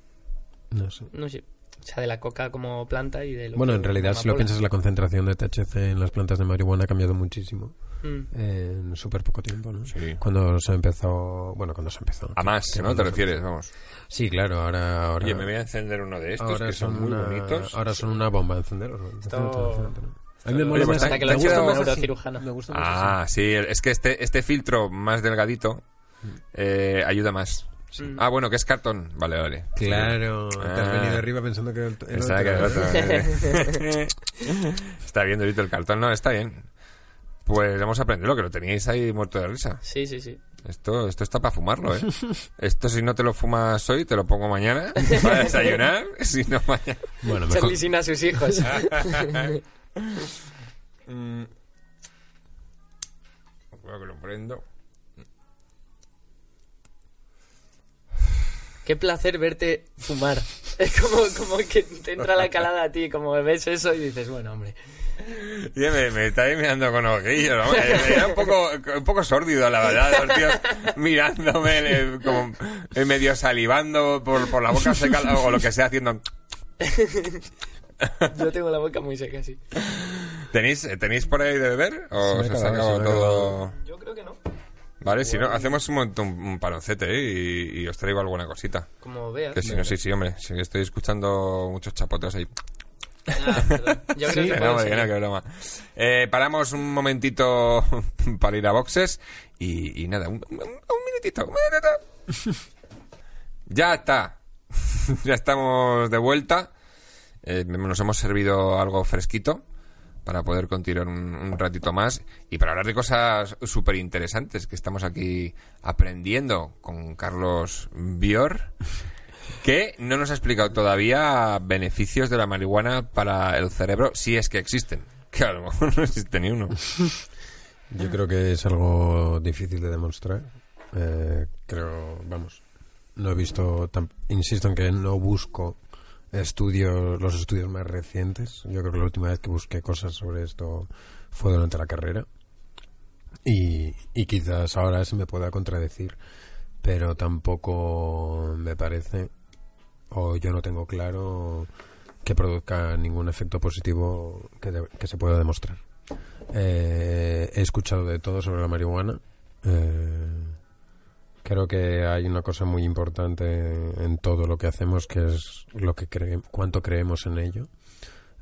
B: No sé.
C: No sé. O sea, de la coca como planta y del opio
B: Bueno, en realidad,
C: como
B: si lo
C: amapola.
B: piensas, la concentración de THC en las plantas de marihuana ha cambiado muchísimo
C: Mm.
B: en súper poco tiempo, ¿no?
A: Sí.
B: Cuando se empezó. Bueno, cuando se empezó.
A: A más,
B: Que
A: ¿no?
B: cuando
A: Te
B: se-
A: refieres, vamos. Ah.
B: Sí, claro, ahora. ahora
A: Oye, me voy a encender uno de estos
B: ahora
A: que son, muy
B: una,
A: bonitos.
B: Ahora son una bomba encenderos. ¿no?
C: Esto-
B: Alucinante, ¿no? A mí me
C: esto-
B: mola
A: Oye, pues
B: más.
A: hasta que
B: me
A: lo
B: gusta
A: haya
B: más
A: quedado
B: así.
C: neurocirujano.
B: Me gusta más
A: Ah, sí, es que este, este filtro más delgadito eh, ayuda más. Ah, bueno, que es cartón. Vale, vale.
B: así. Claro, te has
A: Ah.
B: venido arriba pensando que era el, el
A: Pensaba que era
B: otro.
A: el otro. está viendo ahorita el cartón. No, está bien. Pues vamos a aprenderlo, que lo teníais ahí muerto de risa.
C: Sí, sí, sí.
A: Esto, esto está para fumarlo, ¿eh? Esto si no te lo fumas hoy, te lo pongo mañana para desayunar. Si no, mañana.
B: Bueno, mejor.
C: Charlie sin a sus hijos.
A: Mm. Creo que lo prendo.
C: Qué placer verte fumar. Es como, como que te entra la calada a ti, como ves eso y dices, bueno, hombre.
A: Oye, me, me estáis mirando con ojillos. ¿no? Eh, Era un poco, un poco sórdido, la verdad. Los tíos mirándome, eh, como eh, medio salivando por, por la boca seca o lo que sea, haciendo.
C: Yo tengo la boca muy seca, sí.
A: ¿Tenéis, eh, ¿Tenéis por ahí de beber? ¿O
B: Se
A: se
B: me ha
A: os ha acabado
B: acabado, se me ha
A: todo?
C: Yo creo que no.
A: Vale, si no, hacemos un, montón- un panoncete ¿eh? y, y os traigo alguna cosita.
C: Como veas.
A: Que si no, sí, sí, hombre. Si estoy escuchando muchos chapoteos ahí.
C: Ah, perdón. Yo creo
A: Sí,
C: que
A: no,
C: puede
A: que no,
C: ser.
A: que broma. Eh, paramos un momentito para ir a boxes y, y nada, un, un- un minutito. un minutito. ya está. ya estamos de vuelta. Eh, nos hemos servido algo fresquito para poder continuar un, un ratito más y para hablar de cosas súper interesantes que estamos aquí aprendiendo con Carlos Bior que no nos ha explicado todavía beneficios de la marihuana para el cerebro, si es que existen. Que a lo mejor no existe ni uno.
B: Yo creo que es algo difícil de demostrar. Eh, creo, vamos, no he visto, tan- insisto en que no busco estudios, los estudios más recientes. Yo creo que la última vez que busqué cosas sobre esto fue durante la carrera. Y, y quizás ahora se me pueda contradecir, pero tampoco me parece, o yo no tengo claro, que produzca ningún efecto positivo que, de- que se pueda demostrar. Eh, he escuchado de todo sobre la marihuana. Eh, creo que hay una cosa muy importante en todo lo que hacemos, que es lo que cre- cuánto creemos en ello.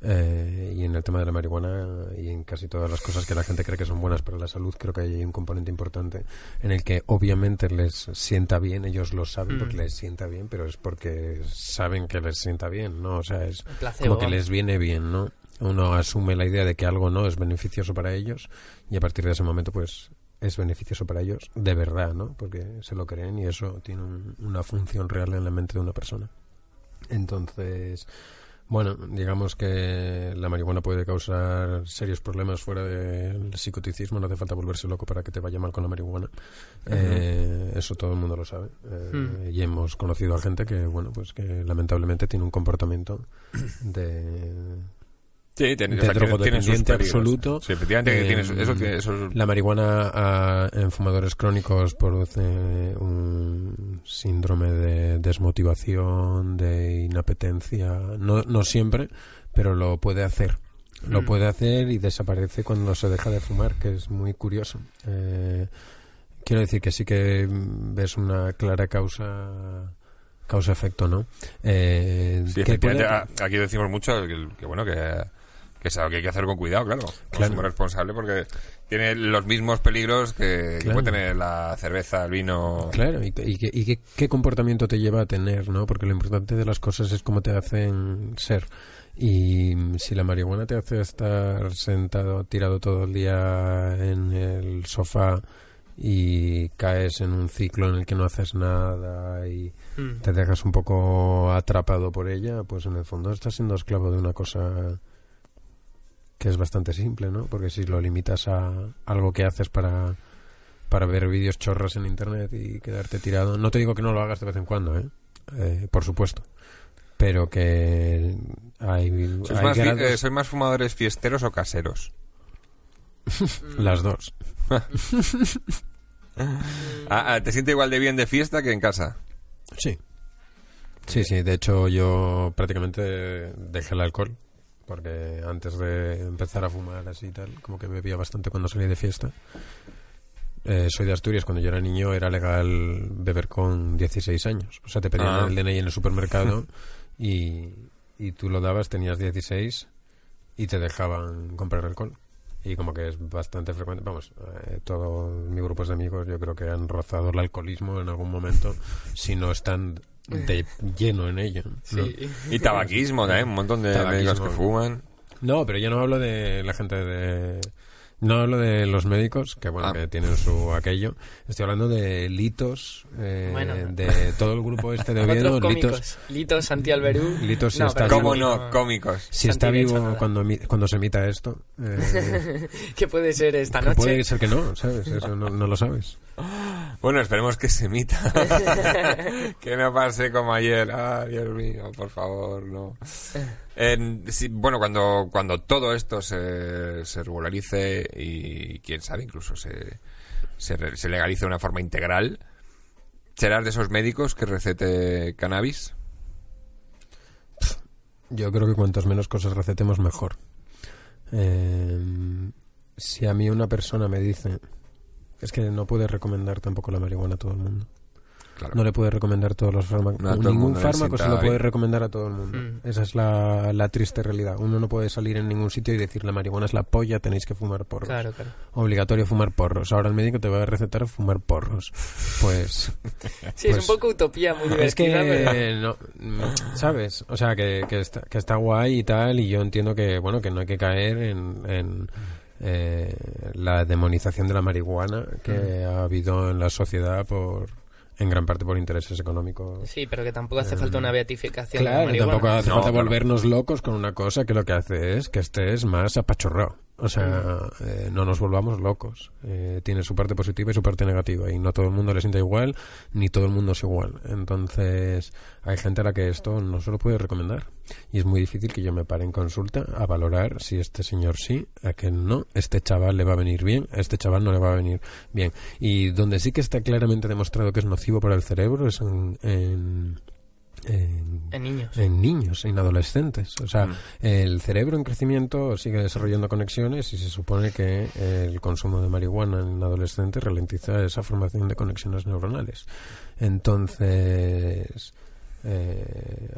B: Eh, y en el tema de la marihuana y en casi todas las cosas que la gente cree que son buenas para la salud, creo que ahí hay un componente importante en el que obviamente les sienta bien, ellos lo saben
C: Mm.
B: porque les sienta bien, pero es porque saben que les sienta bien, ¿no? O sea, es
C: Un placebo,
B: como que
C: vamos.
B: les viene bien, ¿no? Uno asume la idea de que algo no es beneficioso para ellos y a partir de ese momento, pues, es beneficioso para ellos de verdad, ¿no? Porque se lo creen y eso tiene un- una función real en la mente de una persona. Entonces, bueno, digamos que la marihuana puede causar serios problemas fuera del psicoticismo, no hace falta volverse loco para que te vaya mal con la marihuana. Eh, eso todo el mundo lo sabe. Eh, Y hemos conocido a gente que, bueno, pues que lamentablemente tiene un comportamiento de...
A: Sí, tiene,
B: De
A: o sea, tiene- tiene sus
B: drogodependiente
A: peligros.
B: absoluto.
A: Sí, efectivamente, que
B: Eh,
A: tiene su- eso, tiene- eso es-
B: La marihuana ah, en fumadores crónicos produce eh, un síndrome de desmotivación, de inapetencia, no, no siempre, pero lo puede hacer. Lo
A: Mm.
B: puede hacer y desaparece cuando se deja de fumar, que es muy curioso. Eh, quiero decir que sí que mm, ves una clara causa causa-efecto, ¿no? Eh,
A: sí,
B: que puede-
A: efectivamente, a- aquí decimos mucho que, que bueno, que, que es algo que hay que hacer con cuidado, claro.
B: Claro.
A: Es muy responsable porque tiene los mismos peligros que, que
B: Claro.
A: puede tener la cerveza, el vino.
B: Claro, y, y qué- y qué, qué comportamiento te lleva a tener, ¿no? Porque lo importante de las cosas es cómo te hacen ser. Y mm, si la marihuana te hace estar sentado, tirado todo el día en el sofá y caes en un ciclo en el que no haces nada y
C: Mm.
B: te dejas un poco atrapado por ella, pues en el fondo estás siendo esclavo de una cosa que es bastante simple, ¿no? Porque si lo limitas a algo que haces para, para ver vídeos chorras en internet y quedarte tirado, no te digo que no lo hagas de vez en cuando, ¿eh? eh, por supuesto. Pero que hay,
A: ¿Sois,
B: hay
A: más, fi-
B: grados-
A: eh, ¿Sois más fumadores fiesteros o caseros?
C: Mm.
B: las dos.
A: Ah, ah, ¿Te sientes igual de bien de fiesta que en casa?
B: Sí. Sí, sí. De hecho, yo prácticamente dejé el alcohol. Porque antes de empezar a fumar así y tal, como que bebía bastante cuando salía de fiesta. Eh, soy de Asturias. Cuando yo era niño era legal beber con 16 años. O sea, te pedían
A: Ah.
B: el DNI en el supermercado y, y tú lo dabas, tenías 16 y te dejaban comprar alcohol. Y como que es bastante frecuente. Vamos, eh, todos mis grupos de amigos yo creo que han rozado el alcoholismo en algún momento si no están de lleno en ello. ¿no?
C: Sí.
A: Y tabaquismo también, un montón de
B: Tabaquismo.
A: médicos que fuman.
B: No, pero yo no hablo de la gente de... No hablo de los médicos, que bueno,
A: Ah.
B: que tienen su aquello. Estoy hablando de Litos, eh,
C: Bueno.
B: de todo el grupo este de Oviedo.
C: Otros
B: Litos,
C: cómicos. Lito, Santi Alberú.
B: Litos sí
C: No,
B: está
C: pero
B: bien.
A: ¿Cómo
B: ¿Cómo
A: no? Cómicos.
B: si
C: Santi
B: está
C: no ha hecho
B: vivo
C: nada.
B: cuando, emi- cuando se emita esto, eh,
C: Que puede ser esta
B: que
C: noche.
B: puede ser que no, ¿sabes? Eso no- no lo sabes.
A: Bueno, esperemos que se emita. que no pase como ayer. Ah, Dios mío, por favor, no. En- sí, bueno, cuando, cuando todo esto se, se regularice y quién sabe, incluso se, se, re- se legalice de una forma integral, ¿serás de esos médicos que recete cannabis?
B: Yo creo que cuantas menos cosas recetemos, mejor. Eh, si a mí una persona me dice... Es que no puede recomendar tampoco la marihuana a todo el mundo.
A: Claro.
B: No le puedes recomendar todos los fármacos.
A: No a todo el
B: ningún
A: mundo le
B: fármaco se
A: sienta
B: lo puedes
A: bien.
B: recomendar a todo el mundo.
C: Mm.
B: Esa es la, la triste realidad. Uno no puede salir en ningún sitio y decir la marihuana es la polla, tenéis que fumar porros.
C: Claro, claro.
B: Obligatorio fumar porros. Ahora el médico te va a recetar fumar porros. Pues
C: Sí, es
B: Pues-
C: un poco utopía muy
B: es que,
C: divertida, pero...
B: eh, no, mm, ¿sabes? O sea, que, que está, que está guay y tal, y yo entiendo que, bueno, que no hay que caer en, en, eh, la demonización de la marihuana que ha habido en la sociedad por, en gran parte por intereses económicos.
C: Sí, pero que tampoco hace falta una beatificación de la
B: Eh, Claro,
C: marihuana.
B: tampoco hace
A: No,
B: falta
A: claro.
B: volvernos locos con una cosa que lo que hace es que estés más apachorrado. O sea,
C: Mm.
B: eh, no nos volvamos locos. Eh, tiene su parte positiva y su parte negativa. Y no todo el mundo le sienta igual, ni todo el mundo es igual. Entonces, hay gente a la que esto no se lo puede recomendar. Y es muy difícil que yo me pare en consulta a valorar si este señor sí, a que no, este chaval le va a venir bien, a este chaval no le va a venir bien. Y donde sí que está claramente demostrado que es nocivo para el cerebro es en- en- en
C: En niños.
B: en niños, en adolescentes. O
A: Mm.
B: sea, el cerebro en crecimiento sigue desarrollando conexiones y se supone que el consumo de marihuana en adolescentes ralentiza esa formación de conexiones neuronales. Entonces, eh,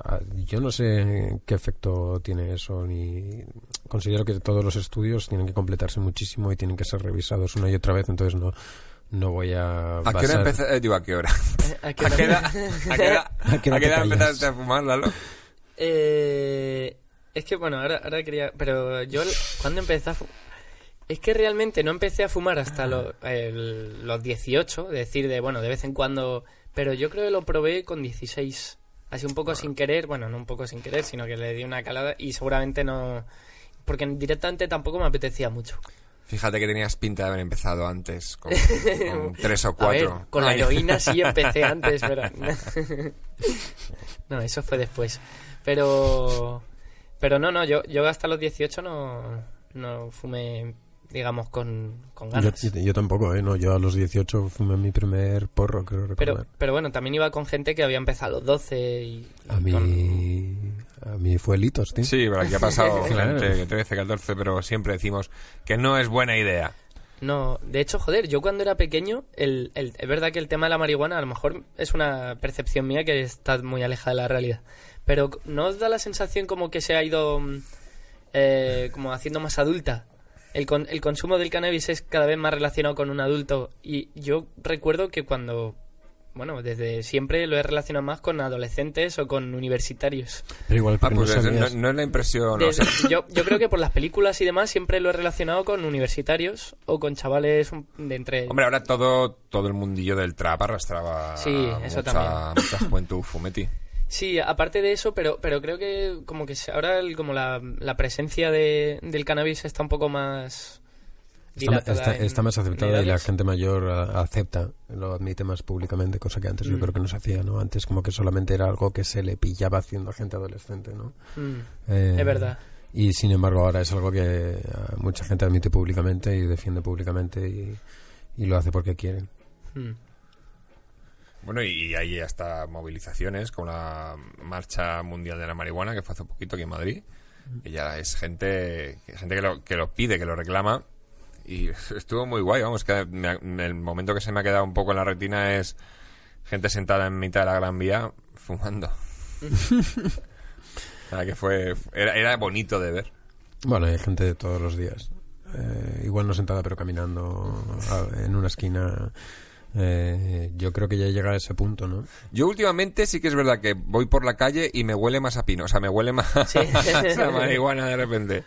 B: a- a- yo no sé qué efecto tiene eso, ni considero que todos los estudios tienen que completarse muchísimo y tienen que ser revisados una y otra vez, entonces no, no voy a...
A: ¿A qué hora
B: basar-
A: empezaste? digo, ¿a qué hora?
C: ¿A qué
A: ¿A
C: hora?
A: qué edad, a qué edad-
B: ¿A qué hora
A: a qué
B: te
A: edad
B: callas?
A: empezaste a fumar, Lalo?
C: Eh, es que bueno, ahora, ahora quería. Pero yo, cuando empecé a fu- Es que realmente no empecé a fumar hasta lo- el- los 18, es decir, de bueno, de vez en cuando. Pero yo creo que lo probé con 16. Así un poco sin querer, bueno, no un poco sin querer, sino que le di una calada y seguramente no. Porque directamente tampoco me apetecía mucho.
A: Fíjate que tenías pinta de haber empezado antes, con, con tres o
C: A ver,
A: cuatro.
C: con la
A: Ay.
C: heroína sí empecé antes, pero... No, eso fue después. Pero... Pero no, no, yo, yo hasta los 18 no, no fumé, digamos, con, con
B: Yo,
C: ganas.
B: yo- yo tampoco, ¿eh? No, yo a los 18 fumé mi primer porro, creo recordar.
C: Pero, pero bueno, también iba con gente que había empezado a los 12 y...
B: a mí...
C: con-
B: A mí fue Litos, tío.
A: Sí, pero aquí ha pasado
B: Claro.
A: gente de 13, 14, pero siempre decimos que no es buena idea.
C: No, de hecho, joder, yo cuando era pequeño, el, el- es verdad que el tema de la marihuana a lo mejor es una percepción mía que está muy alejada de la realidad. Pero c- ¿no os da la sensación como que se ha ido mm, eh, como haciendo más adulta? El, con- el consumo del cannabis es cada vez más relacionado con un adulto. Y yo recuerdo que cuando... Bueno, desde siempre lo he relacionado más con adolescentes o con universitarios.
B: Pero igual,
A: Ah,
B: porque
A: pues
B: no
A: es- no,
B: sabías-
A: no es la impresión. o
C: Desde-
A: sea,
C: yo, yo creo que por las películas y demás siempre lo he relacionado con universitarios o con chavales un- de entre
A: hombre, ahora todo, todo el mundillo del trap arrastraba
C: Sí, eso
A: mucha,
C: también.
A: mucha juventud fumeti.
C: Sí, aparte de eso, pero, pero creo que como que se- ahora el- como la, la presencia de, del cannabis está un poco más...
B: Está,
C: dilatada
B: está-
C: en
B: está más aceptada y la
C: unidades.
B: gente mayor a- acepta, lo admite más públicamente, cosa que
C: Mm.
B: antes yo creo que no se hacía, ¿no? Antes como que solamente era algo que se le pillaba haciendo a gente adolescente, ¿no?
C: Mm,
B: Eh,
C: es verdad.
B: Y sin embargo ahora es algo que ah, mucha gente admite públicamente y defiende públicamente y, y lo hace porque quieren.
C: Mm.
A: Bueno, y hay hasta movilizaciones con la Marcha Mundial de la Marihuana que fue hace poquito aquí en Madrid. Que ya es gente, gente que, lo, que lo pide, que lo reclama. Y estuvo muy guay, vamos, que me- el momento que se me ha quedado un poco en la retina es gente sentada en mitad de la Gran Vía fumando. O sea, que fue, era, era bonito de ver.
B: Bueno, hay gente de todos los días. Eh, igual no sentada, pero caminando a- en una esquina. Eh, yo creo que ya llega a ese punto, ¿no?
A: Yo últimamente sí que es verdad que voy por la calle y me huele más a pino, o sea, me huele más
C: Sí.
A: a marihuana de repente.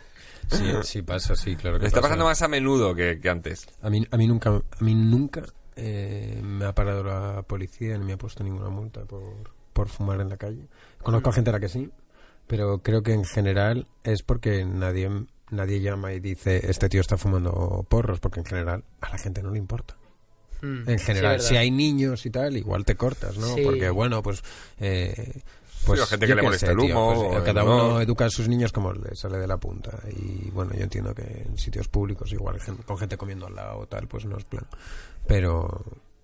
B: Sí, sí pasa, sí, claro que
A: Me está
B: pasa.
A: pasando más a menudo que, que antes.
B: A mí, a mí nunca, a mí nunca eh, me ha parado la policía ni me ha puesto ninguna multa por, por fumar en la calle. Conozco a gente a la que sí, pero creo que en general es porque nadie, nadie llama y dice este tío está fumando porros, porque en general a la gente no le importa.
C: Mm,
B: En
C: sí,
B: general,
C: es
B: si
C: verdad.
B: hay niños y tal, igual te cortas, ¿no?
C: Sí.
B: Porque bueno, pues... eh,
A: Sí, o gente que
B: yo
A: le
B: qué
A: molesta
B: sé,
A: el
B: tío,
A: humo,
B: pues,
A: o el
B: cada uno
A: olor.
B: educa a sus niños como le sale de la punta. Y bueno, yo entiendo que en sitios públicos, igual gen- con gente comiendo al lado o tal, pues no es plan. Pero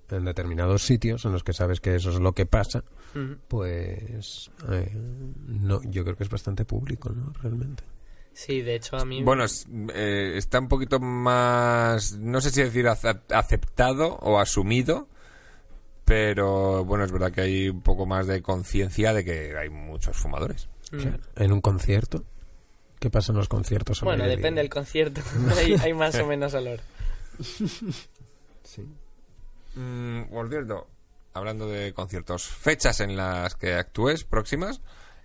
B: en determinados sitios en los que sabes que eso es lo que pasa,
C: Mm.
B: pues eh, no, yo creo que es bastante público, ¿no? Realmente.
C: Sí, de hecho a mí...
A: Bueno, es- eh, está un poquito más, no sé si decir ace- aceptado o asumido, pero bueno, es verdad que hay un poco más de conciencia de que hay muchos fumadores.
C: Mm.
B: Claro. En un concierto. ¿Qué pasa en los conciertos? al
C: Bueno,
B: aire
C: depende del
B: libre?
C: concierto. hay, hay más o menos olor.
B: Sí.
A: Mm, por cierto, hablando de conciertos, fechas en las que actúes próximas,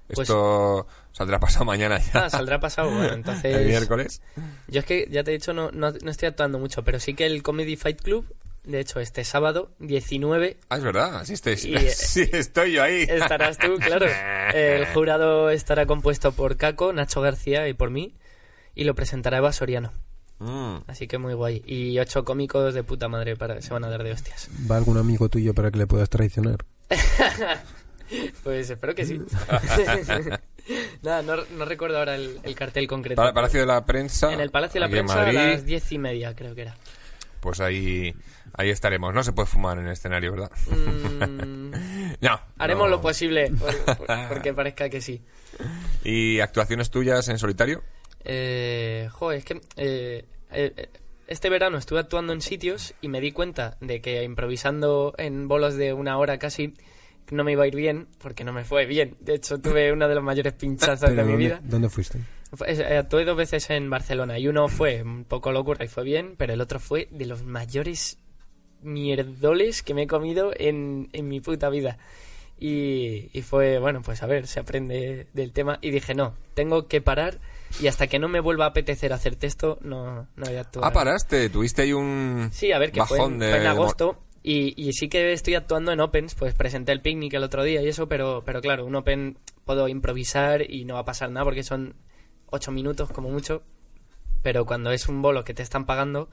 C: Pues-
A: esto saldrá pasado mañana ya,
C: Ah, saldrá pasado. Bueno, entonces...
A: el miércoles.
C: Yo es que, ya te he dicho, no, no, no estoy actuando mucho, pero sí que el Comedy Fight Club, de hecho, este sábado 19
A: Ah, es verdad, sí, estoy,
C: Y, eh,
A: sí, estoy yo ahí.
C: estarás tú, claro. El jurado estará compuesto por Caco, Nacho García y por mí, y lo presentará Eva Soriano.
A: Mm.
C: Así que muy guay. Y ocho cómicos de puta madre para que se van a dar de hostias.
B: ¿Va algún amigo tuyo para que le puedas traicionar?
C: Pues espero que sí. Nada, no, no recuerdo ahora el, el cartel concreto.
A: Para- Palacio de la Prensa.
C: en el Palacio de la
A: aquí en
C: Prensa a
A: Madrid.
C: las diez y media, creo que era.
A: Pues ahí, ahí estaremos. No se puede fumar en el escenario, ¿verdad?
C: Mm,
A: no.
C: haremos
A: no.
C: lo posible por- por- porque parezca que sí.
A: ¿Y actuaciones tuyas en solitario?
C: Eh, jo, es que eh, eh, eh, este verano estuve actuando en sitios y me di cuenta de que improvisando en bolos de una hora casi no me iba a ir bien porque no me fue bien. De hecho, tuve una de las mayores pinchazas de
B: Pero
C: mi
B: ¿dónde-
C: vida.
B: ¿Dónde fuiste?
C: Fue- eh, Actué dos veces en Barcelona y uno fue un poco locura y fue bien, pero el otro fue de los mayores mierdoles que me he comido en, en mi puta vida. Y, y fue, bueno, pues a ver, se aprende del tema. Y dije, no, tengo que parar y hasta que no me vuelva a apetecer hacer texto, no, no voy a actuar.
A: Ah, paraste. Tuviste ahí un
C: Sí, a ver, que fue en,
A: bajón de...
C: fue en agosto. Y, y sí que estoy actuando en Opens, pues presenté el picnic el otro día y eso, pero, pero claro, un Open puedo improvisar y no va a pasar nada porque son ocho minutos como mucho. Pero cuando es un bolo que te están pagando,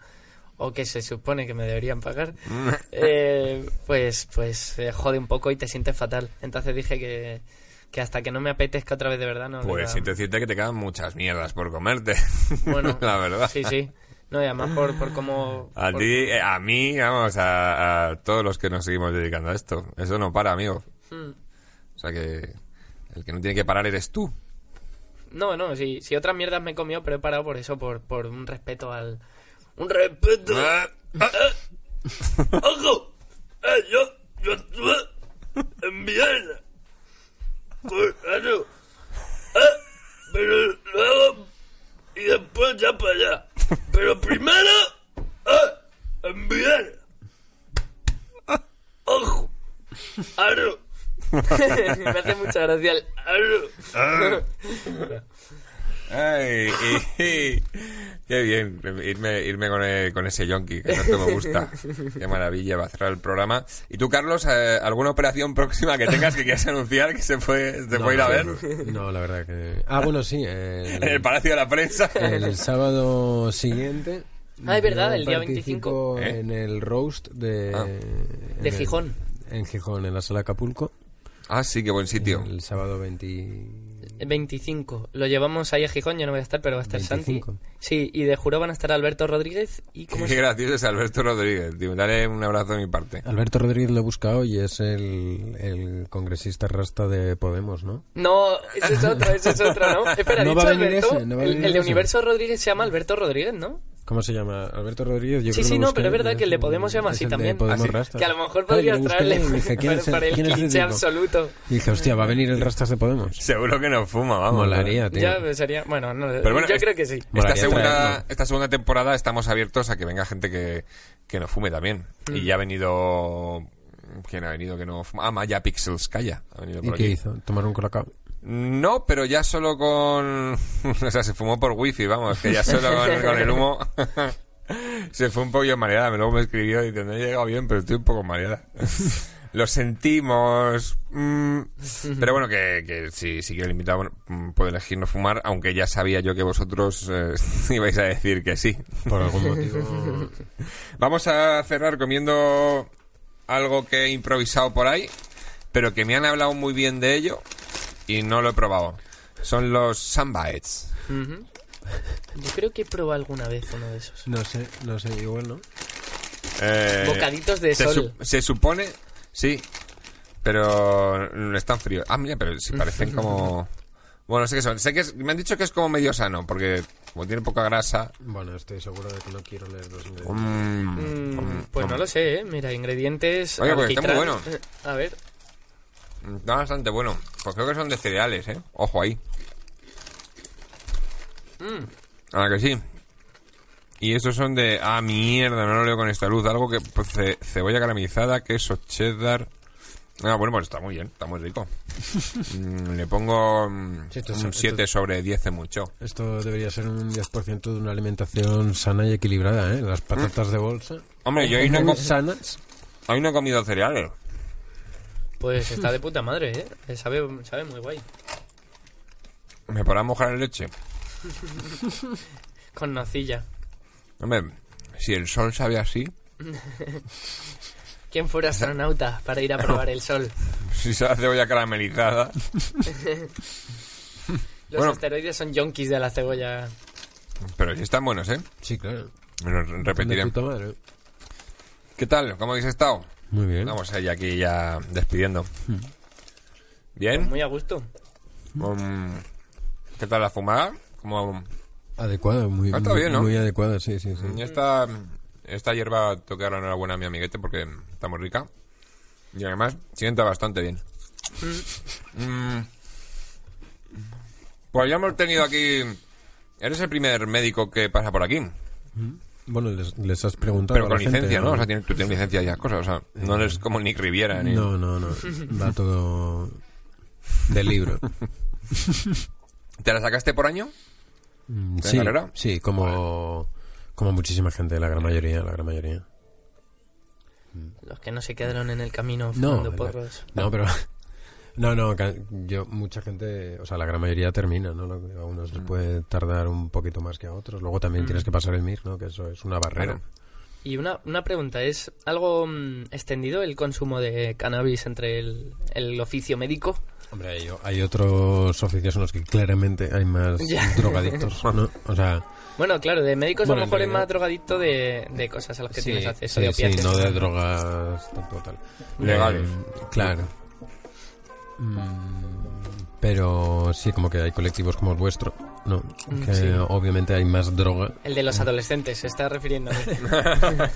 C: o que se supone que me deberían pagar,
A: Mm.
C: eh, pues, pues eh, jode un poco y te sientes fatal. Entonces dije que, que hasta que no me apetezca otra vez de verdad no... le iba-
A: Pues siento decirte que te quedan muchas mierdas por comerte.
C: Bueno,
A: la verdad.
C: Sí, sí. No, y además por, por cómo...
A: A
C: por-
A: ti, eh, a mí, vamos, a, a todos los que nos seguimos dedicando a esto. Eso no para, amigo.
C: Mm.
A: O sea que el que no tiene que parar eres tú.
C: No, no, si, si otras mierdas me he comido, pero he parado por eso, por, por un respeto al. ¡Un respeto!
B: Ah.
C: Ah, ¡Ojo! Eh, yo, yo estuve en Viena. Claro. Eh, pero luego. Y después ya para allá. Pero primero. Eh, en Viena. ¡Ojo! ¡Aro! me hace mucha gracia el. ¡Aro!
A: Ay, y- y- qué bien irme, irme con, eh, con ese yonki que tanto me gusta. Qué maravilla va a cerrar el programa. ¿Y tú, Carlos, eh, alguna operación próxima que tengas que quieras anunciar que se puede, se puede ir a ver?
B: No, la verdad que. Ah, bueno, sí.
A: En el
B: El,
A: Palacio de la Prensa.
B: el sábado siguiente
C: Ah, es verdad,
B: Yo
C: el día
B: participo
A: 25. ¿Eh?
B: En el roast de.
A: Ah.
B: en
C: De
B: el-
C: Gijón.
B: en Gijón, en la sala Acapulco.
A: Ah, sí, qué buen sitio.
B: El sábado 20.
C: 25. Lo llevamos ahí a Gijón, yo no voy a estar, pero va a estar Santi.
B: 25.
C: Sí, y de jurado van a estar Alberto Rodríguez y... ¿cómo
A: Qué
C: se-
A: gracioso es Alberto Rodríguez. tío. Dale un abrazo de mi parte.
B: Alberto Rodríguez lo busca hoy, es el, el congresista rasta de Podemos, ¿no?
C: No, ese es otro, ese es otro, ¿no? Espera, ¿ha
B: No
C: dicho
B: va a venir
C: Alberto?
B: ese, no va a
C: el,
B: venir
C: el de
B: ese.
C: Universo Rodríguez se llama Alberto Rodríguez, ¿no?
B: ¿Cómo se llama? Alberto Rodríguez. Yo
C: Sí,
B: creo que
C: sí,
B: lo
C: no,
B: busqué,
C: pero es verdad que el de
B: es
C: Podemos se llama así
B: el de
C: también.
B: Podemos
A: Ah, sí.
B: Rastas.
C: Que a lo mejor
B: Claro, yo lo busqué
C: podrías traerle
B: y dije, ¿quién
C: para,
B: es el-
C: para el
B: quién es ese
C: cliché
B: tipo?
C: absoluto.
B: Y dije, hostia, va a venir el Rastas de Podemos.
A: Seguro que no fuma, vamos.
B: Molaría, tío.
C: Ya sería... Bueno, no,
A: Pero bueno,
C: yo
A: es-
C: creo que sí.
A: Esta
B: Molaría
A: segunda,
B: traerlo.
A: esta segunda temporada estamos abiertos a que venga gente que, que no fume también. Y ya ha venido... ¿Quién ha venido que no fuma? Ah, Maya Pixels, calla. Ha venido
B: ¿Y
A: por
B: qué
A: aquí.
B: hizo? ¿Tomar un colacao?
A: No, pero ya solo con... o sea, se fumó por wifi, vamos, que ya solo con, con el humo... se fue un poquillo mareada. Luego me escribió diciendo, he llegado bien, pero estoy un poco mareada. Lo sentimos. mm. Pero bueno, que, que si, si quiere el invitado bueno, mm, puede elegir no fumar, aunque ya sabía yo que vosotros eh, ibais a decir que sí.
B: Por algún motivo.
A: Vamos a cerrar comiendo algo que he improvisado por ahí, pero que me han hablado muy bien de ello y no lo he probado. Son los Sunbites.
C: Ujú. Yo creo que he probado alguna vez uno de esos.
B: No sé, no sé, igual no.
A: Eh,
C: Bocaditos de
A: se,
C: sol.
A: su- se supone, sí, pero mm, están fríos. Ah, mira, pero si parecen como... Bueno, no sé qué son. Sé que es- me han dicho que es como medio sano, porque como tiene poca grasa...
B: Bueno, estoy seguro de que no quiero leer los ingredientes.
A: mm,
C: Mm, pues no lo sé, ¿eh? Mira, ingredientes...
A: Oye, pues está muy
C: alquitrán.
A: bueno.
C: Eh, A ver,
A: Está bastante bueno. Pues creo que son de cereales, ¿eh? Ojo ahí. Ah, que sí. Y estos son de... Ah, mierda, no lo leo con esta luz. Algo que... pues, ce- cebolla caramelizada, queso cheddar... Ah, bueno, pues está muy bien, está muy rico. Mm, le pongo mm,
B: Sí, estos son-
A: un 7 sobre 10 de mucho.
B: Esto debería ser un 10% de una alimentación sana y equilibrada, ¿eh? Las patatas de bolsa.
A: Hombre, yo hoy no, he com-
B: sanas.
A: hoy no he comido cereales.
C: pues está de puta madre, ¿eh? Eh, Sabe, sabe muy guay.
A: Me podrá mojar en leche.
C: Con nocilla.
A: Hombre, si el sol sabe así...
C: ¿Quién fuera astronauta para ir a probar el sol?
A: Si sabe a cebolla caramelizada...
C: Los
A: Bueno.
C: asteroides son yonkis de la cebolla.
A: Pero sí están buenos, ¿eh?
B: Sí, claro.
A: Me lo repetiré.
B: De puta madre.
A: ¿Qué tal? ¿Cómo habéis estado?
B: Muy bien. Hmm.
A: Vamos allá aquí ya despidiendo. ¿Bien?
C: Muy a gusto.
A: Mm, ¿Qué tal la fumada? Como
B: Adecuada, muy,
A: Ah, está bien, ¿no?
B: muy adecuada, sí, sí, sí.
A: ya está esta hierba tengo que darle enhorabuena a mi amiguete porque está muy rica. Y además sienta bastante bien.
B: Hmm.
A: Mm, Pues ya hemos tenido aquí... Eres el primer médico que pasa por aquí.
B: Bueno, les, les has preguntado.
A: Pero
B: a
A: con
B: la gente, Eh,
A: licencia, ¿no? O sea, tienes, tú tienes licencia y esas cosas. O sea, no eres como Nick Riviera. Ni...
B: No, no, no. Va todo del libro.
A: ¿Te la sacaste por año?
B: Mm,
A: ¿De
B: sí,
A: carrera?
B: sí, como, como muchísima gente, la gran mayoría, la gran mayoría.
C: Los que no se quedaron en el camino
B: No,
C: fumando
B: la-
C: porros.
B: no, pero... No, no, ca- yo, mucha gente, o sea, la gran mayoría termina, ¿no? Lo- A unos
A: Mm.
B: les puede tardar un poquito más que a otros. Luego también tienes que pasar el MIR, ¿no? Que eso es una barrera.
A: Claro.
C: Y una, una pregunta, ¿es algo mm, extendido el consumo de cannabis entre el, el oficio médico?
B: Hombre, hay, hay otros oficios en los que claramente hay más
C: Ya.
B: drogadictos, ¿no? O sea,
C: Bueno, claro, de médicos
B: Bueno,
C: a lo
B: en
C: mejor es
B: realidad-
C: más drogadicto de, de cosas a las que tienes acceso,
B: sí,
C: de
B: sí,
C: opiáceos.
B: no de drogas tampoco tal.
A: Legales.
B: Eh, claro. Mm, pero sí, como que hay colectivos como el vuestro, ¿no?
C: Mm,
B: Que
C: sí.
B: obviamente hay más droga.
C: El de los adolescentes, se está refiriendo a mí.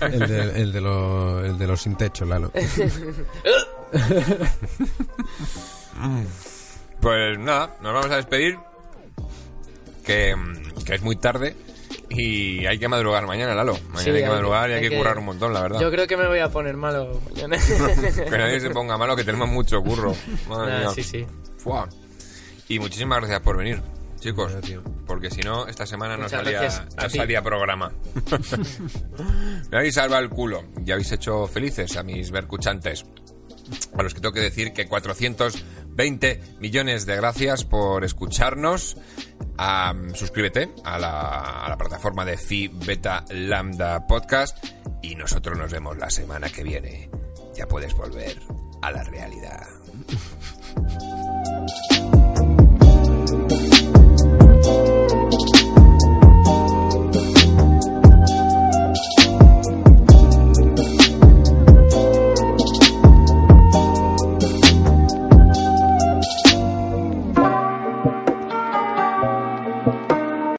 B: El de, el de, lo- el de los sin techo, Lalo.
A: Pues nada, nos vamos a despedir. Que, mm, que es muy tarde y hay que madrugar mañana, Lalo. Mañana
C: Sí,
A: hay
C: hay
A: que
C: que-
A: madrugar y hay
C: hay
A: que,
C: que-
A: currar un montón, la verdad.
C: Yo creo que me voy a poner malo. mañana.
A: Que nadie se ponga malo, que tenemos mucho curro. Madre
C: Ah,
A: mía.
C: sí, sí.
A: Fua. Y muchísimas gracias por venir, chicos.
B: Nada, tío.
A: Porque si no, esta semana no
C: Muchas
A: salía,
C: gracias a
A: no
C: ti.
A: salía programa. Me habéis salvado el culo y habéis hecho felices a mis vercuchantes. a los que tengo que decir que 420 millones de gracias por escucharnos. ah, suscríbete a la, a la plataforma de Phi Beta Lambda Podcast y nosotros nos vemos la semana que viene. Ya puedes volver a la realidad.